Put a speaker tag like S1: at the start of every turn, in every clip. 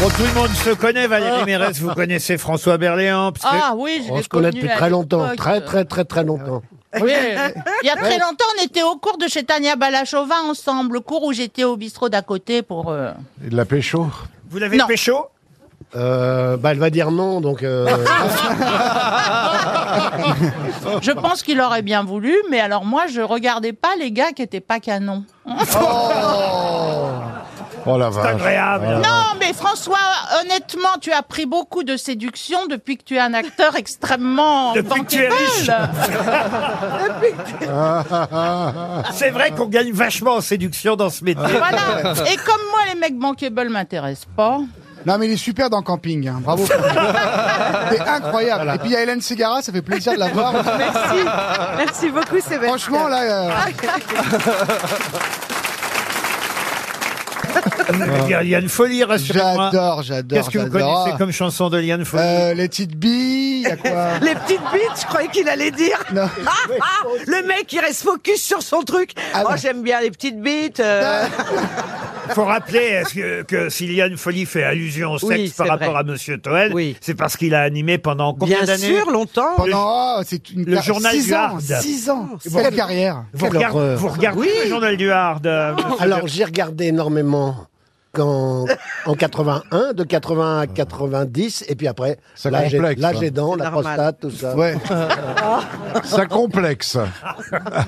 S1: Bon, tout le monde se connaît,
S2: Ah.
S1: Valérie Mérès, vous connaissez François Berléand. parce que-
S3: Ah oui, je
S4: On
S3: l'ai
S4: se connaît
S3: connu
S4: depuis
S3: à
S4: très longtemps,
S3: l'époque.
S4: très très très très longtemps.
S3: Oui. Il y a très longtemps, on était au cours de chez Tania Balachova ensemble, le cours où j'étais au bistrot d'à côté pour. euh,
S5: Il l'a pécho.
S1: Vous l'avez
S3: Non.
S1: pécho
S4: Euh, bah, elle va dire non, donc euh,
S3: Ah, Je pense qu'il aurait bien voulu, mais alors moi, je regardais pas les gars qui étaient pas canons.
S1: Ah.
S5: Oh la vache.
S1: Agréable.
S3: Non, mais François, honnêtement, tu as pris beaucoup de séduction depuis que tu es un acteur extrêmement.
S1: Depuis que tu es riche.
S3: bankable.
S1: C'est vrai qu'on gagne vachement en séduction dans ce métier.
S3: Voilà. Et comme moi, les mecs bankable m'intéressent pas.
S6: Non, mais il est super dans Camping. hein. Bravo. T'es incroyable. Et Ah. puis il y a Hélène Segara, ça fait plaisir de la voir.
S2: Merci, merci beaucoup Sébastien.
S6: Franchement, là, euh,
S4: Ah.
S1: Il y a une folie, rassurez-moi.
S6: j'adore, j'adore,
S1: Qu'est-ce que vous
S6: j'adore.
S1: connaissez comme chanson de Liane Folie
S6: Euh, les petites billes, il y a quoi
S2: Les petites bites, je croyais qu'il allait dire.
S6: Non.
S2: Ah, ah, le mec, il reste focus sur son truc.
S6: Ah
S2: Moi,
S6: ouais.
S2: j'aime bien les petites bites. euh,
S1: faut rappeler est-ce que, que si Liane Folie fait allusion au sexe
S2: Oui,
S1: par
S2: c'est
S1: rapport
S2: vrai.
S1: à Monsieur Toel,
S2: Oui.
S1: c'est parce qu'il a animé pendant combien
S2: bien
S1: d'années
S2: sûr, longtemps.
S6: Pendant, oh, c'est une
S1: le journal du
S6: 6 ans,
S1: Hard.
S6: 6 ans,
S1: Bon.
S6: quelle carrière.
S1: Vous,
S4: Quelle
S1: regardez-
S4: horreur.
S1: vous regardez le journal du Hard euh, monsieur
S4: Ah. alors j'ai regardé énormément quand en 81, de 80 à 90, et puis après
S5: Ça
S4: l'âge
S5: complexe,
S4: l'âge
S5: hein.
S4: aidant,
S2: C'est
S4: la
S2: normal.
S4: prostate, tout ça.
S6: Ouais.
S5: Ça complexe.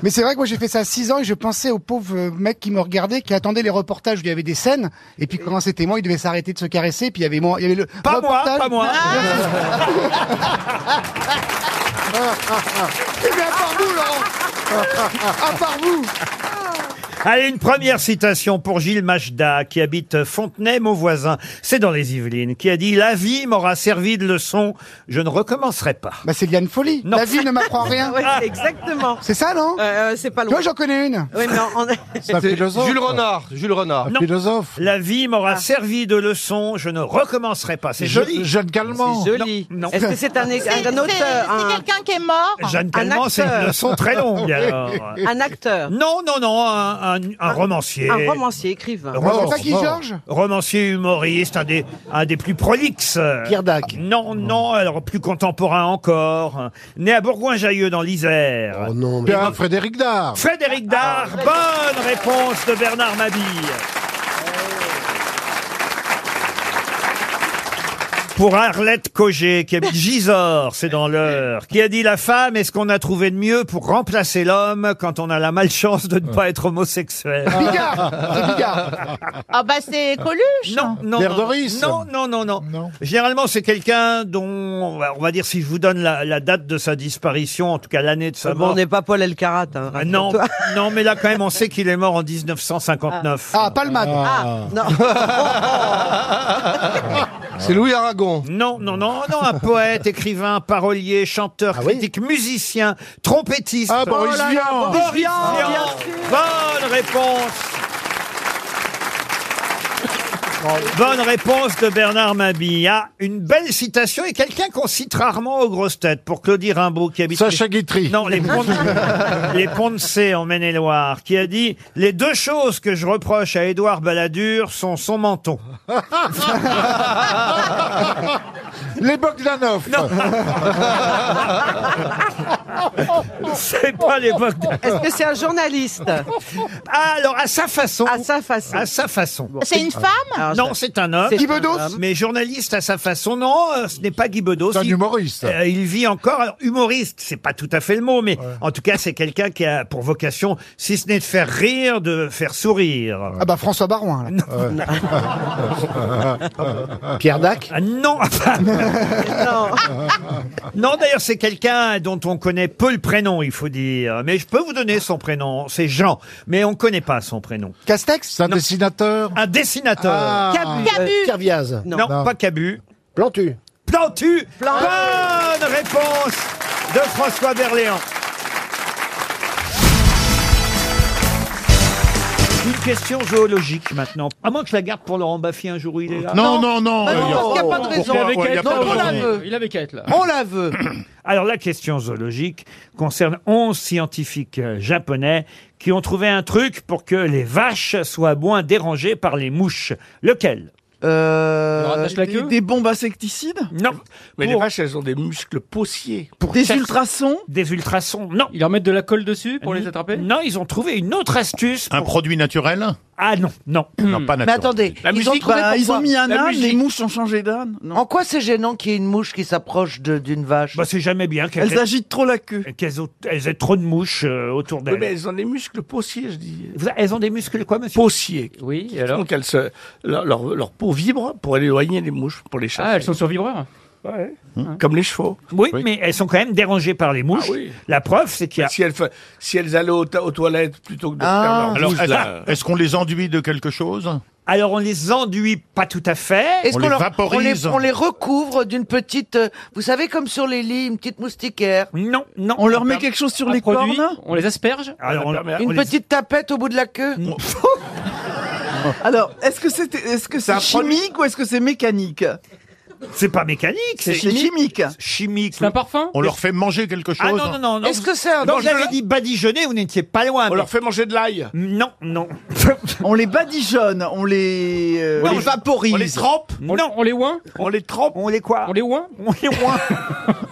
S6: Mais c'est vrai que moi j'ai fait ça à 6 ans et je pensais au pauvre mec qui me regardait, qui attendait les reportages où il y avait des scènes. Et puis quand c'était moi, il devait s'arrêter de se caresser. Puis il y avait moi, il y avait le
S1: Pas moi,
S6: reportage.
S1: pas moi.
S2: Ah.
S6: Eh bien, à part vous, Laurent. À part vous.
S1: Allez, une première citation pour Gilles Machda, qui habite Fontenay, mon voisin. C'est dans les Yvelines, qui a dit La vie m'aura servi de leçon, je ne recommencerai pas.
S6: Bah c'est Liane Folie.
S1: Non.
S6: La vie ne m'apprend rien.
S2: Ouais, exactement.
S6: C'est ça, non
S2: Euh, euh, c'est pas
S6: Toi,
S2: loin.
S6: j'en connais une.
S2: Oui, mais on-
S5: C'est un philosophe.
S7: Jules Renard, Jules Renard.
S5: Un
S1: Non.
S5: philosophe.
S1: La vie m'aura
S2: Ah.
S1: servi de leçon, je ne recommencerai pas. C'est joli.
S5: Je- Jeanne Calment.
S2: c'est joli.
S1: Non, non.
S2: Est-ce que c'est un,
S3: C'est
S2: un
S3: c'est-
S2: auteur,
S3: c'est
S2: un,
S3: quelqu'un qui est mort.
S1: Jeanne Calment, c'est une
S2: acteur.
S1: leçon très longue. alors.
S2: un acteur,
S1: Non, non, non, un, un- un romancier.
S2: un romancier, écrivain,
S1: Mort,
S6: C'est pas qui,
S5: mort.
S6: Georges
S1: Romancier humoriste, un des, un des plus prolixes. euh,
S4: Pierre Dac.
S1: Non, non, alors plus contemporain encore. Né à Bourgoin-Jailleux dans l'Isère.
S4: Oh non, mais
S5: Pierre Frédéric Dard.
S1: Frédéric Dard, bonne réponse de Bernard Mabille. Pour Arlette Cogé, qui habite Gisors, c'est dans l'heure, qui a dit La femme est ce qu'on a trouvé de mieux pour remplacer l'homme quand on a la malchance de ne pas être homosexuel.
S6: Bigard. C'est Bigard.
S3: Ah bah c'est Coluche. hein.
S1: Non, non,
S5: Pierre
S1: non,
S5: Doris.
S1: non, non, non, non.
S5: Non.
S1: Généralement, c'est quelqu'un dont, on va- on va dire, si je vous donne la, la date de sa disparition, en tout cas l'année de sa
S2: Bon, on
S1: mort.
S2: n'est pas Paul Elkarat. Hein,
S1: Ah, non,
S2: rassure-toi.
S1: non, mais là quand même, on sait qu'il est mort en 1959.
S6: Ah, Palmade.
S2: Ah, non. Ah,
S7: C'est Louis Aragon.
S1: Non, non, non, non, un poète, écrivain, parolier, chanteur,
S4: Ah oui
S1: critique, musicien, trompettiste. Oh
S5: Ah, Boris Vian.
S1: Boris Vian.
S2: Vian, bien sûr.
S1: Bonne réponse. Bonne réponse de Bernard Mabille. Ah, une belle citation et quelqu'un qu'on cite rarement aux grosses têtes pour Claudie Rimbaud qui habite.
S5: Sacha Guitry.
S1: Non, les ponts, de, les ponts de C en Maine-et-Loire, qui a dit Les deux choses que je reproche à Édouard Balladur sont son menton.
S5: Les Bogdanov.
S1: C'est pas l'époque. d'-
S2: Est-ce que c'est un journaliste
S1: Ah, alors, à sa façon.
S2: à sa façon
S1: À sa façon. Ah.
S3: C'est une femme
S2: Alors,
S1: Non,
S2: ça-
S1: c'est un homme. Euh,
S2: c'est
S6: Guy
S2: un
S6: Bedos
S2: homme.
S1: Mais journaliste à sa façon. Non, euh, ce n'est pas Guy Bedos.
S5: C'est un
S1: Il-
S5: humoriste.
S1: euh, il vit encore. Alors, humoriste, c'est pas tout à fait le mot, mais en tout cas, c'est quelqu'un qui a pour vocation, si ce n'est de faire rire, de faire sourire.
S6: Ah bah François Barouin. Là.
S4: Pierre Dac.
S1: Ah, non
S2: Non.
S1: Non, d'ailleurs, c'est quelqu'un dont on connaît peu le prénom, il faut dire. Mais je peux vous donner son prénom. C'est Jean. Mais on connaît pas son prénom.
S6: Castex.
S5: C'est un dessinateur.
S1: Un dessinateur.
S6: Ah. Euh,
S2: Cabu.
S3: Cabu.
S4: Pierre Viaz.
S2: Non.
S1: non,
S5: Non.
S1: pas Cabu.
S4: Plantu.
S1: Plantu.
S2: Plantu.
S1: Bonne réponse de François Berléand. Une question zoologique maintenant. À moins que je la garde pour Laurent Baffy un jour où il est là. Bah
S5: Non, non, non. euh, y a-
S2: Il n'y a pas de raison.
S5: Il avait qu'à être là
S2: on la
S5: aujourd'hui.
S6: euh,
S2: veut.
S8: Il avait qu'à être là.
S2: On la veut.
S1: Alors la question zoologique concerne 11 scientifiques euh, japonais qui ont trouvé un truc pour que les vaches soient moins dérangées par les mouches. Lequel
S9: On leur attache la
S10: Euh, des,
S9: queue
S10: des bombes insecticides
S1: Non.
S6: Mais les
S1: Pour-
S6: vaches, elles ont des muscles possiers.
S10: Des ultrasons
S1: Des ultrasons, non.
S9: Ils leur mettent de la colle dessus pour les attraper
S1: Non, ils ont trouvé une autre astuce.
S11: Un
S1: pour-
S11: produit naturel
S1: Ah non, non.
S11: Non, pas naturel.
S2: Mais attendez,
S6: La
S2: ils ont,
S6: musique,
S2: trouvé
S10: Bah, Ils
S2: pourquoi
S10: ont mis un
S6: La
S10: âne,
S6: musique.
S10: les mouches ont changé d'âne Non.
S2: En quoi c'est gênant qu'il y ait une mouche qui s'approche de- d'une vache
S1: Bah, c'est jamais bien qu'elles
S10: Elles agitent trop la queue.
S1: aient, qu'elles ont- elles aient trop de mouches euh, autour
S6: Oui,
S1: d'elles.
S6: mais elles ont des muscles possiers, je dis.
S1: Vous- Elles ont des muscles quoi, monsieur
S6: Possiers.
S9: Oui, et alors
S6: Donc elles se, leur, leur, leur peau vibre pour éloigner les mouches, pour les chasser.
S9: Ah, elles sont sur vibreur
S6: Ouais. Comme les chevaux.
S1: oui, mais elles sont quand même dérangées par les mouches.
S6: Ah oui. Bah,
S1: La preuve, c'est qu'il y a...
S6: Si elles, fa- si elles allaient aux, ta- aux toilettes plutôt que de
S2: Ah.
S6: faire leur
S11: Alors,
S6: bouche,
S11: est-ce
S6: là.
S11: est-ce qu'on les enduit de quelque chose
S1: Alors, on les enduit pas tout à fait.
S2: Est-ce qu'on
S11: On les
S2: leur- on,
S11: vaporise.
S2: les, on les recouvre d'une petite, euh, vous savez, comme sur les lits, une petite moustiquaire,
S1: Non, non.
S10: On leur met quelque chose sur
S9: Un
S10: les
S9: produit,
S10: cornes
S9: on les asperge
S1: Alors, on-
S6: Une
S1: Ah, on
S2: une
S1: les-
S2: petite tapette au bout de la queue.
S10: Alors, est-ce que c'est est-ce que c'est
S6: un produit.
S10: chimique ou est-ce que c'est mécanique
S1: C'est pas mécanique, c'est
S10: C'est chimique.
S1: chimique.
S9: C'est un parfum
S11: On leur fait manger quelque chose
S1: Ah non, non, non. non.
S2: Est-ce que c'est un
S1: Quand j'avais dit badigeonner, vous n'étiez pas loin.
S6: On
S1: mais-
S6: leur fait manger de l'ail.
S1: Non, non.
S10: On les badigeonne, on les euh,
S1: On
S10: on
S1: les-
S10: les
S6: On les
S10: vaporise.
S6: trempe.
S9: on,
S1: non.
S9: on les oint
S6: On les trempe.
S1: On les quoi
S9: On les oint
S1: On les oint.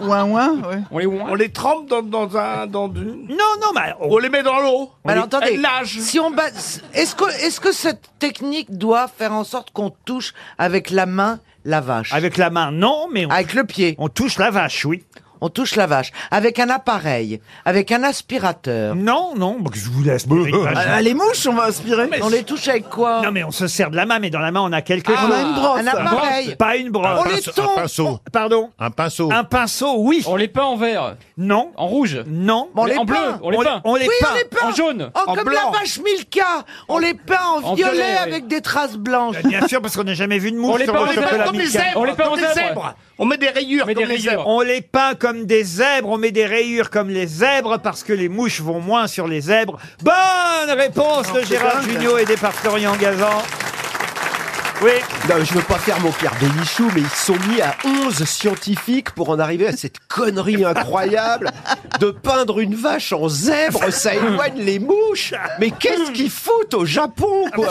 S10: Ouin ouin, ouais.
S9: On les oint
S6: On les trempe dans, dans un. Dans une-
S1: Non, non, mais on-
S6: On les met dans l'eau.
S2: Mais alors, attendez.
S6: Elles nagent.
S2: Si on bat, est-ce que, est-ce que cette technique doit faire en sorte qu'on touche avec la main la vache
S1: avec la main, non, mais on,
S2: Avec le pied,
S1: on touche la vache, oui.
S2: on touche la vache. Avec un appareil, avec un aspirateur.
S1: Non, non, bah, je vous laisse. Eric Bajin.
S10: Ah, les mouches, on va aspirer.
S2: On les touche avec quoi
S1: Non, mais on se sert de la main, mais dans la main, on a quelque
S6: Ah,
S10: On a une brosse.
S2: Un appareil.
S1: Pas une brosse.
S2: On les
S11: pinceau-
S2: tombe.
S11: Un pinceau.
S1: Pardon
S11: Un pinceau.
S1: Un pinceau, oui.
S9: On les peint en vert,
S1: Non,
S9: en rouge,
S1: non.
S2: On les
S9: en bleu,
S2: peint.
S9: on les peint.
S1: on les
S2: Oui,
S1: peint.
S2: on les peint.
S9: En jaune.
S2: Oh,
S6: En
S2: comme
S6: blanc.
S2: la vache Milka. On les peint en,
S9: En
S2: violet,
S9: violet, oui.
S2: avec des traces blanches.
S1: Euh, Bah, Bien sûr, parce qu'on n'a jamais vu de mouche
S9: On les
S1: sur
S9: peint
S1: le
S9: en
S1: chocolat
S9: vert.
S6: Comme les
S1: Milka.
S6: zèbres.
S9: On les peint
S6: comme
S9: en
S6: les
S9: zèbre.
S6: zèbres. On met des rayures
S9: On met
S6: comme
S9: des
S6: les zèbres.
S9: rayures.
S1: On les peint comme des zèbres, on met des rayures comme les zèbres parce que les mouches vont moins sur les zèbres. Bonne réponse de Gérard Junior aidé par Florian Gazan. Oui,
S12: Non, je veux pas faire mon père de Michou, mais ils sont mis à 11 scientifiques pour en arriver à cette connerie incroyable de peindre une vache en zèbre, ça éloigne les mouches. Mais qu'est-ce qu'ils foutent au Japon, quoi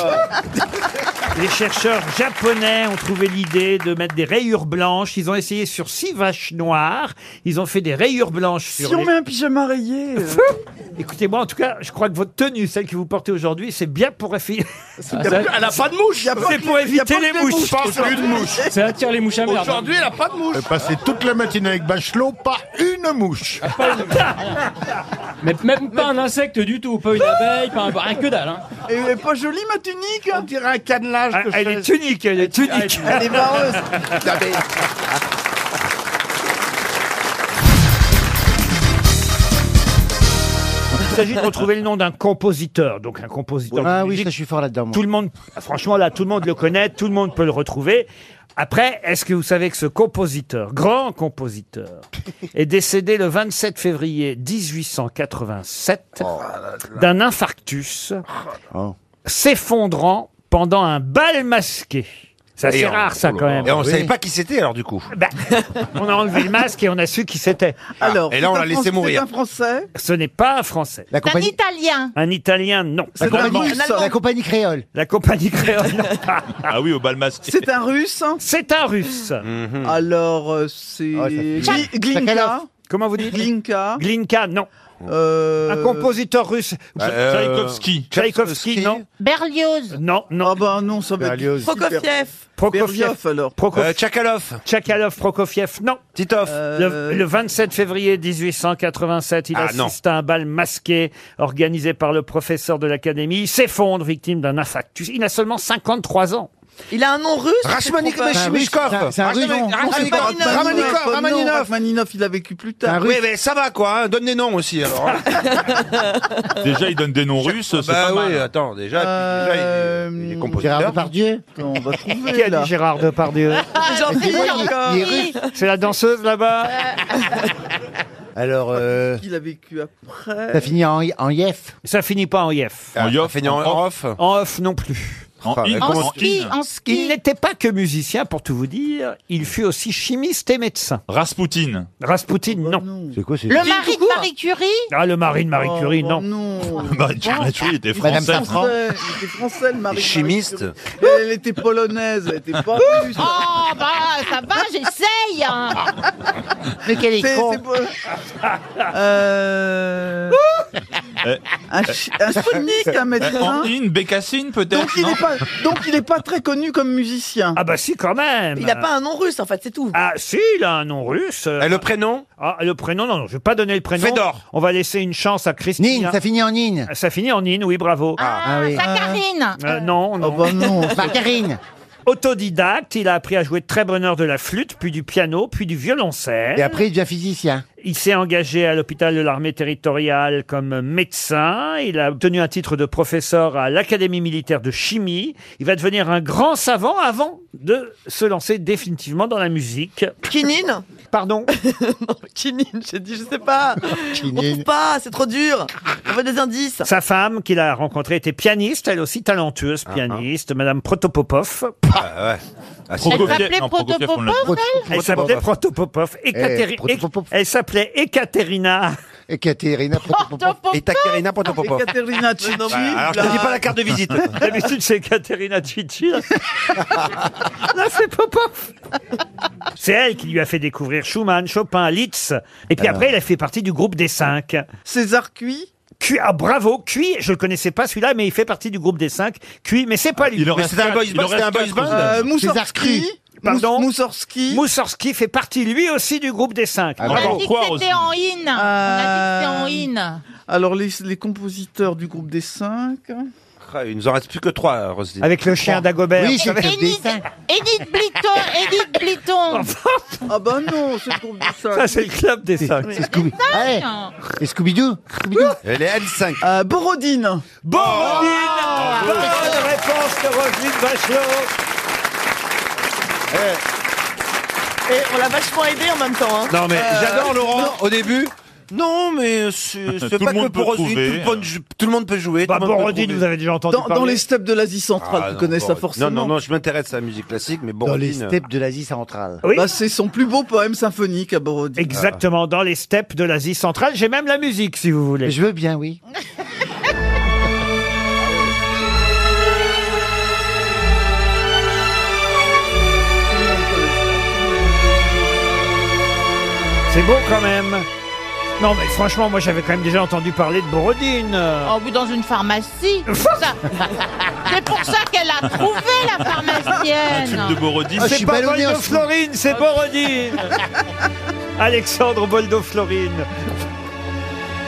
S1: les chercheurs japonais ont trouvé l'idée de mettre des rayures blanches. Ils ont essayé sur six vaches noires. Ils ont fait des rayures blanches sur
S10: Si on
S1: les-
S10: met un pyjama rayé, euh,
S1: Écoutez-moi, en tout cas, je crois que votre tenue, celle que vous portez aujourd'hui, c'est bien pour, effi-
S9: Ah,
S6: Elle
S9: ça,
S6: a pas de mouche.
S1: c'est pour éviter les mouches.
S11: Pas une mouche.
S9: ça attire les mouches à merde.
S6: Aujourd'hui, elle a pas de mouche.
S11: J'ai passé toute la matinée avec Bachelot, pas une mouche.
S9: Mais même pas un insecte du tout, pas une abeille, pas un... rien que dalle. Hein.
S10: et elle est pas jolie ma tunique
S6: On dirait un cannelage
S1: Ah,
S6: de
S1: Elle est
S6: chaise.
S1: tunique, elle est tunique.
S10: Elle est vareuse.
S12: Non, mais-
S1: Il s'agit de retrouver le nom d'un compositeur. Donc un compositeur.
S10: Ah
S1: de musique.
S13: suis fort là-dedans.
S1: Tout le monde, franchement, là, tout le monde le connaît, tout le monde peut le retrouver. Après, est-ce que vous savez que ce compositeur, grand compositeur, est décédé le 27 février 1887
S10: Oh.
S1: d'un infarctus s'effondrant pendant un bal masqué Ça, c'est rare, ça, quand même.
S6: Et on ne savait
S12: pas
S6: qui c'était alors du coup.
S1: Ben, on a enlevé le masque et on a su qui c'était.
S10: Alors,
S6: et là, on
S10: c'est un
S6: l'a laissé
S10: Français-
S6: mourir.
S10: C'est un français.
S1: Ce n'est pas un Français.
S13: La
S14: C'est un
S13: compagnie,
S14: Italien.
S1: Un Italien, non.
S10: C'est un russe.
S13: la compagnie créole.
S1: La compagnie créole. non.
S6: Ah oui, au bal masqué.
S10: C'est un russe. hein
S1: C'est un Russe.
S10: Alors, euh, c'est
S13: Oh, ça fait
S10: Gli- Glinka.
S1: Comment vous dites
S10: Glinka.
S1: Glinka, non.
S10: Euh,
S1: Un compositeur russe.
S6: Tchaïkovski.
S1: Tchaïkovski, non
S14: Berlioz.
S1: Non, non.
S10: Ah bah non, ça va être
S13: Berlioz.
S10: Prokofiev. Prokofiev alors.
S1: Prokofiev. Euh,
S6: Euh, Tchakalov.
S1: Tchakalov, Prokofiev, non.
S6: Titov.
S1: Le, le 27 février 1887, il
S6: Ah,
S1: assiste à un bal masqué organisé par le professeur de l'académie. Il s'effondre, victime d'un infarctus. Il a seulement 53 ans.
S2: Il a un nom russe.
S6: Rachmanik
S15: C'est un russe.
S10: Rachmaninov,
S6: Rachmaninov.
S10: non,
S6: Rachmaninov. Ah,
S10: Rachmaninov, il a vécu plus tard.
S12: Oui, mais ça va, quoi. hein. Donne des noms aussi, alors.
S6: hein.
S11: Déjà, ils donnent des noms russes, c'est
S12: bah oui, attends, déjà, déjà, il est- il est
S13: Gérard
S12: compositeur.
S13: Depardieu.
S10: On va
S1: Euh, Qui
S10: trouver
S1: a dit
S10: là.
S1: Gérard Depardieu
S14: J'en suis
S13: Il est russe.
S1: C'est la danseuse là-bas
S13: Alors, euh,
S10: Il a vécu après.
S13: ça finit en, en Yef.
S1: Ça finit pas en IF.
S12: Ah, ça finit en off.
S1: En off non plus. En,
S3: la en ski, Constantine. en ski.
S1: Il n'était pas que musicien, pour tout vous dire. Il fut aussi chimiste et médecin. Raspoutine. Raspoutine, non. C'est quoi,
S3: Le mari de Marie Curie
S1: Ah, le mari de Marie
S3: Oh,
S1: Curie,
S3: bah
S1: non.
S3: non.
S1: Marie de Curie
S3: Bon.
S1: était Madame française. Safran.
S10: Français, Elle était française, Marie.
S1: Chimiste.
S10: Marie Curie. Elle, elle était polonaise, elle était pas russe.
S3: Oh, bah, ça va, j'essaye hein. Mais quel est
S10: C'est-
S3: con
S10: c'est beau. Euh...
S1: Euh,
S10: Un, chi- un chimique,
S2: Euh,
S10: un médecin.
S8: Une bécassine
S13: Ah
S8: peut-être.
S10: Donc il
S8: non
S10: n'est pas, donc il est pas très connu comme musicien.
S1: Ah bah si quand même.
S10: Il n'a pas un nom russe en fait, c'est tout.
S1: Ah si, il a un nom russe. le prénom Ah, le prénom, non, non, je vais pas donner le prénom.
S6: Fédor.
S1: On va laisser une chance à Christine. Nine, ça finit en Nine. Ça finit en Nine, oui, bravo.
S3: Ah, Saccharine
S1: Euh, non, non.
S3: Margarine.
S1: Autodidacte, il a appris à jouer de très bonne heure de la flûte, puis du piano, puis du violoncelle.
S16: Et après, il devient physicien.
S1: Il s'est engagé à l'hôpital de l'armée territoriale comme médecin. Il a obtenu un titre de professeur à l'Académie militaire de chimie. Il va devenir un grand savant avant de se lancer définitivement dans la musique.
S10: Kinine
S1: Pardon
S10: Kinine, j'ai dit, je sais pas. On trouve pas, c'est trop dur. On veut des indices.
S1: Sa femme, qu'il a rencontrée, était pianiste, elle aussi talentueuse pianiste, Madame Protopopov.
S6: Ah, ouais. Ah, si.
S1: Prokofiev- Elle s'appelait non, Prokofiev, on l'a- Protopopov, elle Elle s'appelait Protopopov. Ekatéri- Elle s'appelait Ekaterina.
S16: Ekaterina Protopopov. Ekaterina Protopopov.
S10: Ekaterina
S16: Tchitchi, Bah, alors, je te dis pas la carte de visite.
S1: D'habitude, c'est Ekaterina Tchitchi. Là, Là, c'est Popov. C'est elle qui lui a fait découvrir Schumann, Chopin, Liszt. Et puis
S10: Alors.
S1: après, elle a fait partie du groupe des cinq.
S10: César Cui
S1: Cui, ah bravo, Cui, je le connaissais pas celui-là, mais il fait partie du groupe des cinq. Cui, mais c'est pas lui.
S8: il en Mais reste c'était un quatre, boys il en band, reste c'était un boys quatre, band. Suzanne.
S10: Euh, Moussorgsky.
S1: César Cui. Pardon Moussorski. Moussorski fait partie lui aussi du groupe des cinq.
S5: Ah,
S3: On a dit que c'était en in. On a dit que
S1: Euh.
S3: c'était en in.
S10: Alors, les, les compositeurs du groupe des cinq.
S6: Ah, Il nous en reste plus que trois, euh, Roselyne.
S1: Avec le chien d'Agobert.
S6: Oui, c'est
S3: Edith, Edith Bliton, Edith Bliton.
S10: Ah bah non, c'est le groupe des cinq.
S1: Ça, c'est le club des cinq.
S10: Mais-
S16: C'est Scooby.
S10: Allez.
S16: Et Scooby-Doo
S6: Elle est L5.
S10: Euh, Borodine.
S1: Borodine Bonne réponse de Roselyne Bachelot.
S2: Eh.
S10: Et on l'a vachement aidé en même temps. hein.
S6: Non, mais
S10: Euh,
S6: j'adore Laurent
S10: non.
S6: au début. Non, mais c'est
S10: Tout
S6: c'est
S10: le
S6: pas
S10: monde
S6: que
S10: peut
S6: pour Roselyne.
S10: trouver.
S6: Tout, le monde- tout le monde peut jouer.
S1: Bah,
S6: tout le monde peut
S1: Borodine,
S6: trouver.
S1: vous avez déjà entendu
S10: Dans- dans parler les steppes de l'Asie centrale, vous connaissez ça
S6: Borodine.
S10: forcément.
S6: Ah, Non, non, non, je m'intéresse à la musique classique, mais euh,
S10: Dans
S6: Borodine.
S10: les steppes
S16: de l'Asie centrale.
S10: Bah, c'est son plus beau poème symphonique à Borodine.
S1: Exactement, dans les steppes de l'Asie centrale. J'ai même la musique, si vous voulez.
S16: Je veux bien, oui.
S1: C'est beau quand même. Non, mais franchement, moi, j'avais quand même déjà entendu parler de Borodine.
S3: Oh, oui, dans une pharmacie. C'est pour ça- C'est pour ça qu'elle a trouvé la pharmacienne.
S8: Borodine.
S1: Ah, c'est pas Boldo Florine, c'est Borodine. Alexandre Boldo Florine.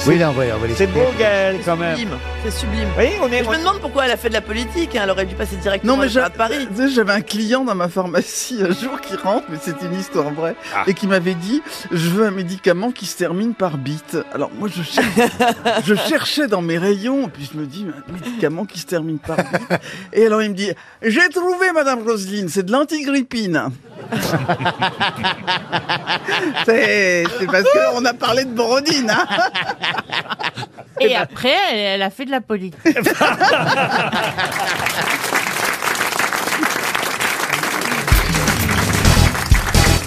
S16: Oui, là, on va, on va les
S1: C'est beau, Gaël, quand même.
S10: Sublime. C'est sublime.
S1: Oui, on est.
S2: Je me demande pourquoi elle a fait de la politique. hein. Elle aurait dû passer directement
S10: Non, mais j'a-
S2: à Paris.
S10: tu sais, j'avais un client dans ma pharmacie un jour qui rentre, mais c'était une histoire vraie,
S6: Ah.
S10: et qui m'avait dit Je veux un médicament qui se termine par bite. Alors moi, je, cher- je cherchais dans mes rayons, et puis je me dis Un médicament qui se termine par bite. Et alors il me dit J'ai trouvé, Madame Roselyne, c'est de l'antigrippine. c'est c'est parce qu'on a parlé de Borodine. hein. Eh ben,
S3: Et après, elle, elle a fait de la politique.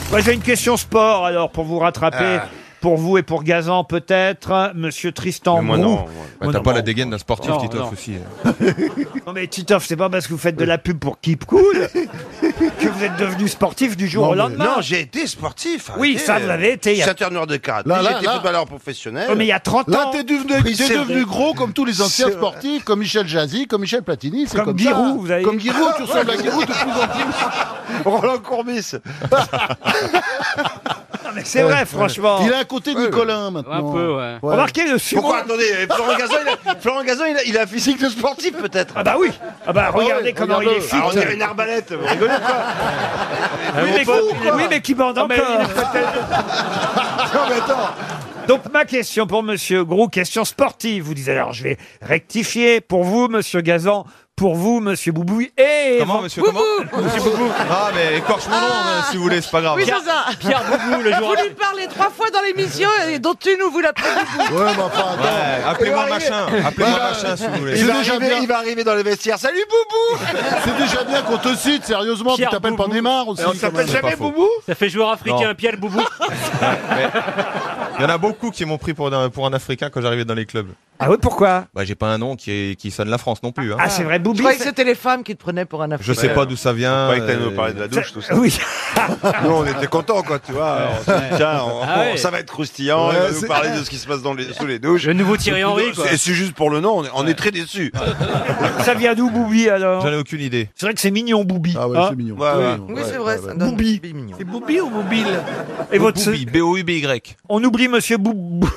S1: Moi, j'ai une question sport, alors, pour vous rattraper.
S12: Ah.
S1: Pour vous et pour Gazan, peut-être. hein, Monsieur Tristan
S12: moi,
S1: Brou.
S12: non. moi.
S1: Oh,
S12: Bah, T'as
S1: non,
S12: pas
S1: bon.
S12: la dégaine d'un sportif,
S1: Non,
S12: Titoff,
S1: non.
S12: aussi.
S1: Non mais Titoff, c'est pas parce que vous faites de la pub pour Keep Cool que vous êtes devenu sportif du jour au lendemain.
S6: Non, j'ai été sportif.
S1: Oui,
S6: arrêtez.
S1: ça, vous l'avez été, il y a-
S6: Ceinture noire de karaté.
S1: Là, là,
S6: J'étais
S1: là.
S6: footballeur professionnel.
S1: Oh, mais il y a 30
S5: Là,
S1: ans.
S5: t'es devenu,
S1: Oui,
S5: t'es
S1: c'est
S5: devenu
S1: vrai.
S5: gros comme tous les anciens
S1: C'est vrai.
S5: sportifs, comme Michel Jazzy, comme Michel Platini, c'est
S1: Comme
S5: comme,
S1: Giroud,
S5: ça. hein.
S1: vous avez- Ah,
S5: Comme Giroud, tu ressembles à Giroud de plus en plus. Roland Courbis.
S1: c'est vrai, franchement.
S5: Il a un côté Nicolin maintenant.
S6: Un peu, ouais.
S1: Remarquez le sumo.
S6: Pourquoi attendez euh, Florent Gazan, il a, Florent Gazan, il a, il a un physique de sportif peut-être. Ah,
S1: Ah bah oui. Ah bah regardez comment il est fit.
S6: on dirait une arbalète. Vous rigolez ou quoi
S1: Oui, mais, qui- oui, mais qui bande encore. Donc ma question pour Monsieur Grou, question sportive. Vous disiez alors je vais rectifier pour vous Monsieur Gazan. pour vous, monsieur Boubouille. Et
S12: Comment, monsieur Comment Monsieur Boubou Ah, mais écorche mon nom, euh, si vous voulez, c'est pas grave.
S10: Oui, c'est ça. Vous lui parlez trois fois dans l'émission et dont une où vous l'appelez Boubou.
S12: Ouais, mais enfin, attends. Ouais, appelez-moi
S10: Il va
S12: machin,
S10: arriver-
S12: appelez-moi
S10: Voilà.
S12: machin, si vous voulez.
S10: Il
S12: C'est
S10: va
S12: déjà
S10: arriver-
S12: bien.
S10: il va arriver dans les vestiaires. Salut Boubou
S6: C'est déjà bien qu'on te cite, sérieusement, tu
S17: Pierre
S6: t'appelles pas Neymar aussi.
S17: Mais on
S6: quand
S17: s'appelle
S6: même.
S17: jamais
S6: C'est pas faux.
S17: Boubou Ça fait joueur
S12: africain,
S17: africain, Pierre Boubou.
S12: Il y en a beaucoup qui m'ont pris pour un, pour un Africain quand j'arrivais dans les clubs.
S1: Ah oui, pourquoi
S12: Bah, j'ai pas un nom qui, est- qui sonne la France non plus.
S10: Ah,
S2: Ah,
S12: hein.
S18: Je croyais que c'était les femmes qui te prenaient pour un
S12: Je
S18: Africain.
S12: sais pas d'où ça vient.
S17: Je croyais que t'allais
S12: euh,
S17: nous parler de la douche, tout ça.
S1: Oui.
S17: Ah, Nous, on était contents, quoi, tu vois. On se dit, tiens, on-
S12: Ah ouais.
S17: ça va être croustillant, il
S12: Ouais,
S17: va nous
S12: c'est-
S17: parler de ce qui se passe dans les, sous les douches.
S12: Le nouveau Thierry Henry,
S17: C'est-
S12: quoi.
S17: C'est juste pour le nom, on est, on est très déçus.
S1: Ça vient d'où, Boubi, alors
S12: J'en ai aucune idée.
S1: C'est vrai que c'est mignon, Boubi. Ah
S17: ouais, c'est mignon. Ouais, ouais, Oui, ouais, c'est vrai, ouais, ça ouais. donne
S1: Boubi.
S18: C'est Boubi ou Boubile
S1: Et votre...
S12: B-O-U-B-Y.
S1: On oublie monsieur Boubou.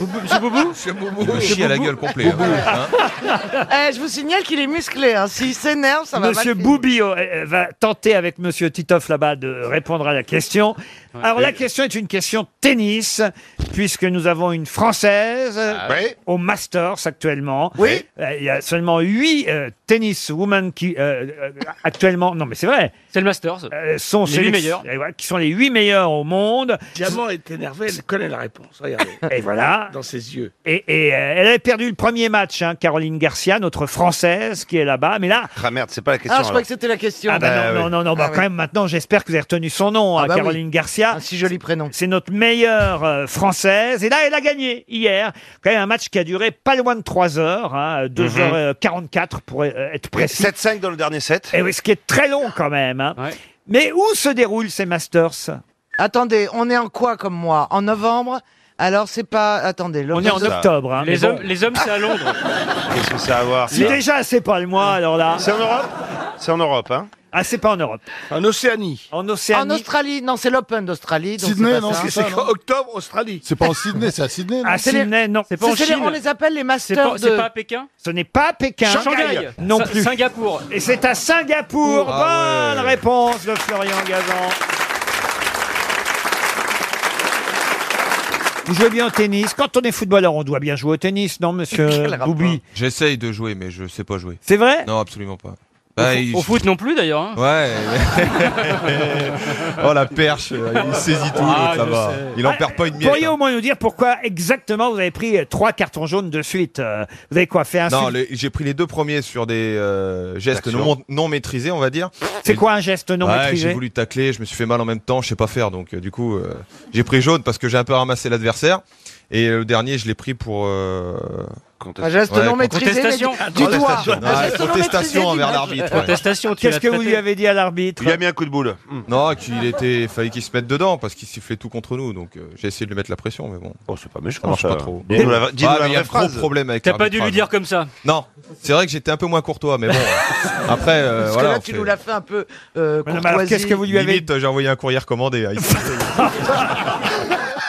S12: Monsieur Boubou Monsieur Boubou. Il me chie à la gueule complet. hein. Hein
S18: Eh, je vous signale qu'il est musclé. Hein. S'il s'énerve, ça va
S1: Monsieur
S18: mal.
S1: Boubio euh, va tenter avec Monsieur Titoff là-bas de répondre à la question. Alors la question est une question tennis, puisque nous avons une Française
S17: Ah
S1: euh,
S17: oui.
S1: au Masters actuellement.
S17: Oui.
S1: Euh, Il y a seulement huit euh, tennis women qui euh, euh, actuellement, non mais c'est vrai,
S9: C'est le Masters.
S1: euh, sont
S9: Les huit
S1: sélec-
S9: meilleurs.
S1: euh, voilà, qui sont les huit meilleurs au monde.
S9: Diamant est énervé, elle connaît la réponse. Regardez.
S1: Et voilà.
S9: Dans ses yeux.
S1: Et, et, euh, elle avait perdu le premier match, hein, Caroline Garcia, notre Française qui est là-bas, mais là.
S17: Ah merde, c'est pas la question.
S18: Ah, je croyais
S17: alors.
S18: que c'était la question.
S1: Ah bah non, non, non, non, bah
S18: Ah
S1: quand
S18: oui.
S1: même maintenant j'espère que vous avez retenu son nom,
S18: Ah
S1: hein,
S18: bah oui.
S1: Caroline Garcia. si joli prénom. C'est notre meilleure euh, française. Et là, elle a gagné hier. Quand même un match qui a duré pas loin de 3 heures, hein, 2h44 pour euh, être précis.
S17: 7-5 Mhm. dans le dernier set.
S1: Et oui, ce qui est très long quand même. hein. Mais où se déroulent ces Masters
S18: Attendez, on est en quoi comme moi En novembre Alors c'est pas. Attendez, le-
S1: On est en octobre. hein,
S18: Les
S1: mais bon.
S18: hommes-
S9: Les hommes, c'est à Londres.
S17: Qu'est-ce que ça a à voir
S1: Si déjà c'est pas le mois, alors là.
S17: C'est en Europe C'est en Europe, hein
S1: Ah, c'est pas en Europe.
S9: En Océanie.
S1: En
S18: En
S1: Océanie.
S18: Australie, non, c'est l'Open d'Australie. donc
S17: Sydney,
S18: c'est pas
S17: non,
S18: ça. hein.
S17: c'est ça, non
S9: Octobre, Australie.
S17: C'est pas en Sydney, c'est à Sydney. non
S1: Ah,
S18: C'est les-
S1: Sydney, non.
S18: C'est pas en C'est les- Chine. on les appelle les masters
S1: C'est pas- c'est
S18: de-
S1: pas à
S9: Pékin
S1: Ce n'est pas à Pékin.
S9: Shanghai.
S1: Non
S9: Sa-
S1: plus.
S9: Singapour.
S1: Et c'est à Singapour.
S9: Ah
S1: Bonne
S9: ouais.
S1: réponse de Florian Gazan. Vous jouez bien au tennis. Quand on est footballeur, on doit bien jouer au tennis, non, monsieur Boubi
S12: J'essaye de jouer, mais je sais pas jouer.
S1: C'est vrai
S12: Non, absolument pas.
S19: Au,
S12: Bah,
S19: fo-
S12: il-
S19: au foot non plus d'ailleurs. hein.
S12: Ouais. oh la perche, il saisit tout,
S19: Ah,
S12: l'autre, ça
S19: je
S12: va.
S19: sais. Ah,
S12: Il en perd pas une miette. hein.
S1: Pourriez au moins nous dire pourquoi exactement vous avez pris euh, trois cartons jaunes de suite euh, Vous avez quoi fait un
S12: Non,
S1: suivi-
S12: les- j'ai pris les deux premiers sur des euh, gestes
S1: Action.
S12: non, non maîtrisés, on va dire.
S1: C'est quoi un geste non
S12: Ouais, J'ai
S1: maîtrisé
S12: voulu tacler, je me suis fait mal en même temps, je sais pas faire, donc euh, du coup euh, j'ai pris jaune parce que j'ai un peu ramassé l'adversaire. Et le dernier, je l'ai pris pour euh,
S18: Un geste non maîtrisé,
S19: Contestation.
S18: mais du- du doigt.
S12: Contestation.
S18: Un
S12: Ouais,
S18: geste non maîtrisé
S12: contestation
S18: du
S12: envers
S18: doigt.
S12: l'arbitre. ouais.
S19: Contestation, tu
S1: Qu'est-ce que vous lui avez dit à l'arbitre Hmm.
S17: Il a mis un coup de boule.
S12: Non, qu'il était, fallait qu'il se mette dedans parce qu'il sifflait tout contre nous, donc euh, j'ai essayé de lui mettre la pression, mais bon.
S17: Oh, c'est pas méchant.
S12: Ça marche
S17: ça.
S12: pas trop.
S17: Dis-nous la-
S12: Ah,
S17: dis-nous la
S12: mais il y a
S17: vraie
S12: un gros
S17: phrase.
S12: problème avec
S19: T'as pas dû lui
S12: l'arbitrage.
S19: dire comme ça.
S12: Non, c'est vrai que j'étais un peu moins courtois, mais bon. Après, euh,
S18: Parce
S12: voilà.
S18: que là,
S12: on
S18: tu
S12: fait-
S18: nous l'as fait un peu. euh,
S1: Madame, alors,
S18: courtoisie.
S1: qu'est-ce que vous lui avez
S12: Limite, j'ai envoyé un courrier recommandé. hein, ici.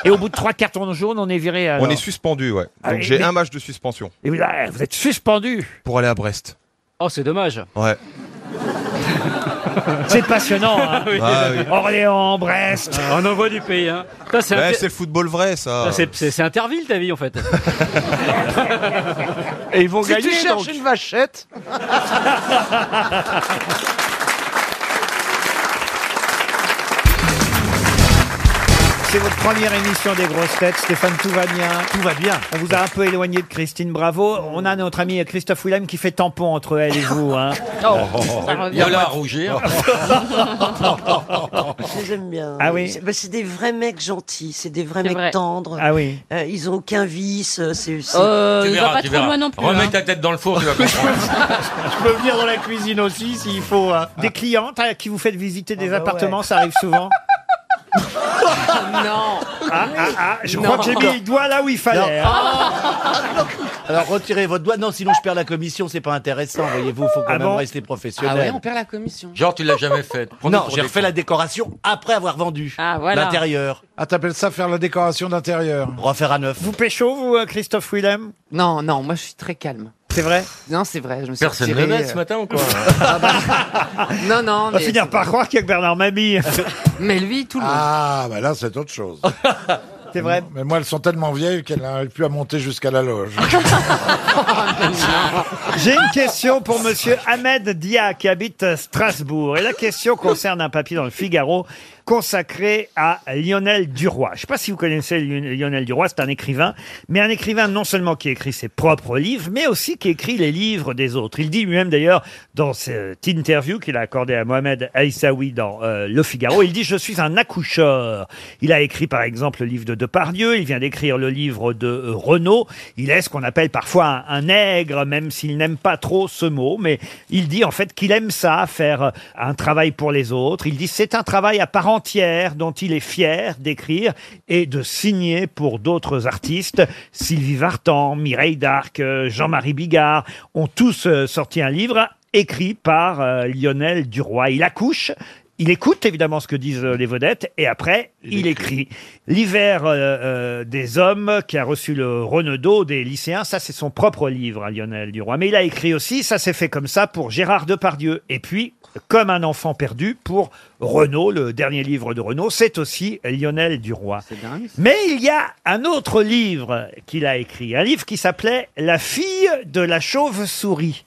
S1: Et au bout de trois cartons jaunes, on est viré. alors.
S12: On est suspendu, ouais.
S1: Ah,
S12: Donc
S1: mais-
S12: j'ai
S1: mais-
S12: un match de suspension
S1: Et vous, ah, vous êtes suspendu.
S12: pour aller à Brest.
S19: Oh, c'est dommage.
S12: Ouais.
S1: C'est passionnant. hein.
S19: Oui.
S12: Ah, oui.
S1: Orléans, Brest.
S19: Ah, On envoie du pays. Hein. Putain, C'est
S12: Ouais,
S19: inter-
S12: c'est le football vrai, ça.
S19: Putain, c'est- c'est- c'est Interville ta vie en fait.
S9: Et ils vont
S18: Si tu cherches une vachette.
S1: C'est votre première émission des grosses têtes. Stéphane, tout va bien. Tout va bien. On vous a un peu éloigné de Christine Bravo. On a notre ami euh, Christophe Willem qui fait tampon entre elle et vous. Hein.
S12: Oh.
S8: Oh.
S9: De là à rougir.
S20: Je les aime bien.
S1: Ah oui.
S20: C'est bah, c'est des vrais mecs gentils, c'est des vrais mecs
S13: vrai.
S20: tendres.
S1: Ah oui.
S20: Euh, ils ont aucun vice. euh, C'est. c'est-
S13: Euh, il va pas trop loin non plus. hein.
S9: ta tête dans le four, tu vas comprendre.
S1: Je peux venir dans la cuisine aussi s'il faut. hein. Des clientes à qui vous faites visiter
S2: Ah bah
S1: des appartements, ça arrive souvent.
S13: non.
S1: Ah, ah, ah, je
S13: Non.
S1: crois que j'ai mis le doigt là où il fallait. hein.
S2: Alors retirez votre doigt, non, sinon je perds la commission, c'est pas intéressant, voyez-vous, faut quand
S1: Ah
S2: même
S1: bon
S2: rester
S13: Ah ouais,
S2: professionnel.
S13: on perd la commission.
S9: Genre, tu l'as jamais fait.
S2: non, j'ai refait la décoration après avoir vendu
S13: Ah voilà.
S2: l'intérieur.
S9: Ah, t'appelles ça faire la décoration d'intérieur
S2: Refaire à neuf.
S1: Vous pécho, vous, euh, Christophe Willem
S13: Non, non, moi je suis très calme.
S1: C'est vrai
S13: Non, c'est vrai. Je me suis
S9: Personne ne
S13: retirée,
S9: m'aide
S13: euh, Ah, bah.
S9: ce matin ou quoi
S13: Non, non.
S1: On va
S13: Mais,
S1: finir par croire qu'il y a que Bernard Mabille.
S13: mais lui, tout le monde.
S17: Ah, bah là, c'est autre chose.
S21: C'est vrai.
S6: Mais moi, elles sont tellement vieilles qu'elles n'arrivent plus à monter jusqu'à la loge.
S1: J'ai une question pour monsieur Ahmed Dia qui habite Strasbourg. Et la question concerne un papier dans le Figaro consacré à Lionel Duroy. Je ne sais pas si vous connaissez Lion- Lionel Duroy, c'est un écrivain, mais un écrivain non seulement qui écrit ses propres livres, mais aussi qui écrit les livres des autres. Il dit lui-même d'ailleurs dans cette interview qu'il a accordée à Mohamed Aïssaoui dans euh, Le Figaro, il dit je suis un accoucheur. Il a écrit par exemple le livre de Depardieu, il vient d'écrire le livre de euh, Renaud, il est ce qu'on appelle parfois un, un nègre, même s'il n'aime pas trop ce mot, mais il dit en fait qu'il aime ça, faire euh, un travail pour les autres. Il dit c'est un travail à part entière dont il est fier d'écrire et de signer pour d'autres artistes. Sylvie Vartan, Mireille Darc, euh, Jean-Marie Bigard ont tous euh, sorti un livre écrit par euh, Lionel Duroy. Il accouche. Il écoute évidemment ce que disent euh, les vedettes et après il, écrit. L'hiver euh, euh, des hommes qui a reçu le Renaudot des lycéens, ça c'est son propre livre, hein, Lionel Duroy. Mais il a écrit aussi, ça s'est fait comme ça pour Gérard Depardieu. Et puis comme un enfant perdu pour Renaud, le dernier livre de Renaud, c'est aussi Lionel Duroy. Mais il y a un autre livre qu'il a écrit, un livre qui s'appelait La fille de la chauve-souris.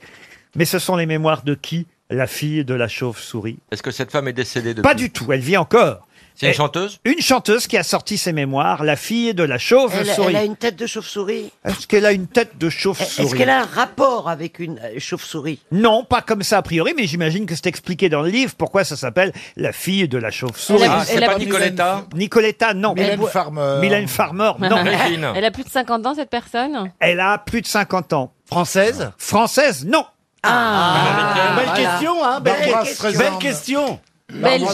S1: Mais ce sont les mémoires de qui La fille de la chauve-souris
S8: Est-ce que cette femme est décédée depuis
S1: Pas du tout, elle vit encore.
S8: C'est une
S1: Et-
S8: chanteuse
S1: Une chanteuse qui a sorti ses mémoires, La fille de la
S20: Elle, elle a
S1: chauve-souris.
S20: une tête de chauve-souris.
S1: Est-ce qu'elle a une tête de chauve-souris
S20: Est-ce qu'elle a un rapport avec une euh, chauve-souris
S1: Non, pas comme ça a priori, mais j'imagine que c'est expliqué dans le livre pourquoi ça s'appelle La fille de la chauve-souris.
S22: Elle a- Ah, c'est elle a- pas Nicoletta
S1: Nicoletta, non.
S22: Mylène Elle boit-
S6: Farmer.
S1: Mylène Farmer, non.
S22: Elle a plus de 50 ans, cette personne
S1: Elle a plus de 50 ans. Française Française, non.
S22: Ah,
S2: Belle question, hein, belle,
S1: Barbara
S2: que-
S1: Streisand.
S2: belle question.
S22: Belge,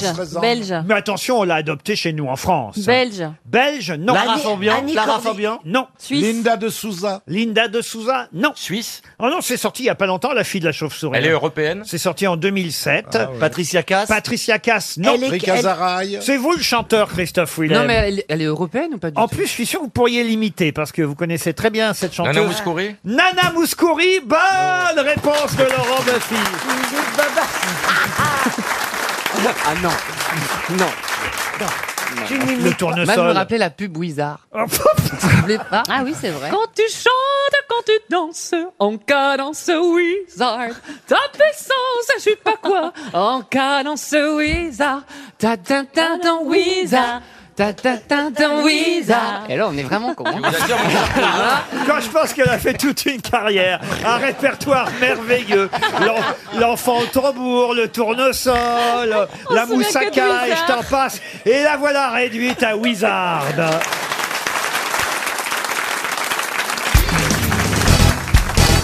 S22: belge.
S1: Mais attention, on l'a adoptée chez nous en France.
S22: Belge.
S1: Belge, non.
S2: Lara Annie- Fabian Annie Lara Cordy. Fabian
S1: Non.
S22: Suisse.
S1: Linda de Souza Linda de Souza, non.
S8: Suisse
S1: Oh non, c'est sorti il n'y a pas longtemps, La fille de la chauve-souris.
S8: Elle est européenne
S1: C'est sorti en 2007.
S2: Ah, Patricia Cass
S1: Patricia Cass, non.
S2: Elle est- Rick elle- Azaraï.
S1: C'est vous le chanteur, Christophe Willem.
S2: Non, mais elle-
S1: est européenne ou pas du En plus, je suis sûr que vous pourriez l'imiter parce que vous connaissez très bien cette chanteuse.
S8: Nana Mouskouri
S1: Nana Mouskouri, bonne réponse de Laurent Buffy.
S13: Ah non. Non.
S1: Le tournesol.
S13: Moi, je me rappelais la pub Wizard.
S22: Ah oui, c'est vrai. Quand tu chantes, quand tu danses, en cadence wizard, ta puissance, je sais pas quoi, en cadence wizard, ta ta ta ta wizard, ta ta ta ta wizard.
S13: Et là, on est vraiment con. hein.
S1: Quand je pense qu'elle a fait toute une carrière, un répertoire merveilleux, L'en- l'enfant au tambour, le tournesol,
S22: On
S1: la
S22: se souvient que de
S1: moussaka, et je
S22: Wizard.
S1: t'en passe. Et la voilà réduite à wizard.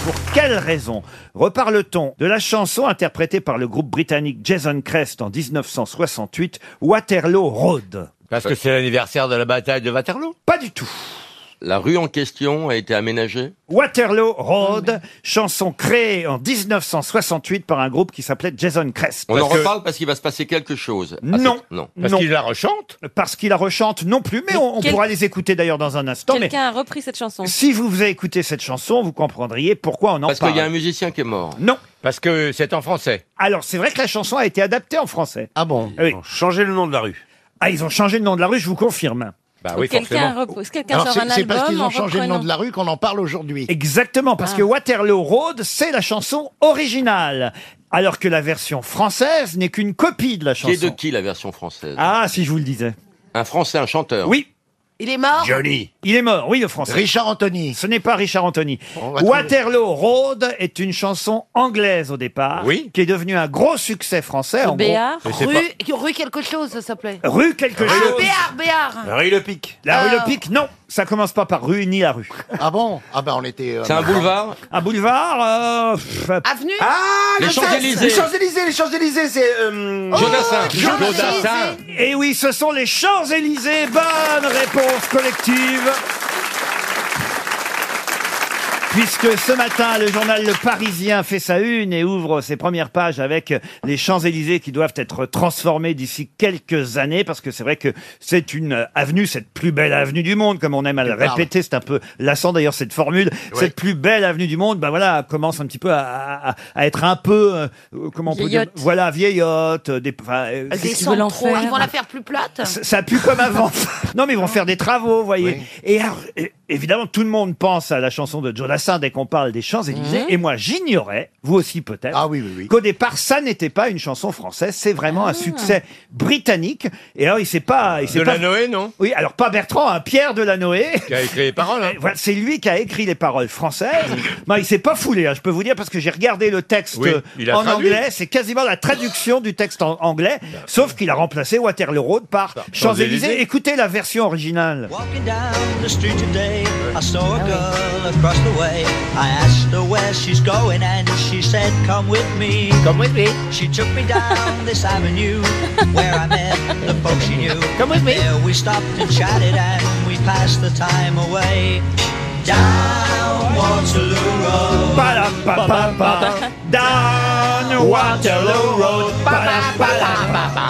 S1: Pour quelle raison reparle-t-on de la chanson interprétée par le groupe britannique Jason Crest en 1968, Waterloo Road
S8: Parce que c'est l'anniversaire de la bataille de Waterloo
S1: Pas du tout.
S8: La rue en question a été aménagée
S1: Waterloo Road, chanson créée en 1968 par un groupe qui s'appelait Jason Crest.
S8: On en reparle Ah, parce qu'il va se passer quelque chose. à
S1: Non.
S8: cette- Non.
S1: Parce qu'il la rechante Parce qu'il la rechante non plus, mais, on, on
S22: quel-
S1: pourra les écouter d'ailleurs dans un instant. Mais
S22: Quelqu'un a repris cette chanson.
S1: si vous faisiez écouter cette chanson, vous comprendriez pourquoi on en
S8: Parce
S1: parle.
S8: qu'il y a un musicien qui est mort.
S1: Non.
S8: Parce que c'est en français.
S1: Alors, c'est vrai que la chanson a été adaptée en français. Ah bon Ils ont changé le nom de la rue. Ah, ils ont changé le nom de la rue, je vous confirme. Bah
S22: quelqu'un repose, quelqu'un sort un album. en reprenant- Ah.
S1: la rue qu'on en parle aujourd'hui. Exactement, parce que Waterloo Road, c'est la chanson originale. Alors que la version française n'est qu'une copie de la
S8: Qui est de
S1: chanson.
S8: qui la version française
S1: Ah, si je vous le disais.
S8: Un français, un chanteur
S1: Oui.
S23: Il est
S22: Ah.
S23: mort
S1: Il est mort, oui, le français. Richard Anthony. Ce n'est pas Richard Anthony.
S23: va trouver.
S1: Waterloo Road est une chanson anglaise au départ, oui. qui est devenue un gros succès français. en gros.
S23: Béard Rue, rue quelque chose, ça s'appelait.
S1: Rue quelque
S23: ah,
S1: chose.
S23: Béard, Béard
S1: rue Le Pic. La rue
S23: Ah.
S1: Le Pic, non. Ça commence pas par rue ni la rue. Ah bon Ah ben on était.
S8: C'est un boulevard
S1: Un boulevard. euh,
S23: Avenue
S1: Ah
S8: Les le Champs- Champs-Élysées. les
S1: Champs-Élysées, les Champs-Élysées, c'est.
S23: euh,
S2: Mmh.
S23: oh,
S8: Jodassin. Jodassin. Jodassin.
S1: Et Eh oui, ce sont les Champs-Élysées. Bonne réponse collective. Puisque ce matin, le journal Le Parisien fait sa une et ouvre ses premières pages avec les Champs-Élysées qui doivent être transformés d'ici quelques années, parce que c'est vrai que c'est une avenue, cette plus belle avenue du monde, comme on aime à le
S21: parles.
S1: répéter, c'est un peu lassant d'ailleurs cette formule, cette plus belle avenue du monde, bah voilà, commence un petit peu à, à- à- à être un peu, euh, euh, comment on peut dire,
S23: Vieillotte.
S1: voilà, vieillotte, euh, des, enfin, euh,
S23: Elle
S1: qu'est-ce qu'ils
S23: descend
S1: veulent en
S23: trop.
S1: faire
S23: Ils vont la faire plus plate.
S1: ça, ça pue comme avant. non, mais ils vont faire des travaux, vous voyez. Et alors, é- évidemment, tout le monde pense à la chanson de Joe Dassin dès qu'on parle des
S8: Mhm.
S1: Champs-Élysées. Et moi, j'ignorais, vous aussi peut-être,
S8: Ah
S1: qu'au départ, ça n'était pas une chanson française. C'est vraiment
S8: Ah.
S1: un succès britannique. Et alors, il s'est pas... Il s'est pas...
S8: Delanoë, non
S1: Oui, alors pas Bertrand, hein, Pierre Delanoë.
S8: Qui a écrit les paroles, hein.
S1: Et voilà, c'est lui qui a écrit les paroles françaises. Non, il s'est pas foulé, hein, je peux vous dire, parce que j'ai regardé le texte
S8: Oui,
S1: euh,
S8: il a
S1: en
S8: traduit.
S1: anglais. C'est quasiment la traduction du texte en anglais, sauf qu'il a remplacé Waterloo Road par
S6: Bah,
S1: Champs-Élysées.
S21: Champs-Élysées.
S1: Écoutez la version originale.
S21: Walking down the street today, I saw a girl across the way. I asked her where she's going, and she said, Come with me. Come with me. She took me down this avenue where I met the folks she knew. Come with me. There we stopped and chatted, and we passed the time away. Down Waterloo Road.
S1: Pa-la-pa-pa-pa. Down Waterloo Road. Pa-la-pa-la-pa-pa.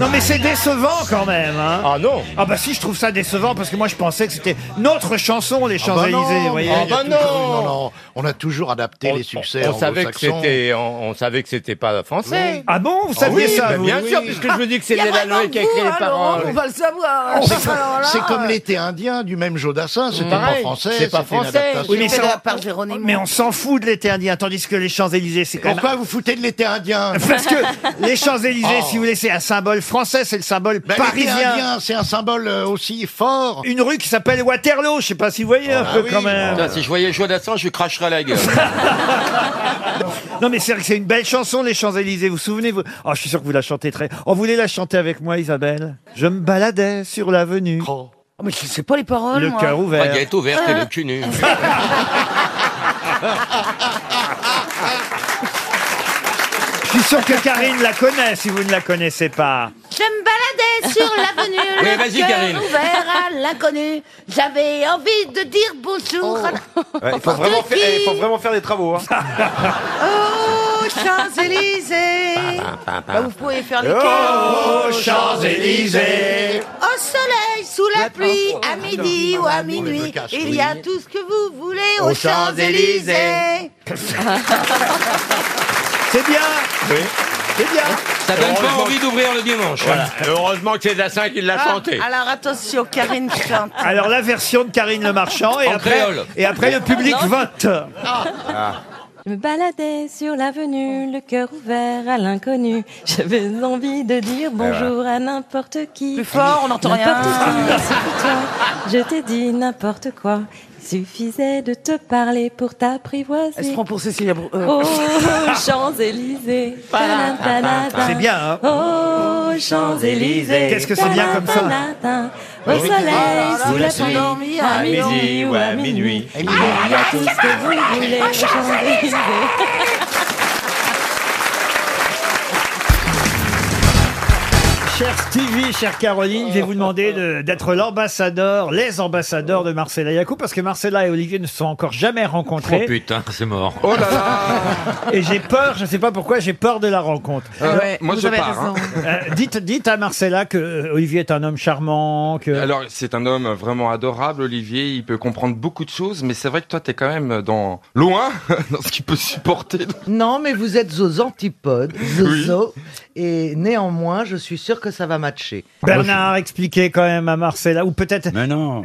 S1: Non mais c'est décevant quand même. Ah non. Ah bah si je trouve ça décevant parce que moi je pensais que c'était notre chanson les
S6: Ah bah
S1: Champs-Élysées.
S6: non,
S1: vous voyez.
S6: on a toujours- non, non, On a toujours adapté les succès
S8: On savait, que
S6: anglo-saxons.
S8: c'était, on, on savait que c'était pas français.
S6: Oui. Ah bon,
S1: Oh,
S6: vous saviez
S8: oui,
S6: ça,
S8: bah,
S6: vous
S8: Bien
S6: Oui.
S8: sûr, puisque je vous dis que c'est
S6: Il y a
S8: Delanoë
S6: vraiment
S8: qui a écrit
S6: vous,
S8: les
S6: hein,
S8: paroles.
S6: Laurent, on
S8: va
S23: le savoir.
S6: Oh, c'est comme- C'est comme l'été indien du même Jodassin, c'était pas
S1: Pareil.
S6: français.
S1: C'est pas
S6: c'était une
S1: français.
S6: adaptation.
S1: Oui, mais ça- Mais on s'en fout de l'été indien, tandis que les Champs-Élysées, c'est quand même...
S6: Pourquoi vous foutez de l'été indien
S1: Parce que les Champs-Élysées,
S6: Oh.
S1: si vous voulez, c'est un symbole français, c'est le symbole
S6: Ben, l'été
S1: parisien.
S6: indien, c'est un symbole euh, aussi fort. Ah
S1: Une rue qui s'appelle Waterloo, je sais pas si vous voyez un
S8: Ah
S1: peu Ah quand même.
S8: Putain, si je voyais Joe Dassin, je lui cracherais la gueule.
S1: Non mais c'est vrai que c'est une belle chanson les Champs-Élysées, vous vous souvenez vous Oh, je suis sûr que vous la chantez très. On voulait la chanter avec moi Isabelle. Je me baladais sur l'avenue. Oh,
S23: mais je sais pas les paroles.
S1: Le
S23: moi.
S8: hein.
S1: cœur ouvert.
S8: Baguette ouverte et le cul nu.
S1: Je suis sûr que Karine la connaît si vous ne la connaissez pas.
S23: Je me baladais sur l'avenue,
S1: Oui,
S23: le
S1: vas-y,
S23: cœur
S1: Karine.
S23: ouvert à l'inconnu. J'avais envie de dire bonjour. à la-
S7: Ouais, il, faut vraiment faire, eh, il faut vraiment faire des travaux. Hein.
S24: Bah,
S10: Oh, Champs-Élysées
S6: ah,
S23: Bah, vous pouvez faire les
S10: Oh,
S23: cœurs.
S10: Champs-Élysées.
S23: Au soleil, sous la pluie, à midi ou à minuit,
S10: cache,
S23: il
S10: oui.
S23: y a tout ce que vous voulez
S10: Aux
S23: aux Champs-Élysées.
S1: C'est bien.
S8: Oui.
S1: C'est bien.
S8: Ça donne pas
S1: Heureusement-
S8: envie d'ouvrir le dimanche.
S1: Voilà.
S8: Heureusement que c'est Dassin qui l'a
S1: Ah,
S8: chanté.
S10: Alors attention, Karine chante.
S1: Alors la version de Karine Le Marchand et
S8: En
S1: après
S8: créole. Ah,
S1: et après le public vote.
S24: Je me baladais sur l'avenue, le cœur ouvert à l'inconnu. J'avais envie de dire bonjour à n'importe qui.
S10: Plus fort, on n'entend rien.
S24: N'importe qui, c'est pour toi. Je t'ai dit n'importe quoi. Il suffisait de te parler pour t'apprivoiser.
S10: Elle se prend pour Cécilia Brou- euh.
S24: Oh, Champs-Élysées.
S10: Voilà.
S24: ah. Ta-da-da-da-da.
S10: C'est bien, hein.
S24: Oh, Champs-Élysées.
S1: Qu'est-ce que c'est bien comme ça Ah.
S24: Ta-da-da-da. Au soleil, sous la pluie, à midi ou à minuit. Il y a tout ce que vous voulez
S23: Ah,
S24: aux Champs-Élysées.
S1: Cher Stevie, chère Caroline, je vais vous demander de- d'être l'ambassadeur, les ambassadeurs de Marcella Yacoub, parce que Marcella et Olivier ne se sont encore jamais
S9: Oh
S1: rencontrés.
S9: putain, Oh c'est mort.
S1: Oh. Et j'ai peur, je ne sais pas pourquoi, j'ai peur de la rencontre.
S9: Ah ouais, moi, Vous je avez pars, raison.
S1: parle.
S9: hein.
S1: dites, dites à Marcella que euh, Olivier est un homme charmant, que...
S9: Alors, c'est un homme vraiment adorable, Olivier. Il peut comprendre beaucoup de choses, mais c'est vrai que toi, t'es quand même dans loin dans ce qu'il peut supporter.
S18: Non, mais vous êtes aux antipodes, Zozo, et néanmoins, je suis sûr que ça va matcher.
S1: Bernard, expliquez quand même à Marcella, ou peut-être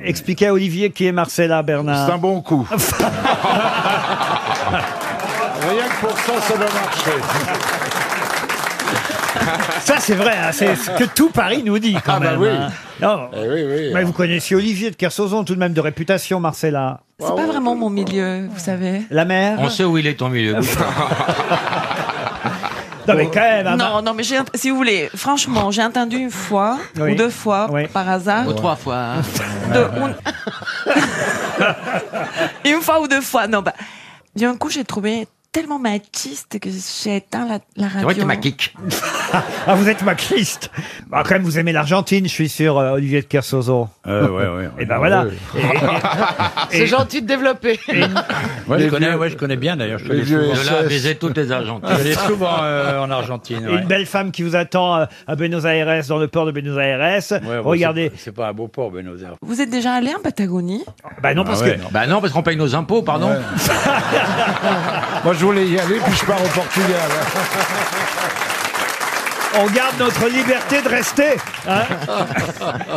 S1: expliquez à Olivier qui est Marcella, Bernard. C'est un bon coup.
S6: Rien que pour ça, ça va marcher.
S1: Ça, c'est vrai, hein, c'est ce que tout Paris nous dit quand
S9: Ah, bah
S1: même.
S9: oui. Eh
S1: hein. Non.
S9: hein.
S1: Mais vous connaissiez Olivier de Kersauzon, tout de même de réputation, Marcella.
S13: C'est pas
S1: euh,
S13: vraiment mon milieu, vous savez.
S1: La mère
S9: On sait où il est ton
S1: Ah
S9: milieu.
S1: Non,
S6: Oh.
S1: mais quand
S24: Eh
S1: même,
S24: ben,
S1: hein,
S13: Non, non, mais j'ai, si vous voulez, franchement, j'ai entendu une fois
S24: bah,
S1: Oui.
S13: ou deux fois Hein par hasard.
S1: Ou trois
S13: fois. une fois ou deux fois, non, bah. D'un coup, j'ai trouvé
S24: tellement machiste que j'ai éteint la, la radio.
S1: geek. ah, vous êtes maquiste. Bah, quand même, vous aimez l'Argentine, je suis sûr, euh, Olivier de Kersozo.
S6: Euh, ouais, ouais, ouais.
S1: Et ben voilà.
S6: Ouais.
S1: Et- et-
S2: C'est gentil de développer.
S6: Ouais,
S1: Les
S6: je connais,
S1: vieux-
S6: ouais, je connais bien d'ailleurs. Je
S1: les
S6: connais
S1: vieux
S6: souvent.
S1: SS. De là,
S6: baiser toutes les Argentines. Je l'ai souvent euh, en Argentine.
S1: Et
S6: ouais.
S1: une belle femme qui vous attend euh, à Buenos Aires, dans le port de Buenos Aires.
S6: Ouais, bon,
S1: Regardez.
S6: c'est- C'est pas un beau port, Buenos Aires.
S24: Vous êtes déjà allé en Patagonie Ah,
S1: Bah non, parce
S8: Ah
S6: ouais.
S1: que.
S6: Bah non, parce qu'on paye nos impôts, pardon.
S5: Moi, je voulais y aller, puis je pars au Portugal.
S1: On garde notre liberté de rester. hein.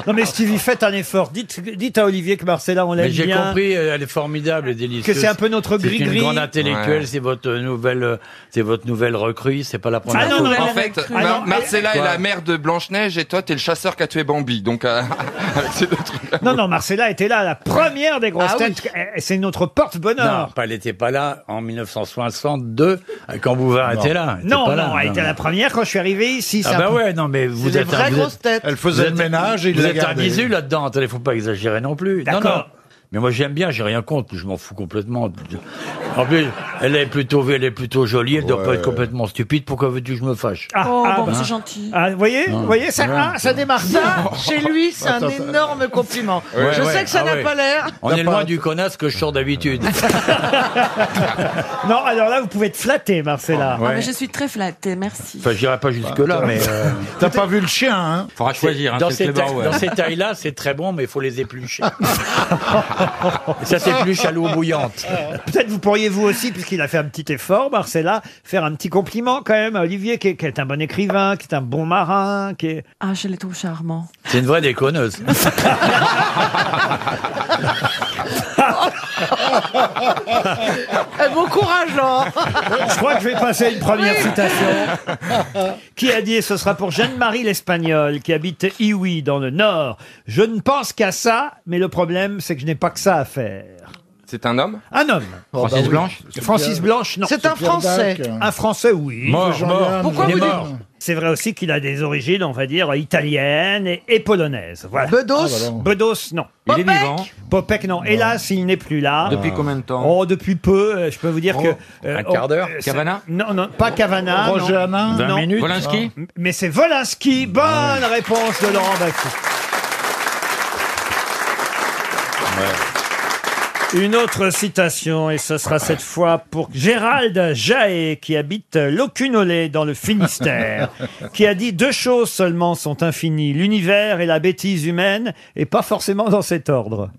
S1: non mais Stevie, faites un effort. Dites, dites à Olivier que Marcella, on
S6: Mais
S1: l'aime
S6: j'ai
S1: bien.
S6: compris, euh, elle est formidable et délicieuse.
S1: Que c'est un peu notre
S6: C'est
S1: gris-gris.
S6: une grande intellectuelle,
S1: Ouais.
S6: c'est votre nouvelle, euh, c'est votre nouvelle recrue, c'est pas la première.
S1: Ah non, non,
S8: en fait,
S1: Ah
S8: Mar-
S1: non,
S8: Marcella
S1: mais-
S8: est la mère de Blanche-Neige et toi, t'es le chasseur qui a tué Bambi. Donc, euh, avec ces deux trucs.
S1: Non, non, Marcella était là, la première des
S6: Ah
S1: grosses têtes. Eh, C'est notre
S6: Non,
S1: porte-bonheur.
S6: pas, elle n'était pas là en 1962, euh, quand Bouvard
S1: Non.
S6: était là.
S1: Non,
S6: pas
S1: non, elle était la première quand je suis arrivé ici.
S6: Ah
S1: ça-
S6: bah ouais, non, mais vous
S1: des
S6: êtes... un-
S1: vraies
S6: vous
S1: grosses
S6: êtes-
S1: têtes. Elle faisait
S6: vous
S1: le
S6: êtes-
S1: ménage et il
S6: Vous
S1: l'a
S6: êtes un
S1: gardé.
S6: bisu là-dedans, il faut pas exagérer non plus. Non,
S1: D'accord.
S6: non. Mais moi j'aime bien, j'ai rien contre, je m'en fous complètement. En plus, elle est plutôt, elle est plutôt jolie, elle doit pas être complètement stupide. Pourquoi veux-tu que je me fâche
S1: Ah,
S24: Oh,
S1: ah,
S24: bon,
S1: bah.
S24: c'est gentil.
S1: Ah, vous voyez,
S6: Non.
S1: vous voyez ça,
S6: Ouais.
S1: ah, ça démarre.
S2: Ça, chez lui, c'est un
S6: Attends, ça-
S2: énorme compliment.
S6: Ouais,
S2: Je
S6: ouais,
S2: sais que ça
S6: ah
S2: n'a
S6: ouais.
S2: pas l'air.
S6: On est loin du connasse que je sors d'habitude.
S1: Non, alors là, vous pouvez être flatté, Marcella.
S24: Ah, mais je suis très flattée, merci.
S6: Enfin, j'irai pas jusque-là, mais. euh,
S5: T'as pas vu le chien, hein
S6: Faudra
S9: choisir, hein,
S6: dans,
S9: c'est
S6: ces
S9: le
S6: tailles,
S9: Clébard, ouais.
S6: dans ces tailles-là, c'est très bon, mais il faut les éplucher. Et ça s'épluche à l'eau bouillante.
S1: Peut-être vous pourriez vous aussi, puisqu'il a fait un petit effort, Marcella, faire un petit compliment quand même à Olivier, qui est, qui est un bon écrivain, qui est un bon marin, qui est...
S24: Ah, je les trouve charmants.
S6: C'est une vraie déconneuse.
S2: Eh, Bon courage, Laurent.
S1: Ah, Je crois que je vais passer à une première
S2: Oui.
S1: citation. Qui a dit, et ce sera pour Jeanne-Marie l'Espagnole, qui habite Iwi, dans le Nord. Je ne pense qu'à ça, mais le problème, c'est que je n'ai pas que ça à faire.
S8: C'est un homme
S1: Un homme.
S8: Oh, Francis bah oui. Blanche
S1: Francis Blanche, non.
S8: C'est un C'est Pierre Français. Dac.
S1: Un Français, oui.
S8: Mort, C'est Jean-Yann, mort. Pourquoi il est vous dites- mort
S1: C'est vrai aussi qu'il a des origines, on va dire, italiennes et, et polonaises. Voilà.
S2: Bedos Ah, bah non.
S1: Bedos, non.
S2: Il est Popek vivant
S1: Popek, non. Hélas, il n'est plus là.
S9: Depuis combien de temps
S1: Oh, depuis peu. euh, Je peux vous dire
S9: Oh,
S1: que...
S9: un quart d'heure
S1: euh, c'est-
S9: Cavana
S1: Non, non, pas Cavana.
S5: Roger
S1: non.
S5: Hanin
S1: Non.
S5: 20 minutes Volinsky
S1: M- Mais c'est Volinsky. Bonne réponse de Laurent Baffi. Une autre citation, et ce sera cette fois pour Gérald Jaé, qui habite Locunolé dans le Finistère, qui a dit deux choses seulement sont infinies, l'univers et la bêtise humaine, et pas forcément dans cet ordre.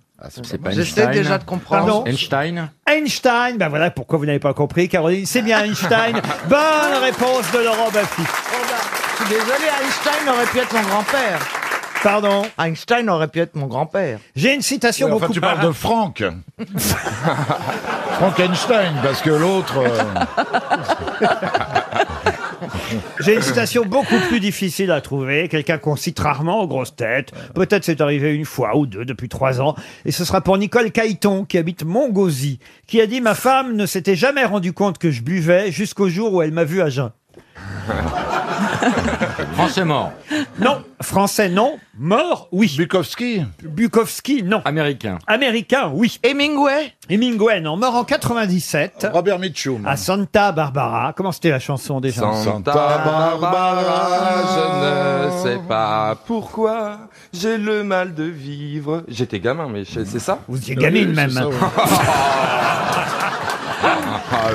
S9: C'est pas
S2: J'essaie
S9: Einstein.
S2: déjà de comprendre.
S1: Pardon
S9: Einstein
S1: Einstein, ben voilà pourquoi vous n'avez pas compris, Caroline, c'est bien Einstein. Bonne réponse de Laurent Baffy.
S2: Je suis désolé, Einstein aurait pu être mon grand-père.
S1: Pardon
S2: Einstein aurait pu être mon grand-père.
S1: J'ai une citation
S5: Oui, enfin,
S2: beaucoup
S5: tu parles de Franck. Frankenstein, parce que l'autre. euh,
S1: J'ai une citation beaucoup plus difficile à trouver, quelqu'un qu'on cite rarement aux grosses têtes. Peut-être c'est arrivé une fois ou deux depuis trois ans. Et ce sera pour Nicole Caïton, qui habite Montgauzy, qui a dit Ma femme ne s'était jamais rendue compte que je buvais jusqu'au jour où elle m'a vu à jeun.
S9: Français mort.
S1: Non, français, non. Mort, oui. Bukowski Bukowski, non.
S9: Américain.
S1: Américain, oui.
S2: Hemingway
S1: Hemingway, non. Mort en 97.
S5: Robert Mitchum.
S1: À Santa Barbara. Comment c'était la chanson déjà
S8: Santa Barbara, je ne sais pas pourquoi j'ai le mal de vivre. J'étais gamin, mais je- c'est ça
S1: Vous étiez gamine, Oui, même. c'est ça, oui. Oh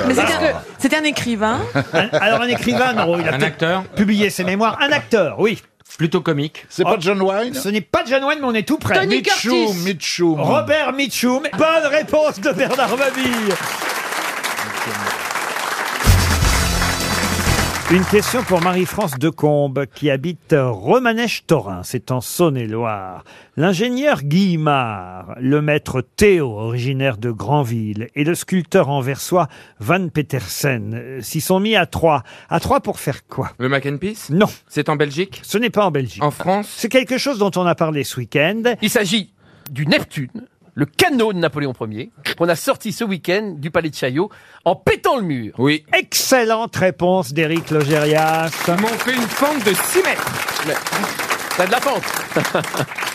S24: Mais c'était un- c'était un écrivain.
S1: Un- Alors un écrivain, non, il a
S9: Un
S1: peut-être
S9: acteur
S1: publié ses mémoires. Un acteur, oui. Oh,
S9: Plutôt comique.
S5: C'est pas John Wayne
S1: Ce n'est pas John Wayne, mais on est tout près.
S5: Tony Mitchum, Curtis. Mitchum.
S1: Robert Mitchum. Bonne réponse de Bernard Mabille. Une question pour Marie-France Decombe, qui habite Romanèche-Torin, c'est en Saône-et-Loire. L'ingénieur Guillemard, le maître Théo, originaire de Granville, et le sculpteur anversois Van Petersen euh, s'y sont mis à trois. À trois pour faire quoi
S8: Le Mac and Peace
S1: Non.
S8: C'est en Belgique
S1: Ce n'est pas en Belgique.
S8: En France
S1: C'est quelque chose dont on a parlé ce week-end.
S25: Il s'agit du Neptune, le canot de Napoléon Ier, qu'on a sorti ce week-end du palais de Chaillot en pétant le mur.
S8: Oui.
S1: Excellente réponse d'Éric Logérias.
S25: Ils m'ont fait une fente de 6 mètres.
S8: T'as de la pente.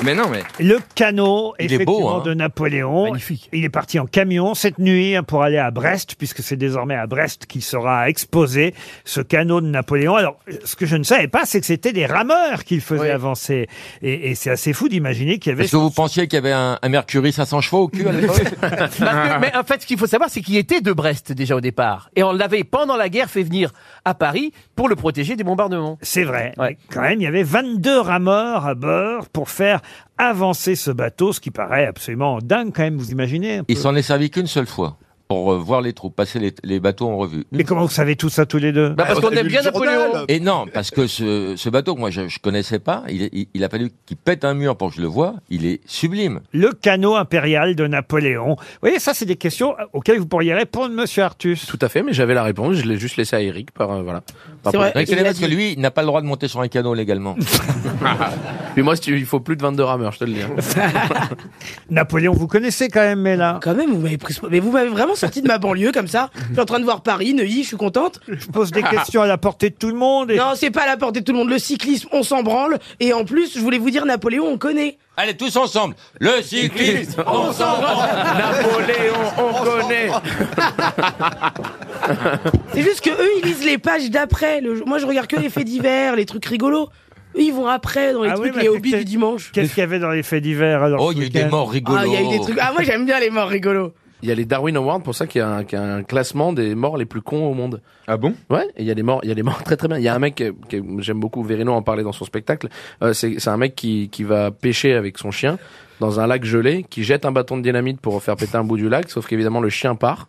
S26: Mais non, mais.
S1: Le canot,
S26: Il est beau,
S1: effectivement,
S26: hein.
S1: de Napoléon. Il est parti en camion cette nuit hein, pour aller à Brest, puisque c'est désormais à Brest qu'il sera exposé, ce canot de Napoléon. Alors, ce que je ne savais pas, c'est que c'était des rameurs qu'il faisait avancer. Et, et c'est assez fou d'imaginer qu'il y avait...
S9: Est-ce que vous pensiez qu'il y avait un, un Mercury 500 chevaux au cul à l'époque
S8: Parce que- mais en fait, ce qu'il faut savoir, c'est qu'il était de Brest déjà au départ. Et on l'avait, pendant la guerre, fait venir à Paris pour le protéger des bombardements.
S1: C'est vrai. Mais Quand même, il y avait 22 rameurs à bord pour faire avancer ce bateau, ce qui paraît absolument dingue quand même, vous imaginez un peu.
S9: Il s'en est servi qu'une seule fois pour euh, voir les troupes passer les, les bateaux en revue.
S1: Mais comment vous savez tout ça tous les
S9: Bah,
S1: deux
S27: Bah,
S9: Et non, parce que ce, ce bateau que moi je, je connaissais pas, il, il- il a fallu qu'il pète un mur pour que je le voie. Il est sublime.
S1: Le canot impérial de Napoléon. Vous voyez, ça, c'est des questions euh, auxquelles vous pourriez répondre, monsieur Artus.
S27: Tout à fait, mais j'avais la réponse, je l'ai juste laissé à Eric par euh, voilà. Par
S1: C'est vrai,
S9: Mais
S27: protest.
S9: c'est parce que lui, il n'a pas le droit de monter sur un canot légalement.
S27: Puis moi, si tu- il faut plus de 22 rameurs, je te le dis. hein.
S1: Napoléon, vous connaissez quand même, mais là.
S2: Quand même, vous m'avez pris. Mais vous m'avez vraiment sorti de ma banlieue comme ça. Je suis en train de voir Paris, Neuilly, je suis contente.
S1: Je pose des questions à la portée de tout le monde.
S2: Non, c'est pas à la portée de tout le monde. Le cyclisme, on s'en branle. Et en plus, je voulais vous dire, Napoléon, on connaît.
S9: Allez, tous ensemble. Le cyclisme, on s'en
S27: Napoléon, on connaît.
S2: C'est juste que eux, ils lisent les pages d'après. Le- Moi, je regarde que les faits divers, les trucs rigolos. Eux, ils vont après dans les
S1: Ah oui,
S2: trucs,
S1: mais
S2: les hobbies
S1: qu'est-
S2: du dimanche.
S1: Qu'est-ce qu'il y avait dans les faits divers alors
S9: Oh, il y a eu des morts
S2: Ah, il y a eu des trucs. Ah, moi, j'aime bien les morts rigolos.
S27: Il y a les Darwin Awards pour ça qu'il y, a un- qu'il y a un classement des morts les plus cons au monde.
S26: Ah bon
S27: Ouais, et il y a des morts, il y a des morts très très bien. Il y a un mec que, que j'aime beaucoup, Verino en parlait dans son spectacle. euh, c'est c'est un mec qui qui va pêcher avec son chien dans un lac gelé, qui jette un bâton de dynamite pour faire péter un bout du lac, sauf qu'évidemment le chien part.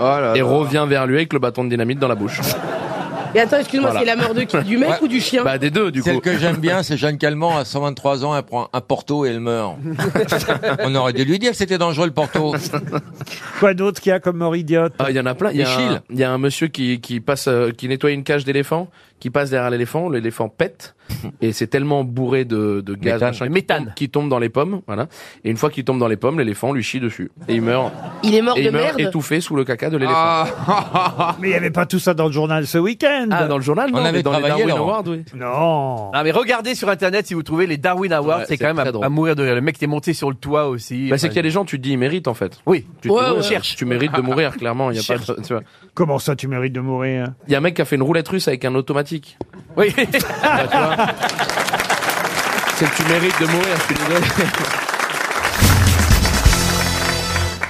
S26: Oh
S27: et revient vers lui avec le bâton de dynamite dans la bouche.
S2: Et attends, excuse-moi, c'est
S9: Voilà.
S2: la mort de qui Du mec
S9: Ouais.
S2: ou du chien
S27: Bah des deux du
S9: Celle
S27: coup.
S9: que j'aime bien, c'est Jeanne Calment, à 123 ans, elle prend un porto et elle meurt. On aurait dû lui dire que c'était dangereux le porto.
S1: Quoi d'autre qu'il y a comme mort idiote
S27: Ah, il y en a plein. Il y, a
S9: Les
S27: un-
S9: Chiles.
S27: il y a un monsieur qui, qui passe, euh, qui nettoie une cage d'éléphant, qui passe derrière l'éléphant, l'éléphant pète, et c'est tellement bourré de, de gaz,
S8: Méthane.
S27: machin, qui tombe dans les pommes, voilà. Et une fois qu'il tombe dans les pommes, l'éléphant lui chie dessus. Et il meurt.
S2: Il est mort
S27: Et
S2: de
S27: il meurt
S2: merde
S27: étouffé sous le caca de l'éléphant.
S8: Ah.
S1: Mais il n'y avait pas tout ça dans le journal ce week-end.
S27: Ah, dans le journal, non, mais dans les Darwin Awards, oui.
S1: Non.
S8: Non, mais regardez sur internet si vous trouvez les Darwin Awards,
S27: Ouais,
S8: c'est
S27: c'est
S8: quand même
S27: très
S8: à,
S27: drôle.
S8: à mourir de rire. Le mec qui est monté sur le toit aussi.
S27: Bah, c'est qu'il y a des gens, tu te dis, ils méritent, en fait. Oui. Tu,
S8: Ouais,
S27: te-
S8: ouais.
S27: tu cherches. Tu mérites de mourir, clairement. Il y a pas de- tu vois.
S1: Comment ça, tu mérites de mourir
S27: Il y a un mec qui a fait une roulette russe avec un automatique.
S8: Oui.
S27: C'est que tu mérites de mourir, je suis désolé.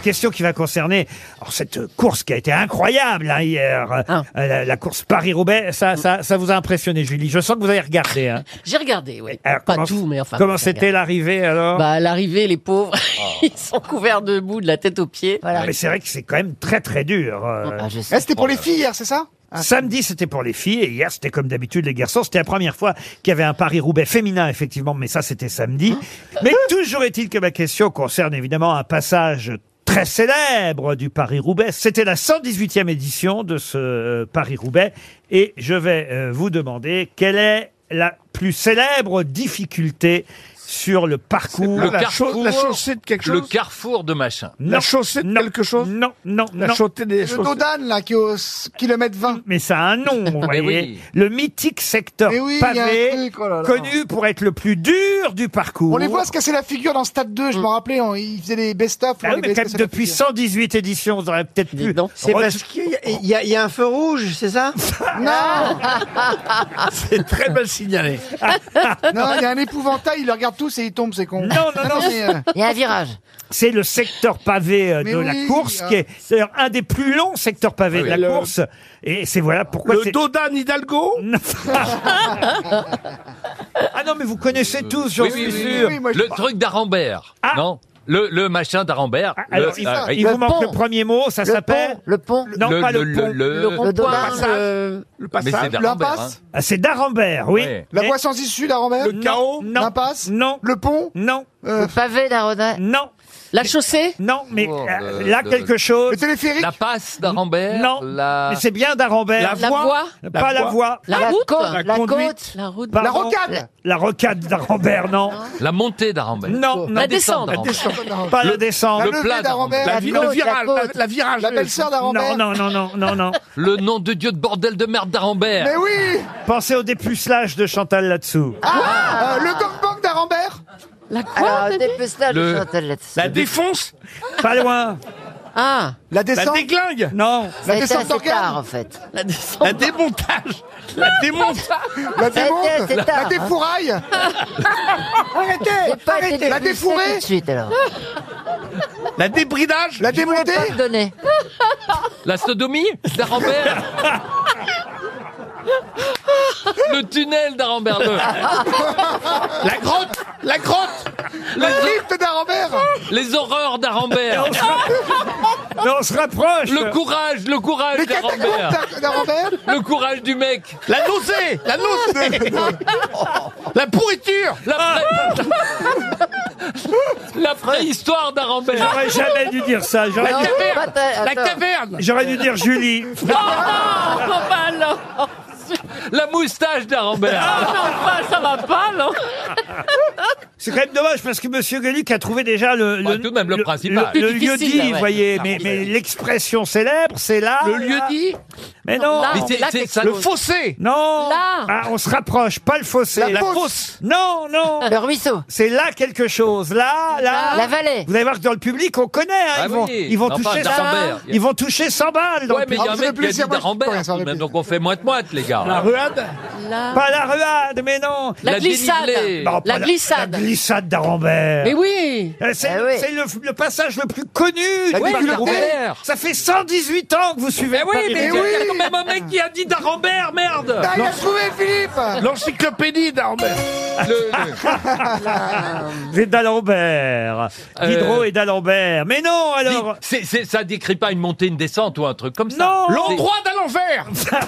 S1: Question qui va concerner alors, cette course qui a été incroyable hein, hier, euh, la, la course Paris-Roubaix. Ça, ça, ça vous a impressionné, Julie. Je sens que vous avez regardé. hein.
S3: J'ai regardé, oui.
S1: Alors,
S3: Pas
S1: comment-
S3: tout, mais enfin.
S1: Comment
S3: j'ai
S1: c'était
S3: regardé.
S1: l'arrivée alors Ah.
S3: Bah, à l'arrivée, les pauvres, ils sont couverts de boue, de la tête aux pieds. Voilà.
S1: Mais c'est vrai que c'est quand même très très dur. euh.
S6: Ah, c'était pour les filles hier, c'est ça
S1: Ah.
S6: Ah.
S8: Ah,
S1: Samedi, c'était pour les filles et hier, c'était comme d'habitude les garçons. C'était la première fois qu'il y avait un Paris-Roubaix féminin, effectivement, mais ça, c'était samedi. Mais toujours est-il que ma question concerne évidemment un passage très célèbre du Paris-Roubaix. C'était la 118e édition de ce euh, Paris-Roubaix et je vais euh, vous demander quelle est la plus célèbre difficulté sur le parcours.
S11: Le carrefour, Le carrefour de machin.
S1: La chaussée de quelque chose Non, non,
S11: La
S1: non.
S11: chaussée des
S6: Le Dodane, là, qui est au s- kilomètre 20.
S1: Mais ça a un nom, vous voyez.
S6: oui.
S1: Le mythique secteur
S6: Mais oui, il y a un
S1: pavé,
S6: truc, oh là là.
S1: connu pour être le plus dur du parcours.
S6: On les voit se casser la figure dans Stade 2, je me rappelais, on- ils faisaient des best-of. on
S1: Ah oui,
S6: les
S1: mais
S6: faisait
S1: quand même,
S6: se casser la
S1: depuis
S6: figure.
S1: 118 éditions, vous aurez peut-être pu...
S3: C'est
S1: re-
S3: parce
S2: qu'il y a- il y, a- il y a un feu rouge, c'est ça Ah.
S6: Non
S11: C'est très mal signalé.
S6: Non, il y a un épouvantail, ils le regardent tous et ils tombent, c'est con.
S1: Non, non, non.
S3: Il y a un virage.
S1: C'est le secteur pavé euh,
S6: euh, Mais
S1: de la
S6: oui,
S1: course,
S6: hein.
S1: qui est d'ailleurs un des plus longs secteurs pavés
S11: Ah oui.
S1: de la
S11: Le-
S1: course. Et c'est voilà pourquoi...
S11: Le
S1: c'est-
S11: Dodan Hidalgo
S1: Ah non, mais vous connaissez tous, j'en
S11: Oui,
S1: suis
S11: oui, oui,
S1: sûr. Ah.
S11: oui, moi, je- Le truc d'Arambert. Non le, le machin d'Arambert.
S1: Alors,
S11: Le-
S1: il,
S11: ah,
S1: il
S11: oui.
S1: vous manque le premier mot, ça s'appelle
S3: Le pont.
S1: Non,
S11: Le-
S1: pas le,
S11: le-
S1: pont.
S11: le- le- Le
S6: rond-point,
S1: Le
S6: le-
S1: passage.
S6: le passage. Mais c'est d'Arambert, L'impasse
S1: Ah, C'est d'Arambert, oui.
S11: hein. Ouais.
S6: La
S1: Mais-
S6: voie sans issue, la Rambert
S1: Le chaos
S6: L'impasse
S1: Non.
S6: Le pont
S1: Non.
S6: Euh,
S3: Le pavé d'Aroda.
S1: Non. La chaussée Non, mais euh, là, quelque chose. Le téléphérique
S11: Oh, La passe d'Arambert
S1: Non.
S11: La...
S1: Mais c'est bien d'Arambert.
S11: La voie
S1: Pas la voie.
S11: La La route côte. La
S1: conduite.
S11: côte. La route.
S1: Pardon.
S11: La rocade.
S1: La rocade d'Arambert, non.
S11: La montée d'Arambert.
S1: Non,
S11: d'Arambert.
S1: non. Pas la descente.
S11: Le plat d'Arambert. La vi- le virage.
S1: la virage. La belle-sœur d'Arambert. Non, non, non, non, non, non.
S11: Le nom de Dieu de bordel de merde d'Arambert.
S1: oui Pensez au dépucelage de Chantal là-dessous.
S5: Ah, euh, le gangbang d'Arambert
S23: La quoi Alors, dépucelage
S1: Le-
S23: de Chantal là-dessus.
S1: La défonce Pas loin.
S23: Ah
S1: La descente La déglingue Non.
S23: Ça a été assez tard, en fait. La descente. La démontage La démonte
S5: La démonte La
S11: hein.
S5: défouraille Arrêtez Arrêtez La défourrée
S23: Tout de suite, alors.
S11: La débridage
S5: La démontée
S23: Donné.
S11: La sodomie d'Arambert. Le tunnel d'Arambert. Le- La grotte La grotte La
S5: crypte d'Arambert
S11: Les horreurs d'Arambert
S5: Et on
S1: on se rapproche
S11: Le courage, le courage
S5: Les
S11: d'Arambert
S5: catacombes d'Arambert
S11: Le courage du mec
S2: La nausée La nausée
S11: La pourriture La, pré- la préhistoire d'Arambert
S1: J'aurais jamais dû dire ça. J'aurais
S11: La
S1: dû-
S11: caverne La
S23: Attends.
S11: caverne
S1: J'aurais dû dire Julie.
S11: Oh, non, pas là. La moustache d'Arambert
S1: Ah,
S22: ça va pas, là
S1: C'est quand même dommage parce que Monsieur Gueluc a trouvé déjà le, le,
S11: Bah, tout de même le principal.
S1: le-
S11: Plus
S1: le lieu
S11: difficile,
S1: dit,
S11: là, ouais.
S1: vous voyez,
S11: Ah,
S1: mais,
S11: oui,
S1: mais
S11: oui.
S1: l'expression célèbre, c'est là.
S11: Le lieu
S1: là.
S11: dit
S1: Mais non,
S11: Là, Mais c'est- là, c'est- quelque ça- chose.
S1: fossé. Non.
S11: Là.
S1: Ah, on se rapproche, pas le fossé.
S11: La La fosse.
S1: fosse. Non, non. Le ruisseau. C'est là quelque chose. Là, là.
S23: La vallée.
S1: Vous allez voir que dans le public, on connaît. hein,
S11: Ah
S1: ils vont,
S11: oui.
S1: ils vont
S11: Enfin,
S1: toucher.
S11: d'Arambert.
S1: Ils vont toucher 100 balles. Dans
S11: Ouais,
S1: le
S11: mais il y a un
S1: public.
S11: mec qui a dit d'Arambert, tout de même, Ah. donc on fait moite-moite, les gars.
S1: La ruade.
S28: La-
S1: Pas la ruade, mais non.
S28: La La glissade. dénivelée.
S1: Non,
S28: La
S1: pas
S28: glissade.
S1: La glissade d'Arambert.
S28: Mais oui
S1: Euh, C'est
S28: Eh oui.
S1: c'est le, le passage le plus connu
S11: La
S1: du
S11: glissade
S1: Paris.
S11: d'Arambert.
S1: Ça fait 118 ans que vous suivez
S11: Mais oui,
S1: Paris
S11: mais
S1: Match.
S11: il y a quand même un mec qui a dit d'Arambert, merde
S5: Ah, il a trouvé, Philippe
S11: L'encyclopédie d'Arambert
S1: C'est d'Alembert. Diderot et d'Alembert. Mais non, alors
S11: Euh, C'est- c'est- ça décrit pas une montée, une descente ou un truc comme ça.
S1: Non
S11: L'endroit,
S5: d'à l'enfer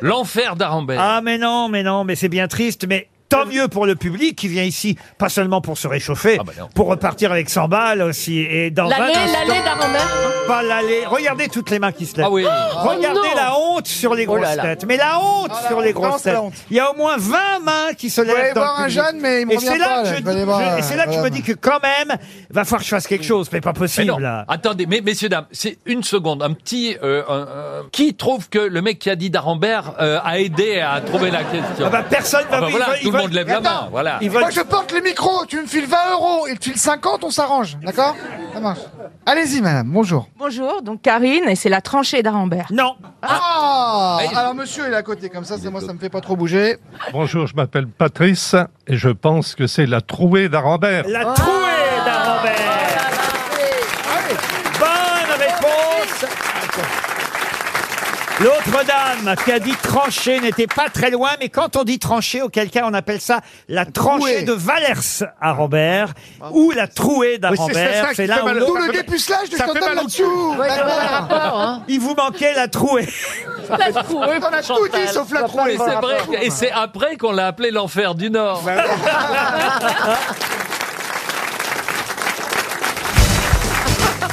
S11: l'enfer d'Arambert.
S1: Ah, mais non, mais non, mais c'est bien triste, mais... Tant mieux pour le public qui vient ici, pas seulement pour se réchauffer,
S11: Ah, bah
S1: pour repartir avec 100 balles aussi. Et dans 20
S28: L'allée,
S1: instants-
S28: l'allée d'Arambert hein.
S1: Pas l'allée. Regardez toutes les mains qui se lèvent.
S11: Ah oui.
S1: Regardez
S28: Oh non.
S1: la honte sur les
S28: Oh
S1: grosses
S28: là là.
S1: têtes. Mais la honte
S5: Ah, la
S1: sur
S5: honte,
S1: les
S5: non,
S1: grosses
S5: c'est la
S1: têtes.
S5: honte.
S1: Il y a au moins 20 mains qui se
S5: Vous allez
S1: lèvent. dans le
S5: voir un
S1: public.
S5: jeune, mais il me
S1: Et
S5: revient
S1: c'est là
S5: pas,
S1: que
S5: là.
S1: je
S5: Vous allez
S1: dis-
S5: voir,
S1: je- et c'est là que je me
S5: voilà.
S1: dis que quand même, va falloir que je fasse quelque chose. Mais pas
S11: Mais
S1: possible.
S11: non.
S1: là.
S11: Attendez, mais messieurs dames, c'est une seconde, un petit. euh, un- euh, qui trouve que le mec qui a dit d'Arambert euh, a aidé à trouver la question
S1: Ah bah, personne
S11: Ah
S1: va-
S11: bah
S1: ils
S11: voilà,
S1: veulent-
S11: tout
S1: ils
S11: le
S1: veulent-
S11: monde lève la
S1: Attends.
S11: main, voilà.
S1: Ils veulent-
S5: Moi, je porte le micro, tu me files 20 euros, il te file 50, on s'arrange, d'accord Ça marche. Allez-y, madame, bonjour.
S3: Bonjour, donc Karine, et c'est la tranchée d'Arambert.
S1: Non.
S3: Ah,
S5: Ah
S3: il-
S5: Alors, monsieur, il est à côté, comme ça, c'est moi, ça me fait pas trop bouger.
S19: Bonjour, je m'appelle Patrice et je pense que c'est la trouée Ah, d'Arambert.
S6: Oh
S1: La trouée d'Arambert. Bonne réponse. L'autre dame qui a dit tranchée n'était pas très loin, mais quand on dit tranchée, auquel cas on appelle ça la tranchée de Valers à Rambert ou la trouée d'Arambert. Ah, C'est là
S5: là
S1: où
S5: D'où le dépucelage de Chantal là-dessous
S6: hein.
S12: hein.
S1: Il vous manquait la trouée.
S5: On a tout dit sauf la trouée
S11: Mais c'est vrai, et c'est après qu'on l'a appelé l'enfer du Nord.
S5: Bah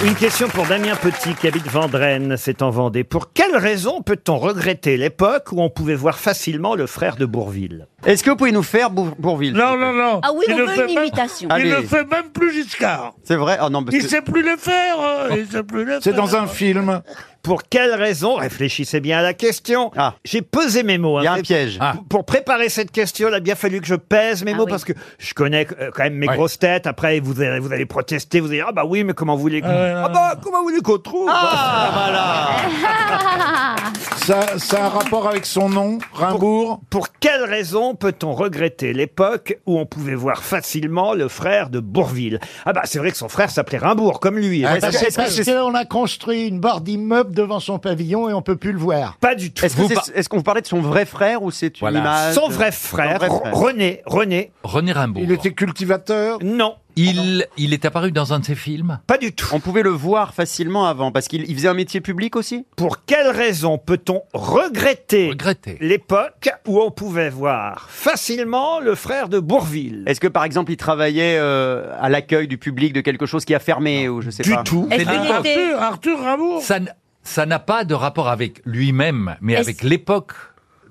S1: Une question pour Damien Petit qui habite Vendrenne, c'est en Vendée. Pour quelle raison peut-on regretter l'époque où on pouvait voir facilement le frère de Bourville
S12: Est-ce que vous pouvez nous faire Bour- Bourville
S17: Non, non, non.
S12: Ah oui, on veut
S17: fait
S12: une
S17: même-
S12: imitation.
S17: Il ne
S12: Allez.
S17: fait même plus Giscard.
S12: C'est vrai Ah non, parce
S17: Il
S12: que-
S17: sait plus le faire. euh,
S6: Oh,
S17: Il
S19: Oh.
S17: sait plus le faire.
S1: film. Pour quelle raison Réfléchissez bien à la question. J'ai pesé mes mots. Il y a un piège. Pour préparer cette question, il a bien fallu que je pèse mes mots parce que je connais euh, quand même mes grosses têtes. Après, vous allez, vous allez protester, vous allez dire Ah bah oui, mais comment vous voulez que- Ah bah comment vous voulez qu'on trouve
S5: Ah,
S20: Ah,
S6: Ça, ça a un rapport avec son nom, Rimbourg.
S1: Pour quelle raison peut-on regretter l'époque où on pouvait voir facilement le frère de Bourville Ah bah c'est vrai que son frère s'appelait Rimbourg, comme lui.
S20: Ah,
S1: Bah,
S20: parce
S1: c'est-
S20: que- parce qu'on a construit une barre d'immeuble devant son pavillon et on peut plus le voir.
S1: Pas du tout.
S12: Est-ce que c'est- est-ce qu'on parlait de son vrai frère ou c'est une image
S1: Son vrai frère,
S12: Son vrai
S1: René, René.
S11: René Rimbaud.
S1: Il était cultivateur
S6: Non.
S11: Il, il est apparu dans un de ses films
S1: Pas du tout.
S5: On pouvait le voir facilement avant, parce qu'il il faisait un métier public aussi
S1: Pour quelle raison peut-on regretter, l'époque où on pouvait voir facilement le frère de Bourville
S5: Est-ce que par exemple il travaillait euh, à l'accueil du public de quelque chose qui a fermé ou je sais
S11: Du
S5: pas
S11: tout. Est-ce qu'il
S5: Ah.
S11: était-
S6: Arthur, Arthur Rameau.
S11: Ça, n- ça n'a pas de rapport avec lui-même, mais
S6: Est-ce-
S11: avec l'époque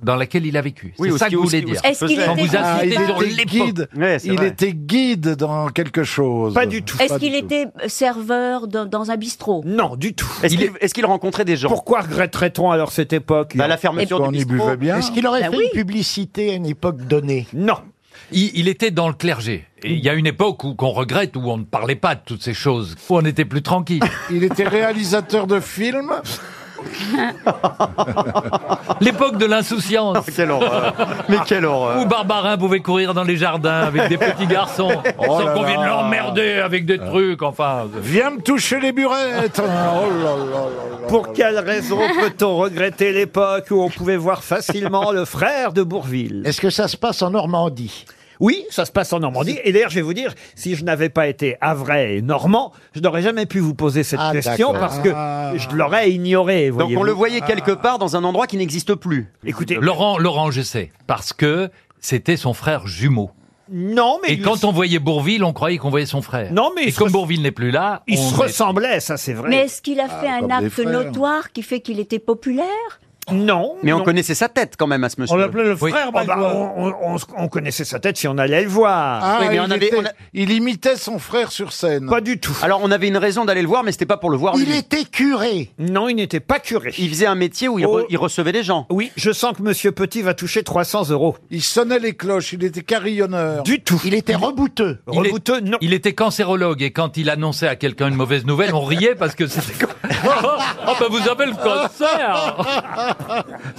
S11: dans laquelle il a vécu.
S6: Oui,
S11: C'est
S6: ou
S11: ça
S6: ce
S11: que vous
S6: qui-
S11: voulez
S6: ou ce qui-
S11: dire.
S6: ou ce qu'il
S11: Quand
S6: faisait.
S11: vous
S6: Ah, il
S11: insistez sur
S6: était guide.
S11: l'époque.
S6: il était guide dans quelque chose.
S1: Pas du tout.
S23: Est-ce qu'il était euh, serveur dans, dans un bistrot
S1: Non, du tout.
S5: Est-ce qu'il est-ce qu'il rencontrait des gens
S1: Pourquoi regretterait-on alors cette époque
S5: bah, La fermeture du bistrot.
S29: Est-ce qu'il aurait
S23: Bah
S29: fait
S23: oui.
S29: une publicité à une époque donnée
S1: Non.
S11: Il, il était dans le clergé. Et il y a une époque où qu'on regrette, où on ne parlait pas de toutes ces choses, où on était plus tranquille.
S6: Il était réalisateur de films.
S11: L'époque de l'insouciance.
S1: Ah,
S11: Ah,
S5: quelle horreur. Mais quelle horreur.
S11: Où Barbarin pouvait courir dans les jardins avec des petits garçons,
S6: Oh
S11: sans
S6: là
S11: qu'on vienne
S6: là.
S11: l'emmerder avec
S1: Ah.
S11: des trucs, enfin.
S6: Viens me toucher les burettes. Oh là là là là.
S1: Pour quelle raison peut-on regretter l'époque où on pouvait voir facilement le frère de Bourville
S29: Est-ce que ça se passe en Normandie
S1: Oui, ça se passe en Normandie. Et d'ailleurs, je vais vous dire, si je n'avais pas été avray et normand, je n'aurais jamais pu vous poser cette
S29: Ah,
S1: question
S29: d'accord.
S1: parce que
S29: Ah.
S1: je l'aurais ignoré.
S5: Donc on
S1: voyez-vous.
S5: le
S6: Ah.
S5: voyait quelque part dans un endroit qui n'existe plus.
S1: Écoutez,
S11: Laurent, Laurent, je sais. Parce que c'était son frère jumeau.
S1: Non, mais
S11: Et
S1: il-
S11: quand on voyait Bourville, on croyait qu'on voyait son frère.
S1: Non, mais
S11: Et
S1: il se
S11: comme
S1: res-
S11: Bourville n'est plus là.
S1: il
S11: on
S1: se
S11: est-
S1: ressemblait, ça c'est vrai.
S23: Mais est-ce qu'il a fait un
S11: Ah, comme des
S23: acte
S11: frères.
S23: notoire qui fait qu'il était populaire
S1: Non.
S5: Mais on
S1: non.
S5: connaissait sa tête quand même à ce monsieur.
S1: le frère on, on- on- on connaissait sa tête si on allait le voir.
S6: Ah, il, était-
S5: on a-
S6: il imitait son frère sur scène.
S1: Pas du tout.
S5: Alors on avait une raison d'aller le voir, mais c'était pas pour le voir.
S29: Il
S5: lui.
S29: était curé.
S1: Non, il n'était pas curé.
S5: Il faisait un métier où il, re-
S1: Oh.
S5: il recevait des gens.
S1: Oui, je sens que Monsieur Petit va toucher 300 euros.
S6: Il sonnait les cloches. Il était carillonneur.
S1: Du tout.
S29: Il était rebouteux.
S11: Il, est-
S1: Rebouteux, non.
S11: il était cancérologue et quand il annonçait à quelqu'un une mauvaise nouvelle, on riait parce que c'était. comme-
S29: Ah.
S6: Ah,
S11: oh,
S6: bah,
S11: ben vous avez le cancer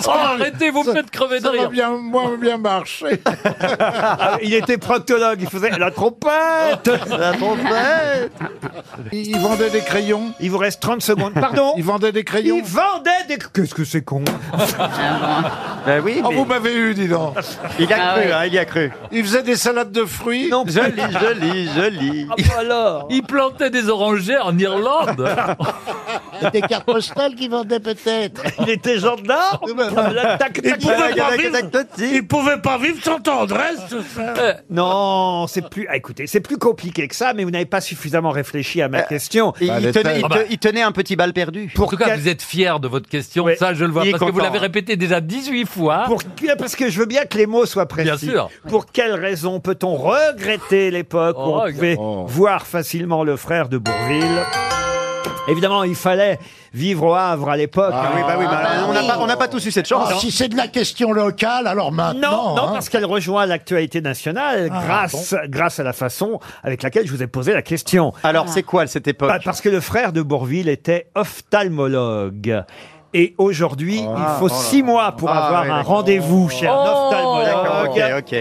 S11: Oh, Arrêtez, vous me faites crever de
S6: Ça va
S11: rire
S6: bien, moins bien marcher.
S1: Ah, il était proctologue, il faisait la trompette.
S5: La trompette.
S6: Il, il vendait des crayons.
S1: Il vous reste 30 secondes. Pardon
S6: Il vendait des crayons.
S1: Il vendait des... Qu'est-ce que c'est con
S5: Ben oui,
S6: Oh,
S5: mais
S6: vous m'avez eu, dis donc.
S5: il a
S30: Ah
S5: cru,
S30: ouais.
S5: hein, il y a cru.
S6: Il faisait des salades de fruits.
S1: Non,
S5: Joli, joli, joli.
S1: Ah, bah alors
S11: Il plantait des orangers en Irlande
S29: C'était des cartes postales qu'il vendait peut-être.
S1: Il était gendarme Tac, tac,
S6: Il
S1: tac.
S6: pouvait-
S5: Il y en a
S6: pas
S5: qui
S6: vivre.
S5: s'accotent-y.
S6: Il pouvait pas vivre sans tendresse, ce frère.
S1: Euh, Non, c'est plus... Ah, écoutez, c'est plus compliqué que ça, mais vous n'avez pas suffisamment réfléchi à ma question.
S5: Et
S6: Bah,
S5: Euh, il,
S6: les
S5: tenait, il
S11: Ah bah.
S5: te- il tenait un petit bal perdu.
S11: En
S1: Pour
S11: tout cas,
S1: quel-
S11: vous êtes fiers de votre question,
S1: Oui.
S11: ça je le vois,
S5: Il est
S11: parce que vous
S5: content,
S11: l'avez
S5: hein.
S11: répété déjà 18 fois.
S1: Pour que- parce que je veux bien que les mots soient précis.
S11: Bien sûr.
S1: Pour quelle raison peut-on regretter l'époque où
S11: Oh,
S1: on pouvait
S6: oh.
S1: voir facilement le frère de Bourville Évidemment, il fallait vivre au Havre à l'époque. hein.
S5: Ah oui, bah oui, bah, on n'a pas, on n'a pas tous eu cette chance. hein.
S6: hein.
S29: Ah, si c'est de la question locale, alors
S1: Non,
S29: maintenant.
S1: non,
S29: hein.
S1: parce qu'elle rejoint l'actualité nationale grâce, grâce à la façon avec laquelle je vous ai posé la question.
S5: Alors c'est quoi cette époque
S1: Bah, Parce que le frère de Bourville était ophtalmologue. Et aujourd'hui, il faut six mois pour
S5: Oh Ah,
S1: avoir
S5: oui,
S1: un
S5: d'accord.
S1: rendez-vous chez un ophtalmologue.
S5: Ok, ok.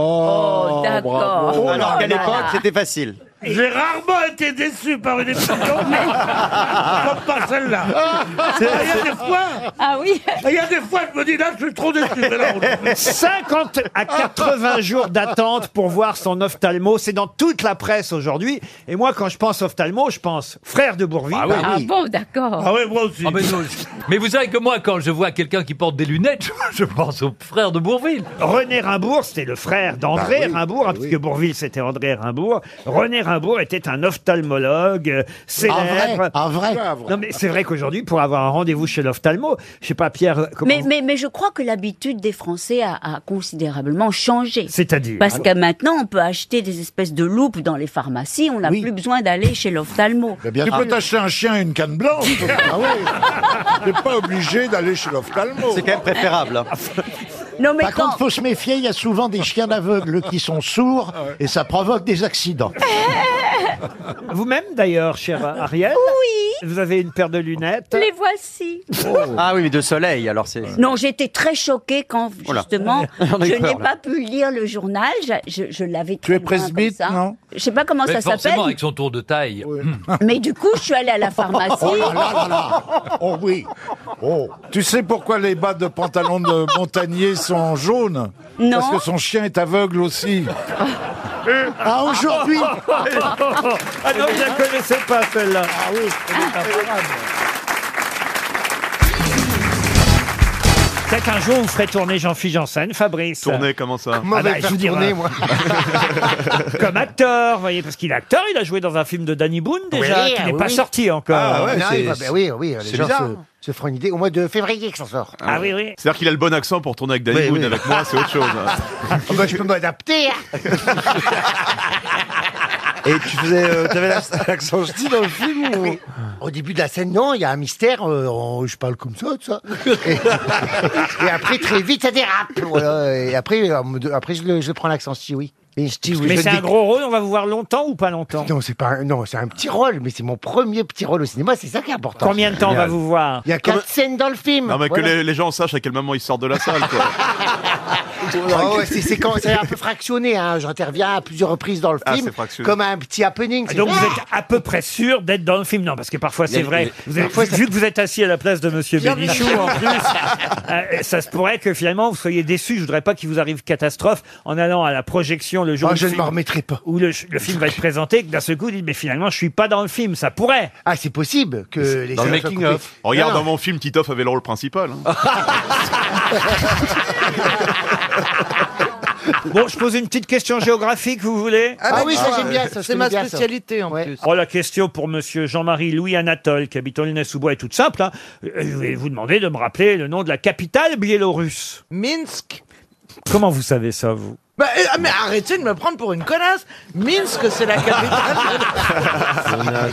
S6: Oh,
S23: d'accord.
S6: bravo.
S5: Alors qu'à
S23: là
S5: l'époque,
S23: là.
S5: c'était facile.
S6: J'ai rarement été déçu par une émission, mais comme par
S5: Ah,
S6: celle-là. Il y a des fois,
S30: Ah oui
S6: il y a des fois, je me dis là, je suis trop déçu. Mais là, on-
S1: 50 à 80 jours d'attente pour voir son ophtalmo. C'est dans toute la presse aujourd'hui. Et moi, quand je pense ophtalmo, je pense frère de Bourville.
S11: Ah oui.
S30: Ah bon, d'accord.
S6: Ah ouais, moi aussi.
S11: Ah, mais, non, je- mais vous savez que moi, quand je vois quelqu'un qui porte des lunettes, je pense au frère de Bourville.
S1: René Rimbourg, c'était le frère d'André
S6: Bah
S1: Rimbourg, hein, parce que Bourville, c'était André Rimbourg. René Rimbourg était un ophtalmologue euh,
S6: Ah
S29: Un vrai,
S1: célèbre.
S29: un vrai.
S1: Non, mais c'est vrai qu'aujourd'hui, pour avoir un rendez-vous chez l'ophtalmo, je sais pas, Pierre, euh, comment...
S23: Mais, mais, mais je crois que l'habitude des Français a, a considérablement changé.
S1: C'est-à-dire
S11: Ah
S23: Parce que maintenant, on peut acheter des espèces de loupes dans les pharmacies, on n'a plus besoin d'aller chez l'ophtalmo. Ah.
S6: tu peux t'acheter un chien et une canne blanche. ah oui. T'es pas obligé d'aller chez l'ophtalmo.
S5: C'est quand même préférable. hein.
S23: Non, mais
S29: Par
S23: quand...
S29: contre, faut se méfier, il y a souvent des chiens aveugles qui sont sourds
S6: Ah
S29: et ça provoque des accidents.
S1: Vous-même, d'ailleurs, cher Ariel Oui Vous avez une paire de lunettes
S30: Les voici.
S6: Oh.
S5: Ah oui, mais de soleil, alors c'est...
S23: Non, j'étais très choquée quand,
S5: Oula.
S23: justement,
S5: On a
S23: je
S5: eu peur,
S23: n'ai
S5: là.
S23: pas pu lire le journal. Je, je- je l'avais
S6: Tu
S23: très
S6: es
S23: loin comme
S6: presbyte,
S23: ça.
S6: non
S23: Je sais pas comment
S11: Mais
S23: ça
S11: forcément,
S23: s'appelle,
S11: avec son tour de taille. Hum.
S23: mais du coup, je suis allée à la pharmacie.
S6: Oh oui. Oh. Tu sais pourquoi les bas de pantalon de Montagnier sont jaunes
S23: Non.
S6: Parce que son chien est aveugle aussi.
S1: Ah, aujourd'hui Ah non, je la connaissais pas, celle-là. Ah oui, Peut-être qu'un jour, vous ferez tourner Jean-Philippe Janssen, Fabrice.
S12: Tourner, comment ça
S1: Comment
S12: vais
S1: je vous dirai. Comme acteur, vous voyez, parce qu'il est acteur, il a joué dans un film de Danny Boone, déjà,
S6: Oui, Ah,
S1: qui n'est
S6: oui,
S1: pas
S6: oui.
S1: sorti encore.
S6: Ah ouais, Non, c'est- il va- ben oui, oui, les
S12: c'est
S6: gens
S12: bizarre.
S6: se, se feront une idée au mois de février que ça sort.
S1: Ah oui, oui.
S12: C'est-à-dire qu'il a le bon accent pour tourner avec Danny
S6: Oui,
S12: Boone,
S6: oui.
S12: avec moi, c'est autre chose.
S6: Oh, bah, je peux m'adapter.
S5: Et tu faisais, euh, t'avais la- l'accent ch'ti dans le film ou...
S6: Au début de la scène, non, il y a un mystère, euh, on- je parle comme ça, tout ça. Et, et après, très vite, ça dérape. voilà. Et après, euh, après je, le, je prends l'accent si oui. Et je dis, oui,
S1: Mais
S6: je le
S1: c'est un
S6: déc-
S1: gros rôle, on va vous voir longtemps ou pas longtemps
S6: Non, c'est pas un- non, c'est un petit rôle, mais c'est mon premier petit rôle au cinéma, c'est ça qui est important.
S1: Combien de temps on va vous voir
S6: Il y a
S12: Comme-
S6: quatre scènes dans le film.
S12: Non, mais que
S6: Voilà.
S12: les, les gens sachent à quel moment ils sortent de la salle, quoi.
S6: Ah ouais, c'est c'est quand c'est un peu fractionné. Hein. J'interviens à plusieurs reprises dans le
S1: Ah,
S6: film,
S1: c'est fractionné.
S6: comme un petit happening.
S1: Ah,
S6: c'est-
S1: Donc vous êtes à peu près sûr d'être dans le film, non Parce que parfois
S6: Il y
S1: c'est
S6: a-
S1: vrai.
S6: il-
S1: Vous êtes-
S6: parfois, ça-
S1: vu que vous êtes assis à la place de Monsieur
S6: Bienvenue.
S1: Bénichou, en plus, euh, ça se pourrait que finalement vous soyez déçu. Je voudrais pas qu'il vous arrive catastrophe en allant à la projection le jour
S6: Ah,
S1: où,
S6: je
S1: le
S6: ne m'en
S1: film,
S6: remettrai pas.
S1: où le, le film va être présenté, que d'un seul coup vous dites mais finalement je suis pas dans le film. Ça pourrait.
S6: Ah c'est possible que les
S12: Dans le
S6: scènes soient
S12: making
S6: coupées.
S12: of.
S1: Oh,
S12: Regarde,
S6: Non,
S12: dans mon film, Titoff avait le rôle principal. hein.
S1: Bon, je pose une petite question géographique, vous voulez
S6: Ah, oui, ça j'aime bien. ça, je
S2: bah, C'est
S6: connais
S2: ma
S6: bien ça.
S2: spécialité en plus.
S1: Oh, la question pour monsieur Jean-Marie Louis Anatole, qui habite Aulnay-sous-Bois, est toute simple. hein. Euh, Je vais vous demander de me rappeler le nom de la capitale biélorusse.
S2: Minsk.
S1: Comment vous savez ça, vous
S2: Bah, euh, ah, mais arrêtez de me prendre pour une connasse. Minsk, c'est la capitale.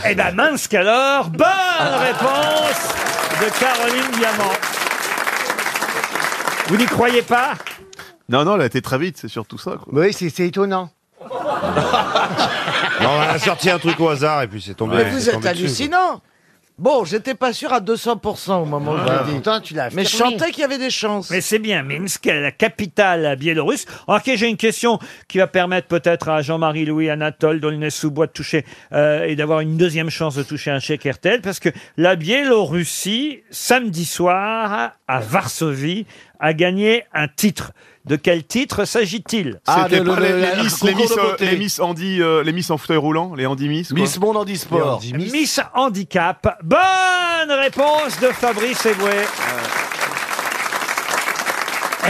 S1: Eh ben mince alors, bonne réponse de Caroline Diamant. Vous n'y croyez pas
S12: Non, non, elle a été très vite, c'est surtout ça. Quoi.
S6: Oui, c'est c'est étonnant.
S5: Non, on a sorti un truc au hasard et puis c'est tombé.
S2: mais vous
S5: c'est
S2: êtes
S5: tombé dessus,
S2: hallucinant. Bon, j'étais pas sûr à 200% au moment où je
S5: Ah.
S2: l'ai dit.
S6: tu l'as
S2: Mais je
S1: affirmé.
S2: sentais qu'il y avait des chances.
S1: Mais c'est bien, Minsk, la capitale biélorusse. Alors, ok, j'ai une question qui va permettre peut-être à Jean-Marie Louis Anatole d'Aulnay-sous-Bois de toucher euh, et d'avoir une deuxième chance de toucher un chèque RTL parce que la Biélorussie, samedi soir, à Varsovie, a gagné un titre. De quel titre s'agit-il
S12: Ah,
S6: Ah,
S12: C'était pas les, les miss, les miss, euh, les miss Andy, euh, les miss en fauteuil roulant, les Andy Miss. Miss
S5: Monde
S12: Andy
S1: Miss. Handicap. Bonne réponse de Fabrice Eboué.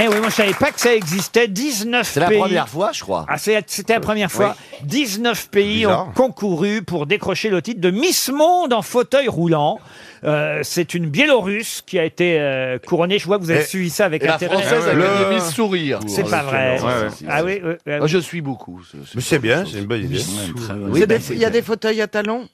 S1: Eh oui, moi je savais pas que ça existait. 19
S5: C'est la
S1: pays.
S5: première fois, je crois.
S1: Ah, c'est- c'était la première fois. 19 pays
S5: Bizarre.
S1: ont concouru pour décrocher le titre de Miss Monde en fauteuil roulant. Euh, c'est une Biélorusse qui a été euh, couronnée. Je vois que vous avez
S31: Et-
S1: suivi ça avec
S31: et la
S1: intérêt.
S31: Française a
S1: Le-
S31: gagné Miss Sourire. Oh,
S1: C'est pas vrai.
S31: Ouais, ouais.
S1: Ah oui, oui, oui.
S31: Moi, Je suis beaucoup.
S5: Mais c'est bien, c'est une bonne idée.
S6: ben,
S2: C'est des- Il y a des fauteuils à talons.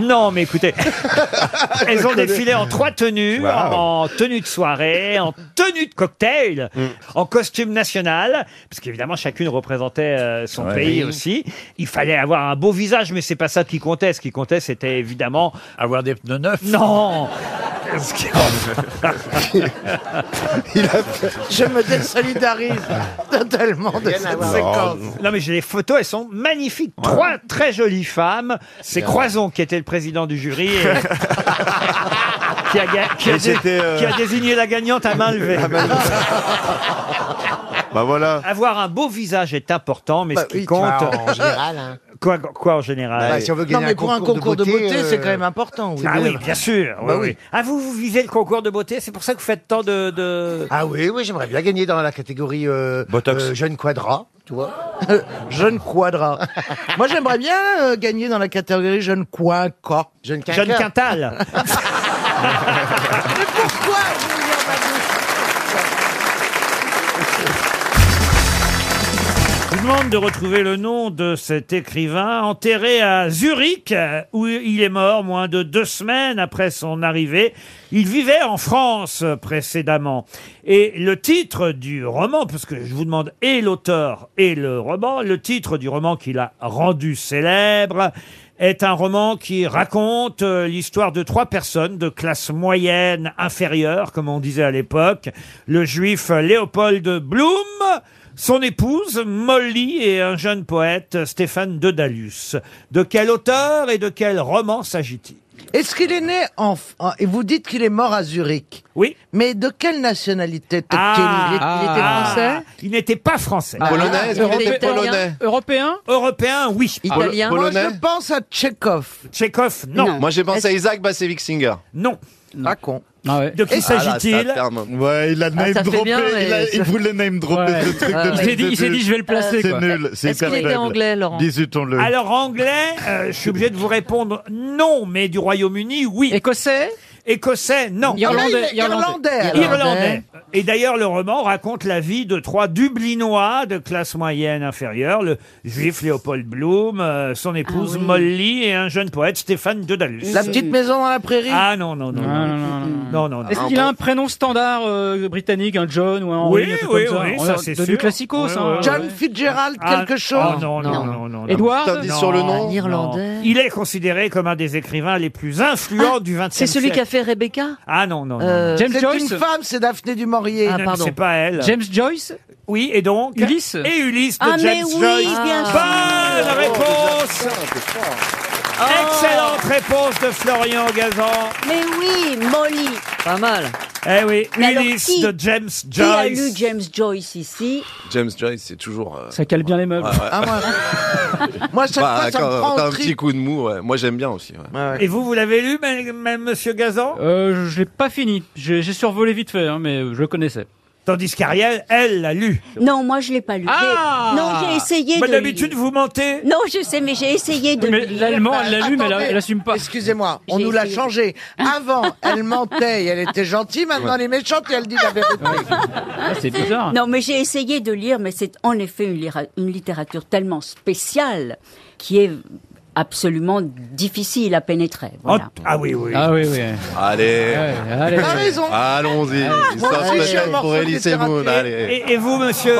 S1: Non, mais écoutez, elles ont
S24: Je connais.
S1: défilé en trois tenues,
S24: Wow.
S1: en tenue de soirée, en tenue de cocktail, en costume national, parce qu'évidemment chacune représentait euh, son
S24: Ouais.
S1: pays
S24: Oui.
S1: aussi. Il fallait avoir un beau visage, mais c'est pas ça qui comptait. Ce qui comptait, c'était évidemment avoir des pneus neufs. Non. Ce qui-
S2: Je me désolidarise totalement de cette séquence.
S1: Non, mais j'ai les photos, elles sont magnifiques. Trois très jolies femmes. C'est
S5: Ouais.
S1: Croison qui était le président du jury. et- qui, a, ga- qui a
S5: Et
S1: dé-
S5: c'était, euh,
S1: qui a désigné la gagnante à main levée.
S12: Bah voilà.
S1: Avoir un beau visage est important, mais
S6: Bah
S1: ce qui
S6: oui, tu
S1: compte.
S6: vois, en général, hein.
S1: Quoi, quoi en général
S6: Bah, si on veut
S2: Non, mais pour un concours de beauté, c'est quand même important.
S1: euh, Ah oui, bien sûr.
S6: euh, Bah
S1: oui,
S6: oui.
S1: oui. Ah, vous, vous visez le concours de beauté, c'est pour ça que vous faites tant de. de-
S6: Ah oui, oui, j'aimerais bien gagner dans la catégorie euh, euh, jeune quadra, tu vois.
S2: jeune quadra. Moi, j'aimerais bien euh, gagner dans la catégorie jeune quinca.
S6: Jeune
S1: Jeune quintal. Je vous demande de retrouver le nom de cet écrivain enterré à Zurich, euh, où il est mort moins de deux semaines après son arrivée. Il vivait en France euh, précédemment. Et le titre du roman, parce que je vous demande et l'auteur et le roman, le titre du roman qu'il a rendu célèbre est un roman qui raconte euh, l'histoire de trois personnes de classe moyenne inférieure, comme on disait à l'époque, le juif Léopold Bloom, son épouse, Molly, et un jeune poète, Stéphane Dedalus. De quel auteur et de quel roman s'agit-il
S2: Est-ce qu'il est né en, en- Et vous dites qu'il est mort à Zurich.
S1: Oui. Ah.
S2: Mais de quelle nationalité était-il Il est- il était français
S1: Il n'était pas français.
S2: Ah, Polonaise, il était Européen polonais.
S1: Européen Européen, oui.
S2: Italien Polonais Moi, je pense à Tchekhov.
S1: Tchekhov, non.
S8: Moi, j'ai pensé à Isaac Bassevic Singer. Ah,
S1: Non. Ah
S2: Pas con.
S1: De qui s'agit-il Ah,
S8: Ouais, il a name
S1: ça fait
S8: droppé.
S1: bien, mais
S8: il, a, il
S1: ça-
S8: voulait name dropper
S1: Ouais.
S8: ce truc
S1: Ouais.
S8: de Ah,
S1: Il s'est dit- il s'est dit, je vais le placer,
S8: C'est
S1: quoi.
S8: nul. C'est
S1: Est-ce qu'il
S8: hyper
S1: était
S8: faible.
S1: anglais, Laurent
S8: Disutons-le.
S1: Alors anglais, euh, je suis obligé de vous répondre non, mais du Royaume-Uni, oui. Écossais Écossais, non.
S2: Irlandais, Ah, il est Irlandais. Irlandais.
S1: Irlandais. Et d'ailleurs, le roman raconte la vie de trois Dublinois de classe moyenne inférieure, le juif Léopold Bloom, euh, son épouse Molly et un jeune poète Stéphane Dedalus.
S2: La petite maison dans la prairie
S1: Ah non, non, non. Non, non, non.
S8: Ah,
S1: non.
S12: Est-ce qu'il a un prénom standard euh, britannique, un John ou un Henry
S1: Oui,
S12: un truc
S1: oui,
S12: comme
S1: oui,
S12: On
S1: ça,
S12: est
S1: c'est
S12: devenu
S1: sûr.
S12: classico,
S1: Ouais,
S12: ça.
S1: ouais, ouais. John
S2: Fitzgerald,
S1: hein. Ah,
S12: quelque
S1: oh,
S12: chose
S1: non, non, non, non, non.
S12: Édouard
S1: Putain, dis
S12: Non,
S1: sur le nom.
S12: un
S1: Non. Il est considéré comme un des écrivains les plus influents du XXe siècle.
S2: c'est celui qui a fait Euh,
S1: Rebecca Ah non, non. non, non. Ah,
S2: c'est une femme, Ah, c'est Daphné du Maurier.
S1: Non, C'est pas elle.
S12: Joyce
S1: Oui, et donc
S12: Ulysse
S1: Et Ulysse de
S12: Ah, mais
S1: James
S12: oui,
S1: Joyce.
S12: bien sûr.
S1: Bonne
S12: Ah. Oh,
S1: réponse Excellente réponse de Florian Gazan.
S23: Mais oui, Molly.
S12: Pas mal.
S1: Eh oui,
S23: Mais alors,
S1: Ulysse
S23: qui-
S1: de James
S23: Qui a lu
S1: Joyce.
S23: James Joyce ici
S8: James Joyce, c'est toujours. euh,
S12: Ça cale bien les meubles. Ah,
S8: ouais, ouais.
S6: Ah,
S2: Moi,
S23: chaque fois, ça me
S8: quand
S23: prend
S8: T'as
S23: au
S8: un
S23: trip.
S8: petit coup de mou, ouais. Moi, j'aime bien aussi. ouais.
S1: Et vous, vous l'avez lu, même, même Monsieur Gazan
S12: Euh, je l'ai pas fini. J'ai j'ai survolé vite fait, hein, mais je le connaissais.
S1: Tandis qu'Ariel, elle l'a lu.
S23: Non, moi je l'ai pas lu. J'ai-
S12: Ah
S23: non, j'ai essayé
S12: Mais
S23: de.
S12: d'habitude,
S1: vous mentez.
S23: Non, je sais, mais j'ai essayé de.
S12: Mais
S23: lire.
S12: l'allemand, elle l'a lu, mais elle a- elle assume pas.
S2: Bah, Excusez-moi, on nous l'a changé. Avant, elle mentait et elle était gentille. Maintenant, elle est méchante et elle dit la vérité.
S12: Ah, c'est bizarre.
S23: Non, mais j'ai essayé de lire, mais c'est en effet une, lira- une littérature tellement spéciale qui est absolument difficile à pénétrer. Voilà.
S1: Ah oui, oui.
S12: Ah oui, oui.
S8: Allez.
S12: allez. T'as raison.
S23: Ah,
S8: Allons-y.
S1: Moi
S8: Histoire
S1: aussi, je suis un
S8: spéciale
S1: morceau
S8: pour
S1: de
S8: Elise et Moon.
S1: littérature.
S8: Allez.
S1: Et, et vous, monsieur,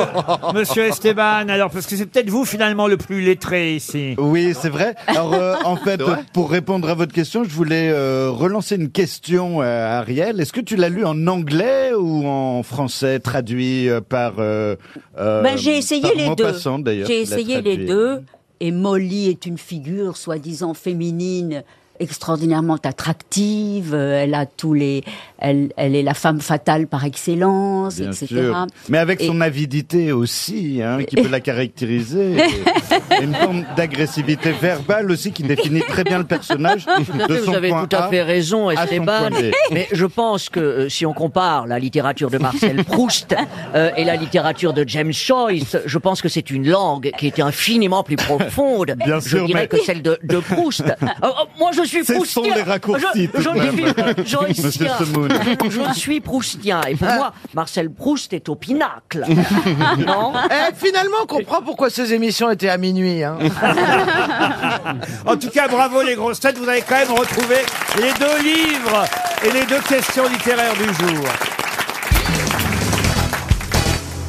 S1: monsieur Esteban, alors, parce que c'est peut-être vous finalement le plus lettré ici.
S6: Oui, c'est vrai. Alors, euh, en fait,
S1: vrai
S6: pour répondre à votre question, je voulais euh, relancer une question euh, à Ariel. Est-ce que tu l'as lu en anglais ou en français traduit euh, par euh, euh,
S23: Ben, j'ai essayé
S6: par
S23: les deux.
S6: Maupassant, d'ailleurs,
S23: J'ai
S6: qui l'a
S23: essayé les
S6: traduit.
S23: deux. Et Molly est une figure soi-disant féminine extraordinairement attractive. Euh, Elle a tous les, elle, elle est la femme fatale par excellence,
S6: Bien
S23: etc.
S6: sûr. Mais avec
S23: Et-
S6: son avidité aussi, hein, qui peut la caractériser. Et une forme d'agressivité verbale aussi qui définit très bien le personnage.
S5: Tout à fait,
S6: de son
S5: vous avez
S6: point
S5: tout à
S6: A
S5: fait raison,
S6: à son point
S5: Esteban.
S6: B.
S5: Mais je pense que euh, si on compare la littérature de Marcel Proust euh, et la littérature de James Joyce, je pense que c'est une langue qui est infiniment plus profonde.
S6: Bien
S5: je
S6: sûr,
S5: dirais
S6: mais-
S5: que celle de, de Proust. Euh, euh, moi, je suis
S6: Ce sont
S5: proustien.
S6: les raccourcis,
S5: Je,
S6: tout de
S5: je suis,
S6: même.
S5: joycien.
S6: Monsieur Semoun.
S5: je suis proustien. Et
S2: Ah.
S5: pour moi, Marcel Proust est au pinacle. non
S2: Eh, finalement, on comprend pourquoi ces émissions étaient à minuit. hein.
S6: euh,
S1: En tout cas, bravo les grosses têtes, vous avez quand même retrouvé les deux livres et les deux questions littéraires du jour.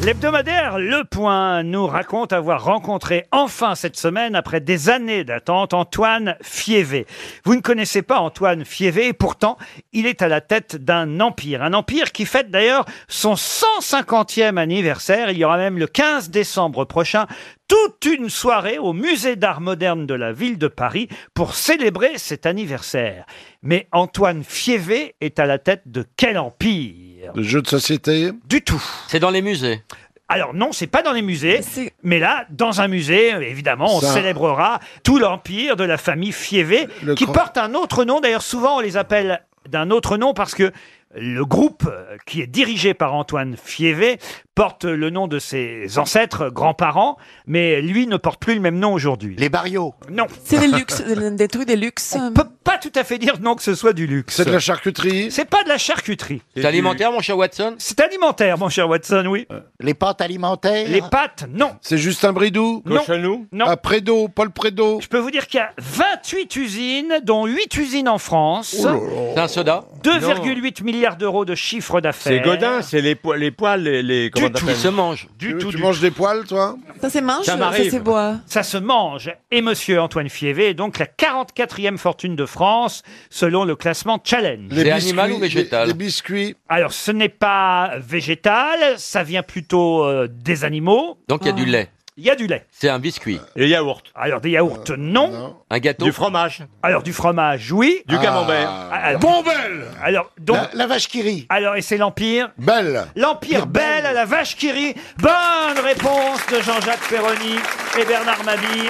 S1: L'hebdomadaire Le Point nous raconte avoir rencontré enfin cette semaine, après des années d'attente, Antoine Fievé. Vous ne connaissez pas Antoine Fievé et pourtant, il est à la tête d'un empire. Un empire qui fête d'ailleurs son 150e anniversaire. Il y aura même le 15 décembre prochain toute une soirée au musée d'art moderne de la ville de Paris pour célébrer cet anniversaire. Mais Antoine Fievé est à la tête de quel empire
S8: Le jeu de société
S1: Du tout.
S9: C'est dans les musées.
S1: alors non, c'est pas dans les musées, mais là, dans un musée, évidemment, on
S9: Ça-
S1: célébrera tout l'empire de la famille Fievé, qui porte un autre nom. D'ailleurs, souvent, on les appelle d'un autre nom parce que le groupe euh, qui est dirigé par Antoine Fievé porte le nom de ses ancêtres, euh, grands-parents, mais lui ne porte plus le même nom aujourd'hui. Les Barrios Non.
S24: C'est des luxes, des des trucs des luxes.
S1: On peut pas tout à fait dire non que ce soit du luxe.
S9: C'est de la
S1: charcuterie C'est pas de la charcuterie.
S9: C'est alimentaire, mon cher Watson
S1: C'est alimentaire, mon cher Watson, oui.
S5: Euh.
S1: Les pâtes alimentaires Les pâtes, non.
S8: C'est Justin Bridou
S1: Non.
S8: Cochonou
S1: Non.
S8: Ah, Prédo, Paul Prédo.
S1: Je peux vous dire qu'il y a 28 usines, dont 8 usines en
S8: Oh
S1: France.
S5: Oh
S9: C'est un soda
S1: 2,8 milliards d'euros de chiffre d'affaires.
S9: c'est les, les poils, les, les
S1: comment on
S9: tout.
S1: appelle
S9: Ils se mangent.
S8: Du tout. Tu manges des poils, toi
S1: Ça se mange,
S8: Ça ça m'arrive. se boit.
S1: Ça se mange. Et monsieur Antoine Fievé est donc la 44e fortune de France, selon le classement Challenge.
S9: C'est animal ou végétal
S1: biscuits. Alors, ce n'est pas végétal, ça vient plutôt euh, des animaux.
S9: Donc il y a du lait.
S1: Il y a du lait.
S9: C'est un biscuit.
S1: Des yaourts. Alors des yaourts, Euh, non.
S9: Un gâteau. Du fromage.
S1: Alors du fromage, oui.
S9: Du camembert.
S1: Alors, Bombelle Alors donc Ah. la, vache qui rit. Alors et c'est l'empire Belle. L'empire Belle à la vache qui rit. Bonne réponse de Jean-Jacques Ferroni et Bernard Mabille.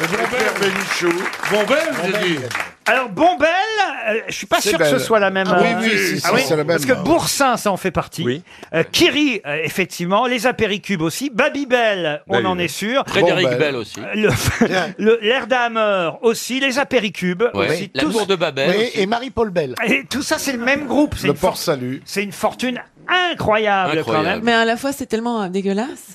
S5: Jean-Pierre Bénichou.
S1: Bombelle,
S5: j'ai dit.
S1: Alors Bombelle, euh, je suis pas
S5: C'est
S1: sûr que
S5: Belle.
S1: ce soit la même.
S5: Ah oui,
S1: euh,
S5: oui, si, si,
S1: ah oui,
S5: c'est la même,
S1: Parce que
S5: hein.
S1: Boursin, ça en fait partie. Euh, Kiri, euh, effectivement, les apéricubes aussi. Babybel, on en
S9: Babybel.
S1: est sûr.
S9: Frédéric Bombelle. Bell aussi.
S1: Euh, le- le- L'air d'Hammer aussi, les apéricubes
S9: Ouais.
S1: aussi.
S9: La tour de Babel Oui, aussi. et
S1: Marie-Paul Bell. Et tout ça, c'est le même groupe.
S5: Le
S1: Port Salut. C'est une fortune incroyable, quand même.
S24: Mais à la fois, c'est tellement euh, dégueulasse.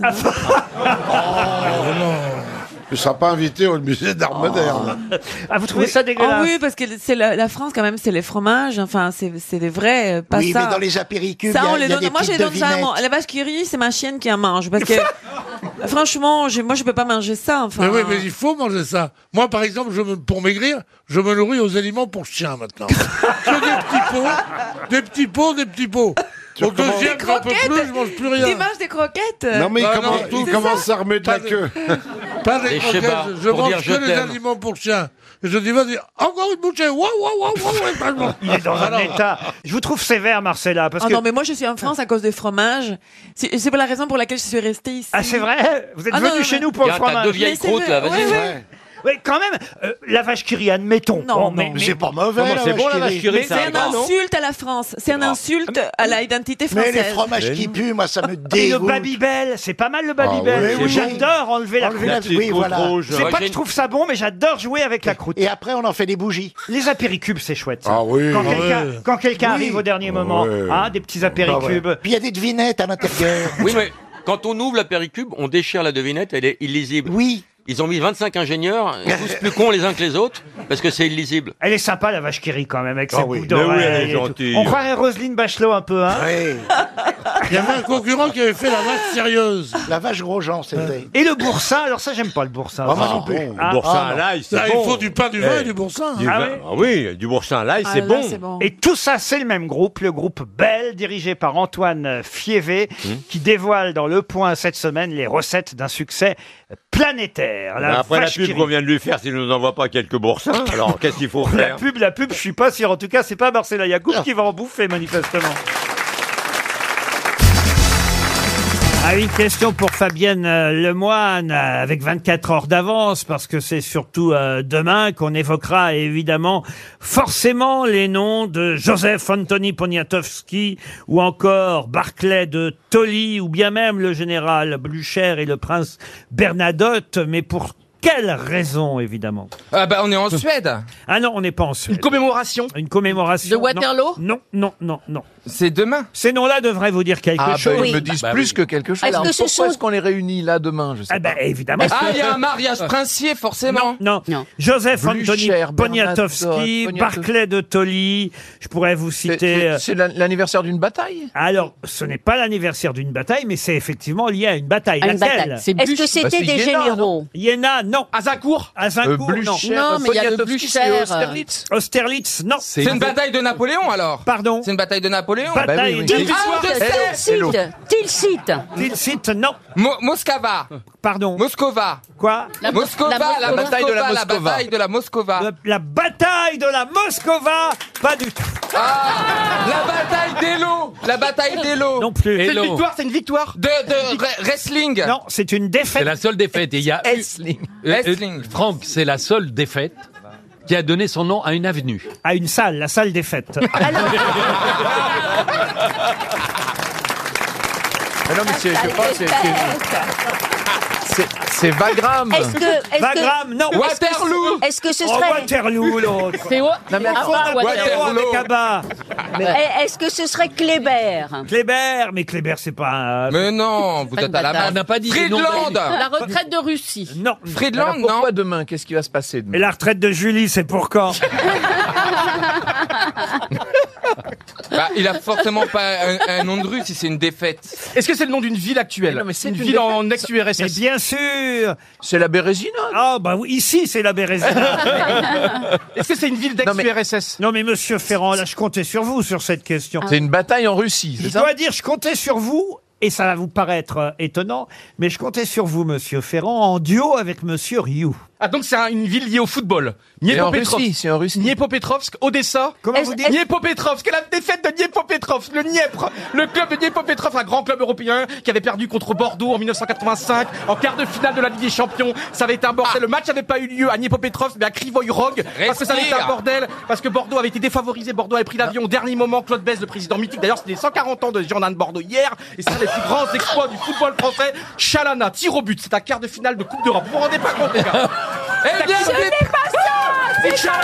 S5: Tu ne seras pas invité au musée d'art moderne.
S1: Oh. Ah, vous trouvez ça dégueulasse
S24: Ah oui, parce que c'est la, la France, quand même, c'est les fromages. Enfin, c'est c'est des vrais, euh, pas
S2: Oui,
S24: ça.
S2: mais dans les apéricubes,
S24: Ça,
S2: il y a-
S24: on
S2: il
S24: les
S2: y a
S24: donne.
S2: des
S24: Moi, je les
S2: petites
S24: donne ça à mon-
S2: devinettes.
S24: La vache qui rit, c'est ma chienne qui en mange. Parce que, franchement, j'ai- moi, je peux pas manger ça. Enfin,
S6: Mais oui, mais il faut manger ça. Moi, par exemple, je me- pour maigrir, je me nourris aux aliments pour chiens maintenant. Que des petits pots, des petits pots, des petits pots. Au
S5: recommandes-
S6: deuxième, j'en
S5: Des
S6: peux
S24: croquettes
S6: plus, je mange plus rien.
S24: Tu manges des croquettes
S5: Non, mais il
S6: Bah
S5: commence,
S6: non,
S5: il
S6: c'est
S5: commence
S6: ça.
S5: à remettre
S6: Pas
S5: la
S6: de-
S5: queue.
S6: Pas des
S5: Des
S6: croquettes,
S5: chebas,
S6: je
S5: pour
S6: mange
S5: dire je
S6: que les
S5: t'aime.
S6: aliments pour chiens. Et je dis, vas-y, encore une bouchée, waouh, waouh, waouh, waouh, et pas je mange.
S1: Il est dans un
S6: Alors,
S1: état. Je vous trouve sévère, Marcella, parce
S24: Ah
S1: que.
S24: non, mais moi, je suis en France à cause des fromages. C'est c'est pas la raison pour laquelle je suis restée ici.
S1: Ah, c'est vrai Vous êtes venu chez nous pour le fromage.
S24: Ouais, ouais.
S1: Oui, quand même, euh, la vache Oh, qui rit, admettons.
S24: Non, non, mais-
S2: c'est pas mauvais, Non, la c'est vache bon, la qui vache rit. qui rit,
S1: Mais
S2: ça
S1: c'est
S2: va.
S1: un
S2: Non.
S24: insulte à la France. C'est une insulte à l'identité
S2: Mais
S24: française.
S2: les fromages qui puent, moi, ça me
S1: Et le
S2: dégoûte. Ah
S1: Babybel, c'est pas mal le Babybel.
S2: oui, oui,
S1: j'adore
S2: oui.
S1: enlever la
S2: Enlever
S1: croûte.
S2: la- La petite oui, croûte voilà. rouge. euh,
S1: C'est
S2: Moi, j'ai
S1: pas que je
S2: une-
S1: trouve ça bon, mais j'adore jouer avec la croûte. Et après, on en fait des bougies. Les apéricubes, c'est chouette.
S2: Ah oui,
S1: Quand
S2: ah
S1: quelqu'un
S2: ouais.
S1: quand quelqu'un
S2: Oui.
S1: arrive au dernier moment,
S2: ouais.
S1: hein, des petits apéricubes.
S2: Puis il y a des devinettes à l'intérieur.
S9: Oui, mais quand on ouvre la péricube, on déchire la devinette, elle est illisible.
S2: Oui.
S9: Ils ont mis 25 ingénieurs, tous plus cons les uns que les autres, parce que c'est illisible.
S1: Elle est sympa, la vache qui rit, quand même, avec
S9: Ah
S1: ses
S9: oui.
S1: boucles
S9: Mais oui,
S1: d'oreilles
S9: elle est
S1: et tout.
S9: gentille.
S1: On croirait Roselyne Bachelot un peu, hein
S6: Il y avait un concurrent qui avait fait la vache sérieuse.
S2: La vache Grosjean, c'était.
S1: Et le boursin, alors ça, j'aime pas le boursin.
S2: Ah, moi
S1: ça. ah,
S2: non plus. Le
S32: boursin à
S1: non.
S32: l'ail, c'est Là, il bon. faut du pain, du vin Eh, et du
S6: boursin.
S32: Du vin- ah oui, du boursin à l'ail,
S1: Ah,
S32: c'est
S1: là,
S32: bon.
S1: c'est Et tout ça, c'est le même groupe, le groupe Belle, dirigé par Antoine Fievé, qui dévoile dans Le Point cette semaine les recettes d'un succès planétaire.
S32: Mais après la
S1: Ah, vache qui
S32: pub
S1: rit.
S32: qu'on vient de lui faire, s'il nous envoie pas quelques boursins, alors qu'est-ce qu'il faut
S1: La
S32: faire Ah.
S1: pub, la pub, je suis pas sûr. En tout cas, c'est pas Marcela Yacoub qui va en bouffer, manifestement. Ah, une question pour Fabienne euh, Lemoine, euh, avec 24 heures d'avance, parce que c'est surtout euh, demain qu'on évoquera évidemment forcément les noms de Joseph Anthony Poniatowski, ou encore Barclay de Tolly, ou bien même le général Blücher et le prince Bernadotte, mais pour quelle raison, évidemment
S8: Ah bah on est en Suède.
S1: Ah non, on n'est pas en Suède. Une
S8: commémoration
S1: Une commémoration.
S8: De Waterloo
S1: Non, non, non, non.
S8: C'est demain
S1: Ces noms-là devraient vous dire quelque
S6: Ah,
S1: chose.
S6: bah, ils me disent plus que quelque chose. Alors, pourquoi est-ce qu'on les réunit là demain je sais
S1: Ah bah, évidemment.
S8: Ah, il y a un mariage princier, forcément.
S1: Non, Joseph Anthony
S8: Blücher,
S1: Poniatowski,
S8: Bernadotte,
S1: Barclay de Tolly, je pourrais vous citer... euh,
S6: C'est la- l'anniversaire d'une bataille
S1: Alors, ce n'est pas l'anniversaire d'une bataille, mais c'est effectivement lié à une bataille.
S6: À une
S1: Laquelle
S6: bataille. C'est Est-ce Blücher. que c'était Bah, c'est des Iéna, généraux non
S1: Iéna, non.
S33: Ah,
S8: Azincourt
S1: Azincourt,
S8: Euh,
S1: non.
S8: Blücher, Non, mais il y a le Poniatowski, c'est Blücher.
S6: euh,
S8: Austerlitz.
S1: Austerlitz, non.
S8: C'est une bataille de Napoléon, alors
S1: Pardon
S8: C'est une bataille de Napoléon
S1: Bataille Bah oui, oui. de-
S8: Ah, je sais
S23: Tilsit, Tilsit.
S1: Tilsit, non.
S8: Moscova.
S1: Pardon.
S8: Moscova.
S1: Quoi
S8: la Moscova, la, bataille de la Moscova. La bataille de la Moscova.
S1: La bataille de la Moscova Pas du tout.
S8: Ah, la bataille d'Elo. La bataille d'Elo.
S1: Non plus.
S8: C'est
S1: Elo.
S8: une victoire, c'est une victoire. De, de re- wrestling.
S1: Non, c'est une défaite.
S11: C'est la seule défaite. Et il y a Euh, euh, Franck, c'est la seule défaite qui a donné son nom à une avenue.
S1: À une salle, la salle des fêtes.
S6: Mais Non, mais c'est- je pense que c'est- c'est- c'est Wagram.
S23: Est-ce que- est-ce que-
S1: Wagram, non.
S23: Est-ce que- Waterloo. est-ce que ce
S1: Oh,
S23: serait-
S1: Waterloo, l'autre.
S23: C'est Wa-
S1: Non, mais
S23: Ah,
S1: confondre Waterloo
S23: Waterloo.
S1: avec Abba.
S23: Eh, Est-ce que ce serait Kléber
S1: Kléber, mais Kléber, c'est pas. un-
S8: Mais non, vous êtes à la
S1: On n'a pas dit les noms.
S8: Friedland.
S1: La
S8: retraite
S23: de Russie.
S1: Non.
S8: Friedland,
S6: Alors pourquoi demain Qu'est-ce qui va se passer demain
S1: Et la retraite de Julie, c'est pour quand
S8: Bah, il a forcément pas un, un nom de rue si c'est une défaite. Est-ce que c'est le nom d'une ville actuelle
S6: Non, mais c'est Une une ville défaite. en ex-URSS.
S1: Mais bien sûr
S6: C'est la Bérésina
S1: Ah, bah oui, ici, c'est la Bérésina.
S6: Est-ce que c'est une ville d'ex-URSS
S1: non, mais monsieur Ferrand, là, je comptais sur vous sur cette question.
S6: C'est une bataille en Russie,
S1: Je
S6: c'est ça
S1: dois dire, je comptais sur vous Et ça va vous paraître euh, étonnant, mais je comptais sur vous, Monsieur Ferrand, en duo avec Monsieur Rioux.
S8: Ah, donc c'est un- une ville liée au football.
S1: C'est en
S8: Niepopetrovsk.
S1: Russie,
S8: Niepopetrovsk, Odessa.
S1: Comment vous dites
S8: Niepopetrovsk, la défaite de Niepopetrovsk, le Niepr, le club de Niepopetrovsk, un grand club européen qui avait perdu contre Bordeaux en 1985 en quart de finale de la Ligue des Champions. Ça avait été un
S1: Ah.
S8: bordel. Le match n'avait pas eu lieu à Niepopetrovsk, mais à Krivoy-Rog. Parce que ça avait été un
S33: Respire.
S8: bordel, parce que Bordeaux avait été défavorisé. Bordeaux avait pris
S1: Ah.
S8: l'avion au dernier moment. Claude Bess, le président mythique. D'ailleurs, c'était les 140 ans de Girondin de Bordeaux hier. Et c'est un des plus grands exploits du football français. Chalana, tir au but. C'est un quart de finale de Coupe d'Europe. Vous vous rendez pas compte, les gars?
S17: Eh bien, Ce n'est pas ça,
S8: Et
S17: c'est pas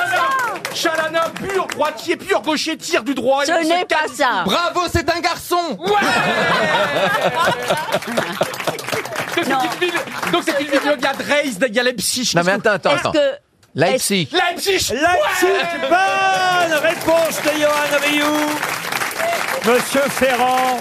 S8: Chalana, Chalana, pur droitier, pur gaucher, tire du droit.
S28: Ce n'est pas ça.
S8: Bravo, c'est un garçon. Ouais Donc, c'est une ville- Donc c'est une ville. Il y a Dresde, il y a Leipzig.
S33: Non mais attends, attends, attends. Leipzig.
S8: Leipzig.
S1: Leipzig. Bonne réponse de Johan Rioux. Monsieur Ferrand.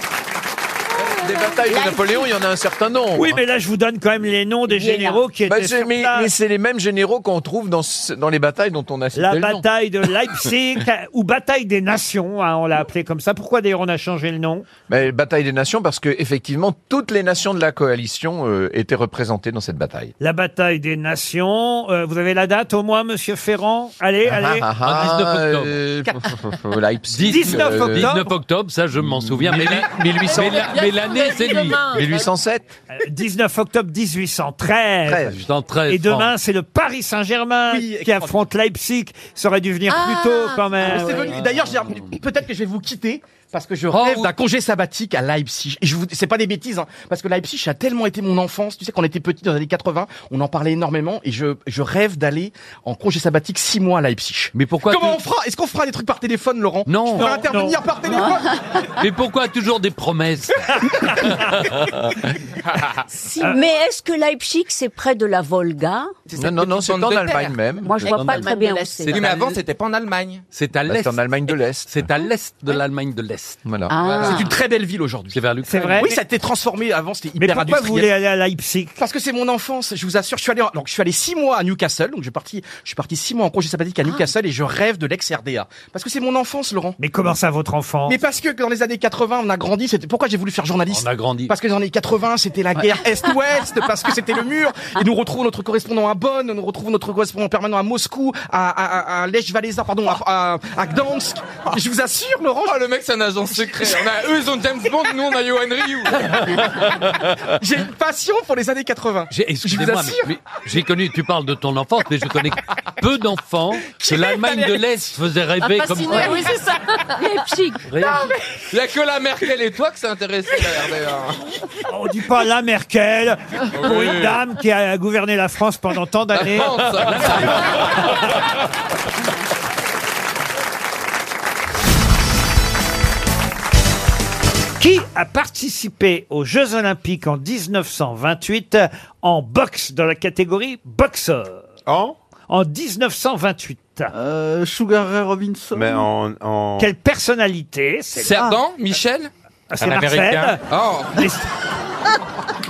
S33: Des batailles de Napoléon, il y en a un certain nombre. hein.
S1: Oui, mais là, je vous donne quand même les noms des généraux qui
S33: Bah,
S1: étaient
S33: c'est-
S1: sur
S33: mais
S1: place.
S33: mais c'est les mêmes généraux qu'on trouve dans, ce- dans les batailles dont on a cité
S1: La
S33: le nom.
S1: bataille de Leipzig, ou bataille des nations, hein, on l'a appelée comme ça. Pourquoi d'ailleurs on a changé le nom
S33: Mais bataille des nations, parce que effectivement, toutes les nations de la coalition euh, étaient représentées dans cette bataille.
S1: La bataille des nations. Euh, vous avez la date au moins, monsieur Ferrand Allez, allez.
S33: Ah, ah, euh, Leipzig,
S1: 19
S33: euh,
S1: octobre.
S11: 19 octobre, ça je m'en souviens. Mais, la- mais la- mais l'année c'est lui.
S33: 1807
S1: 19 Euh, octobre 1813.
S11: 1813,
S1: Et demain,
S11: France.
S1: c'est le Paris Saint-Germain qui affronte Leipzig. Ça aurait dû venir
S11: Ah,
S1: plus tôt quand même.
S8: Ah. C'est venu- D'ailleurs, j'ai- peut-être que je vais vous quitter parce que je rêve d'un congé sabbatique à Leipzig. Et je vous, c'est pas des bêtises, hein, parce que Leipzig ça a tellement été mon enfance. Tu sais, quand on était petit dans les années 80, on en parlait énormément, et je, je rêve d'aller en congé sabbatique six mois à Leipzig. Mais pourquoi Comment on fera Est-ce qu'on fera des trucs par téléphone, Laurent Non. On va
S11: Non,
S8: intervenir
S11: non.
S8: par téléphone.
S11: Mais pourquoi toujours des promesses
S23: Si,
S11: Ah.
S23: mais est-ce que Leipzig, c'est près de la Volga
S33: Non, non, non, c'est en Allemagne même.
S23: Moi, je vois pas très Ah, bien où c'est.
S33: Oui, mais avant,
S23: c'était
S33: pas en Allemagne.
S11: C'est à
S33: Bah,
S11: l'est.
S33: c'est en Allemagne de l'Est.
S11: C'est à l'est de
S8: Ah.
S11: l'Allemagne de l'est.
S33: Voilà.
S23: Ah.
S8: C'est une très belle ville aujourd'hui.
S11: C'est vers l'Ukraine.
S8: Oui, ça a été transformé. Avant, c'était
S1: Mais
S8: hyper
S1: pourquoi vous
S8: industriel.
S1: voulez aller à Leipzig
S8: Parce que c'est mon enfance, je vous assure. Je suis allé, en- donc je suis allé six mois à Newcastle, donc je suis parti, je suis parti six mois en congé sabbatique à
S1: Ah.
S8: Newcastle et je rêve de l'ex-RDA. Parce que c'est mon enfance, Laurent.
S1: Mais comment ça, votre enfant
S8: Mais parce que dans les années 80, on a grandi. C'était pourquoi j'ai voulu faire journaliste.
S11: On a grandi.
S8: Parce que dans les années 80, c'était la guerre Est-Ouest, parce que c'était le mur. Et nous retrouvons notre correspondant à Bonn, nous retrouvons notre correspondant permanent à Moscou, à, à, à, à Lech Walesa, pardon, à, à, à Gdansk. Et je vous assure, Laurent. Oh, le mec, c'est un agent secret. eux, ils ont James Bond, nous, on a Johan Ryu. J'ai
S3: Hein
S8: une passion pour les années 80.
S11: J'ai- Excusez-moi, mais,
S8: assure.
S11: mais j'ai connu, tu parles de ton enfance, mais je connais peu d'enfants que l'Allemagne de l'Est faisait rêver comme ça.
S28: ça. Leipzig.
S11: Rêver.
S3: Il n'y a que la Merkel et toi que ça intéresse la RDA.
S1: On dit pas la Merkel pour
S3: Oui.
S1: une dame qui a gouverné la France pendant tant d'années. Qui a participé aux Jeux Olympiques en 1928 en boxe dans la catégorie boxeur En En 1928. Euh, Sugar Ray Robinson.
S3: Mmh.
S34: Mais en- en-
S1: Quelle personnalité c'est-
S3: Cerdan, Michel
S1: Ah, c'est Marcel.
S3: Oh.
S1: Mais,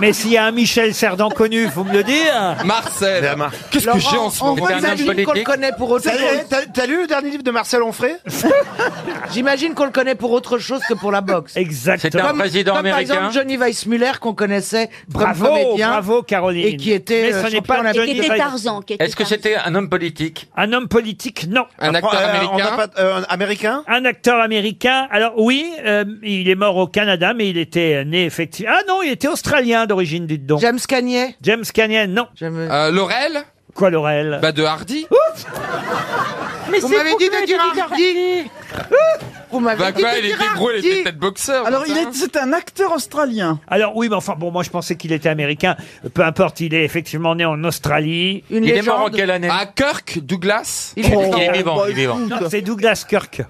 S1: mais s'il y a un Michel Cerdan connu, faut me le dire.
S3: Marcel.
S1: Qu'est-ce que j'ai en ce moment
S3: C'est un homme politique.
S10: connaît pour autre
S3: Ça y est,
S10: chose. T'as lu le dernier livre de Marcel Onfray J'imagine qu'on le connaît pour autre chose que pour la boxe.
S1: Exactement.
S10: C'était
S3: C'était un président
S10: comme
S3: américain.
S10: Par exemple, Johnny Weissmuller qu'on connaissait comme
S3: Bravo,
S10: comédien.
S1: bravo, Caroline.
S10: Et qui était.
S1: Mais
S10: euh,
S1: ce n'est
S10: champion
S1: pas
S10: olympique.
S1: Johnny Weiss-
S3: Est-ce que c'était un homme politique
S1: Un homme politique, non.
S3: Un acteur
S1: Euh, on
S3: américain
S1: n'a pas- euh, un américain Un acteur américain. Alors oui, euh, il est mort au Canada, mais il était né effectivement. Ah non, il était australien d'origine, dites donc. James Cagney James Cagney, non.
S3: Euh, Laurel
S1: Quoi, Laurel
S3: Bah de Hardy.
S10: Mais
S17: Vous
S10: c'est
S17: m'avez
S10: vous
S17: dit
S10: qui
S17: de dire
S10: m'avez dit
S17: Hardy.
S10: Vous m'avez
S3: Bah
S10: dit
S3: quoi,
S10: de
S3: il
S10: dire
S3: était gros, il
S10: Hardy.
S3: était peut-être boxeur.
S10: Alors,
S3: c'est
S10: il
S3: ça
S10: est- c'est un acteur australien.
S1: Alors oui, mais enfin bon, moi je pensais qu'il était américain. Peu importe, il est effectivement né en Australie.
S3: il est mort en quelle année À Kirk, Douglas
S1: Il est
S3: Oh,
S1: mort.
S3: il est vivant,
S1: Bah,
S3: il est vivant.
S1: Non, C'est Douglas Kirk.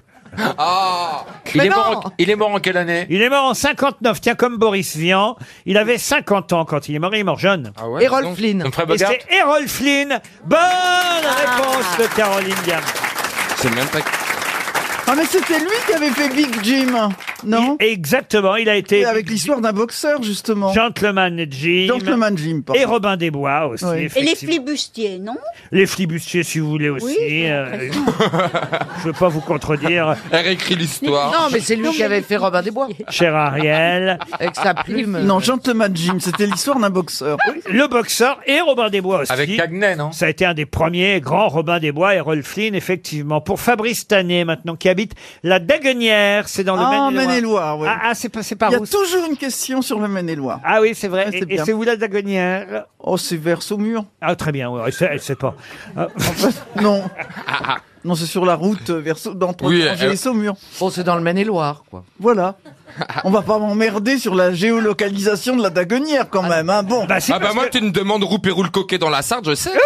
S3: Ah il,
S1: Mais
S3: est mort
S1: non
S3: en, il est mort en quelle année
S1: Il est mort en 59, tiens, comme Boris Vian. Il avait 50 ans quand il est mort, il est mort jeune.
S3: Ah ouais, Errol dis donc. Flynn. Comme Fred
S1: Et
S3: Bogart. Ah.
S1: c'est Errol Flynn. Bonne réponse de Caroline Diamant.
S3: C'est même pas.
S10: Ah, mais c'était lui qui avait fait Big Jim, non
S1: Exactement, il a été.
S10: Avec l'histoire d'un boxeur, justement.
S1: Gentleman Jim.
S10: Gentleman Jim, pardon.
S1: Et Robin des Bois aussi.
S23: Et les
S1: effectivement.
S23: flibustiers, non
S1: Les flibustiers, si vous voulez aussi.
S23: Oui, j'ai
S1: euh, je ne veux pas vous contredire,
S3: Elle réécrit l'histoire.
S28: Non, mais c'est lui qui avait fait Robin des Bois.
S1: cher Ariel.
S28: Avec sa plume.
S10: Non, Gentleman Jim, c'était l'histoire d'un boxeur.
S1: Ah, Le boxeur et Robin des Bois aussi.
S3: Avec Cagney, non
S1: Ça a été un des premiers grands Robin des Bois et Flynn, effectivement. Pour Fabrice Tanné, maintenant, qui habite la Daguenière, c'est dans le
S10: Ah, en
S1: Maine-et-Loire.
S10: Maine-et-Loire, oui.
S1: Ah, ah, c'est pas, c'est
S10: Il
S1: par
S10: y a
S1: où ça
S10: toujours une question sur le Maine-et-Loire.
S1: Ah oui, c'est vrai.
S10: Ouais, c'est
S1: Et- et
S10: bien.
S1: c'est où la Daguenière
S10: Oh, c'est vers Saumur.
S1: Ah, très bien, ouais, c'est- elle sait pas. Ah,
S10: Non. Non, c'est sur la route euh, vers Sau- dans entre
S3: Oui,
S10: Angers
S3: euh,
S10: et Saumur.
S28: Bon, c'est dans le Maine-et-Loire, quoi.
S10: Voilà. On va pas m'emmerder sur la géolocalisation de la Daguenière quand même. Hein. Bon.
S1: Bah, si,
S3: Ah bah
S1: parce
S3: moi,
S1: que-
S3: tu me demandes roule et roule coquet dans la Sarthe, je sais.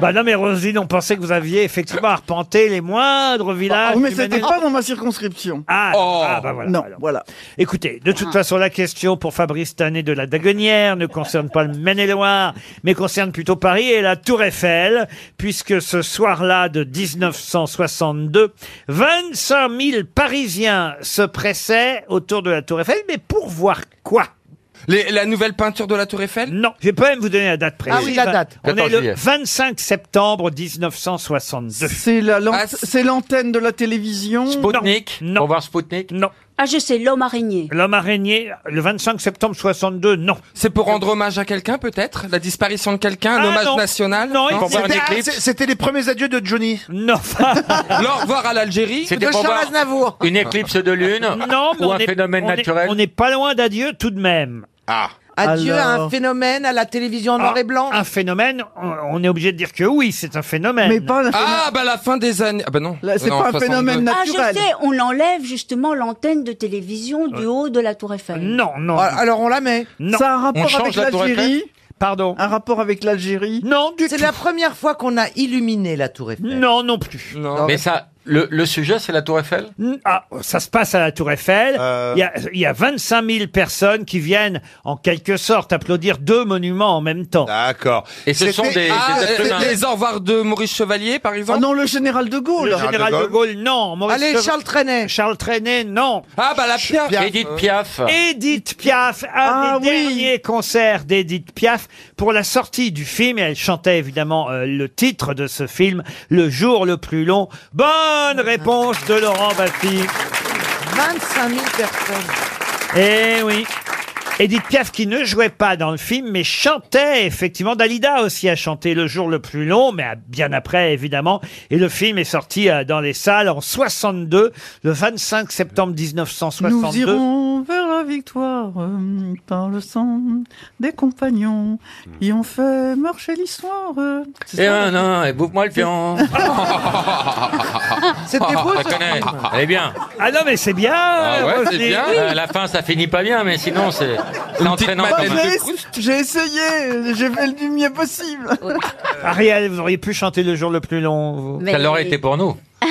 S1: Bah non, mais Roselyne, on pensait que vous aviez effectivement arpenté les moindres
S10: Ah,
S1: villages.
S10: oui, mais
S1: du
S10: c'était
S1: Maine-et-Loire.
S10: pas dans ma circonscription.
S1: Ah,
S3: Oh.
S1: ah, bah voilà.
S10: non,
S1: alors.
S10: voilà. Ah.
S1: Écoutez, de toute façon, la question pour Fabrice Tanné de la Daguenière ne concerne pas le Maine-et-Loire, mais concerne plutôt Paris et la Tour Eiffel, puisque ce soir-là de 1962, 25 000 Parisiens se pressaient autour de la Tour Eiffel, mais pour voir quoi
S3: Les- la nouvelle peinture de la Tour Eiffel
S1: Non, je vais pas même vous donner la date précise.
S28: Ah oui, la date.
S1: On est
S2: 14
S1: le
S2: juillet.
S1: 25 septembre 1962.
S10: C'est la lan-
S3: Ah, c'est-
S10: c'est l'antenne de la télévision.
S27: Spoutnik
S1: Non.
S27: Pour voir Spoutnik
S1: Non.
S23: Ah, je sais, l'homme araignée.
S1: L'homme araignée, le 25 septembre 62, non.
S3: C'est pour rendre hommage à quelqu'un, peut-être La disparition de quelqu'un Un
S1: Ah,
S3: hommage
S1: non.
S3: national
S1: Non, il-
S3: Pour voir un
S1: c'était-
S3: éclipse
S7: Ah,
S8: Ah,
S7: C'était les premiers adieux de Johnny.
S1: Non,
S3: Au revoir à l'Algérie
S27: C'était pour voir
S28: Aznavour.
S27: une éclipse de lune
S1: non mais
S27: ou
S1: on
S27: un
S1: est-
S27: phénomène
S1: on est-
S27: naturel
S1: on n'est pas loin d'adieu tout de même.
S27: Ah
S28: Adieu à un
S10: Alors.
S28: phénomène à la télévision en noir
S1: Ah,
S28: et blanc.
S1: Un phénomène, on, on est obligé de dire que oui, c'est un phénomène.
S10: Mais pas un
S3: Ah bah la fin des années... Ah bah non.
S10: Là, c'est
S3: Non,
S10: pas un
S3: 62.
S10: phénomène
S23: Ah, je
S10: naturel.
S23: sais, on l'enlève justement l'antenne de télévision du haut de la Tour Eiffel.
S1: Non, non.
S28: Ah, Alors on la met.
S1: non.
S10: Ça a un rapport
S3: change
S10: avec
S3: la Tour Eiffel
S10: l'Algérie.
S1: Pardon.
S10: Un rapport avec l'Algérie.
S1: Non, du tout.
S28: C'est la première fois qu'on a illuminé la Tour Eiffel.
S1: Non, non plus.
S3: Non.
S27: Mais ça, le, le sujet, c'est la Tour Eiffel
S1: Ah, ça se passe à la Tour Eiffel.
S7: Euh.
S1: Il, y a, il y a 25 000 personnes qui viennent, en quelque sorte, applaudir deux monuments en même temps.
S7: D'accord.
S27: Et ce sont
S7: C'était-
S27: des,
S3: Ah,
S27: des
S3: euh,
S27: êtres humains.
S3: les au revoir de Maurice Chevalier, par
S10: Ah
S3: exemple
S10: non, le général de Gaulle.
S1: Le
S7: Charles
S1: général
S7: de
S1: de Gaulle, non. Maurice
S28: Allez,
S1: Chevalier-
S28: Charles Trenet.
S1: Charles Trenet,
S8: Oh,
S1: non.
S3: Ah bah la pierre
S27: Edith Piaf.
S1: Edith Piaf, un
S10: Ah
S1: des
S10: oui.
S1: derniers concerts d'Edith Piaf pour la sortie du film. Et elle chantait évidemment euh, le titre de ce film, Le jour le plus long. Bonne réponse de Laurent Baffy.
S28: 25 000 personnes.
S1: Eh oui. Edith Piaf qui ne jouait pas dans le film, mais chantait effectivement. Dalida aussi a chanté Le jour le plus long, mais à- bien après évidemment. Et le film est sorti euh, dans les salles en 62, le 25 septembre 1962.
S10: Nous irons vers la victoire euh, par le sang des compagnons qui ont fait marcher l'histoire. euh. C'est
S27: Et
S10: ça,
S27: Eh un, un, et bouffe-moi le pion.
S28: C'était beau.
S27: Je
S28: ce
S27: connais.
S28: film.
S27: Elle est bien.
S1: Ah non mais c'est bien.
S3: Ah ouais, c'est
S1: Roselyne.
S3: bien.
S27: Euh, À la fin, ça finit pas bien, mais sinon, c'est c'est entraînant
S3: petite
S10: Bah,
S27: quand
S10: je
S27: même.
S10: l'ai-
S3: de Proust.
S10: J'ai essayé, j'ai fait du mieux possible.
S1: Ah, Ariel, vous auriez pu chanter le jour le plus long. vous.
S23: Mais-
S27: Ça l'aurait été pour nous.
S35: Ah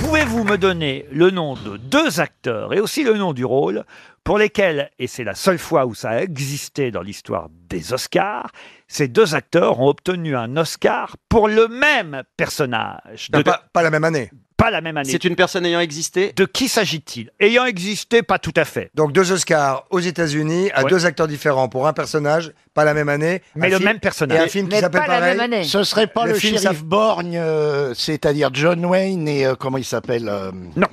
S1: Pouvez-vous me donner le nom de deux acteurs et aussi le nom du rôle pour lesquels, et c'est la seule fois où ça a existé dans l'histoire des Oscars, ces deux acteurs ont obtenu un Oscar pour le même personnage de-
S7: Ben, Pas, pas la même année.
S1: pas la même année.
S19: C'est une personne ayant existé
S1: De qui s'agit-il Ayant existé, pas tout à fait.
S19: Donc deux Oscars aux États-Unis à
S1: Ouais.
S19: deux acteurs différents pour un personnage, pas la même année.
S1: Mais
S19: un
S1: le
S19: film-
S1: même personnage.
S19: Et un film qui
S6: Mais
S19: s'appelle
S6: pas
S19: pareil.
S6: la
S19: La
S6: même
S19: même
S6: Ce serait pas
S19: Le
S6: le,
S19: film,
S6: shérif Borgne, euh, c'est-à-dire John Wayne et euh, ah, comment il s'appelle
S1: Non.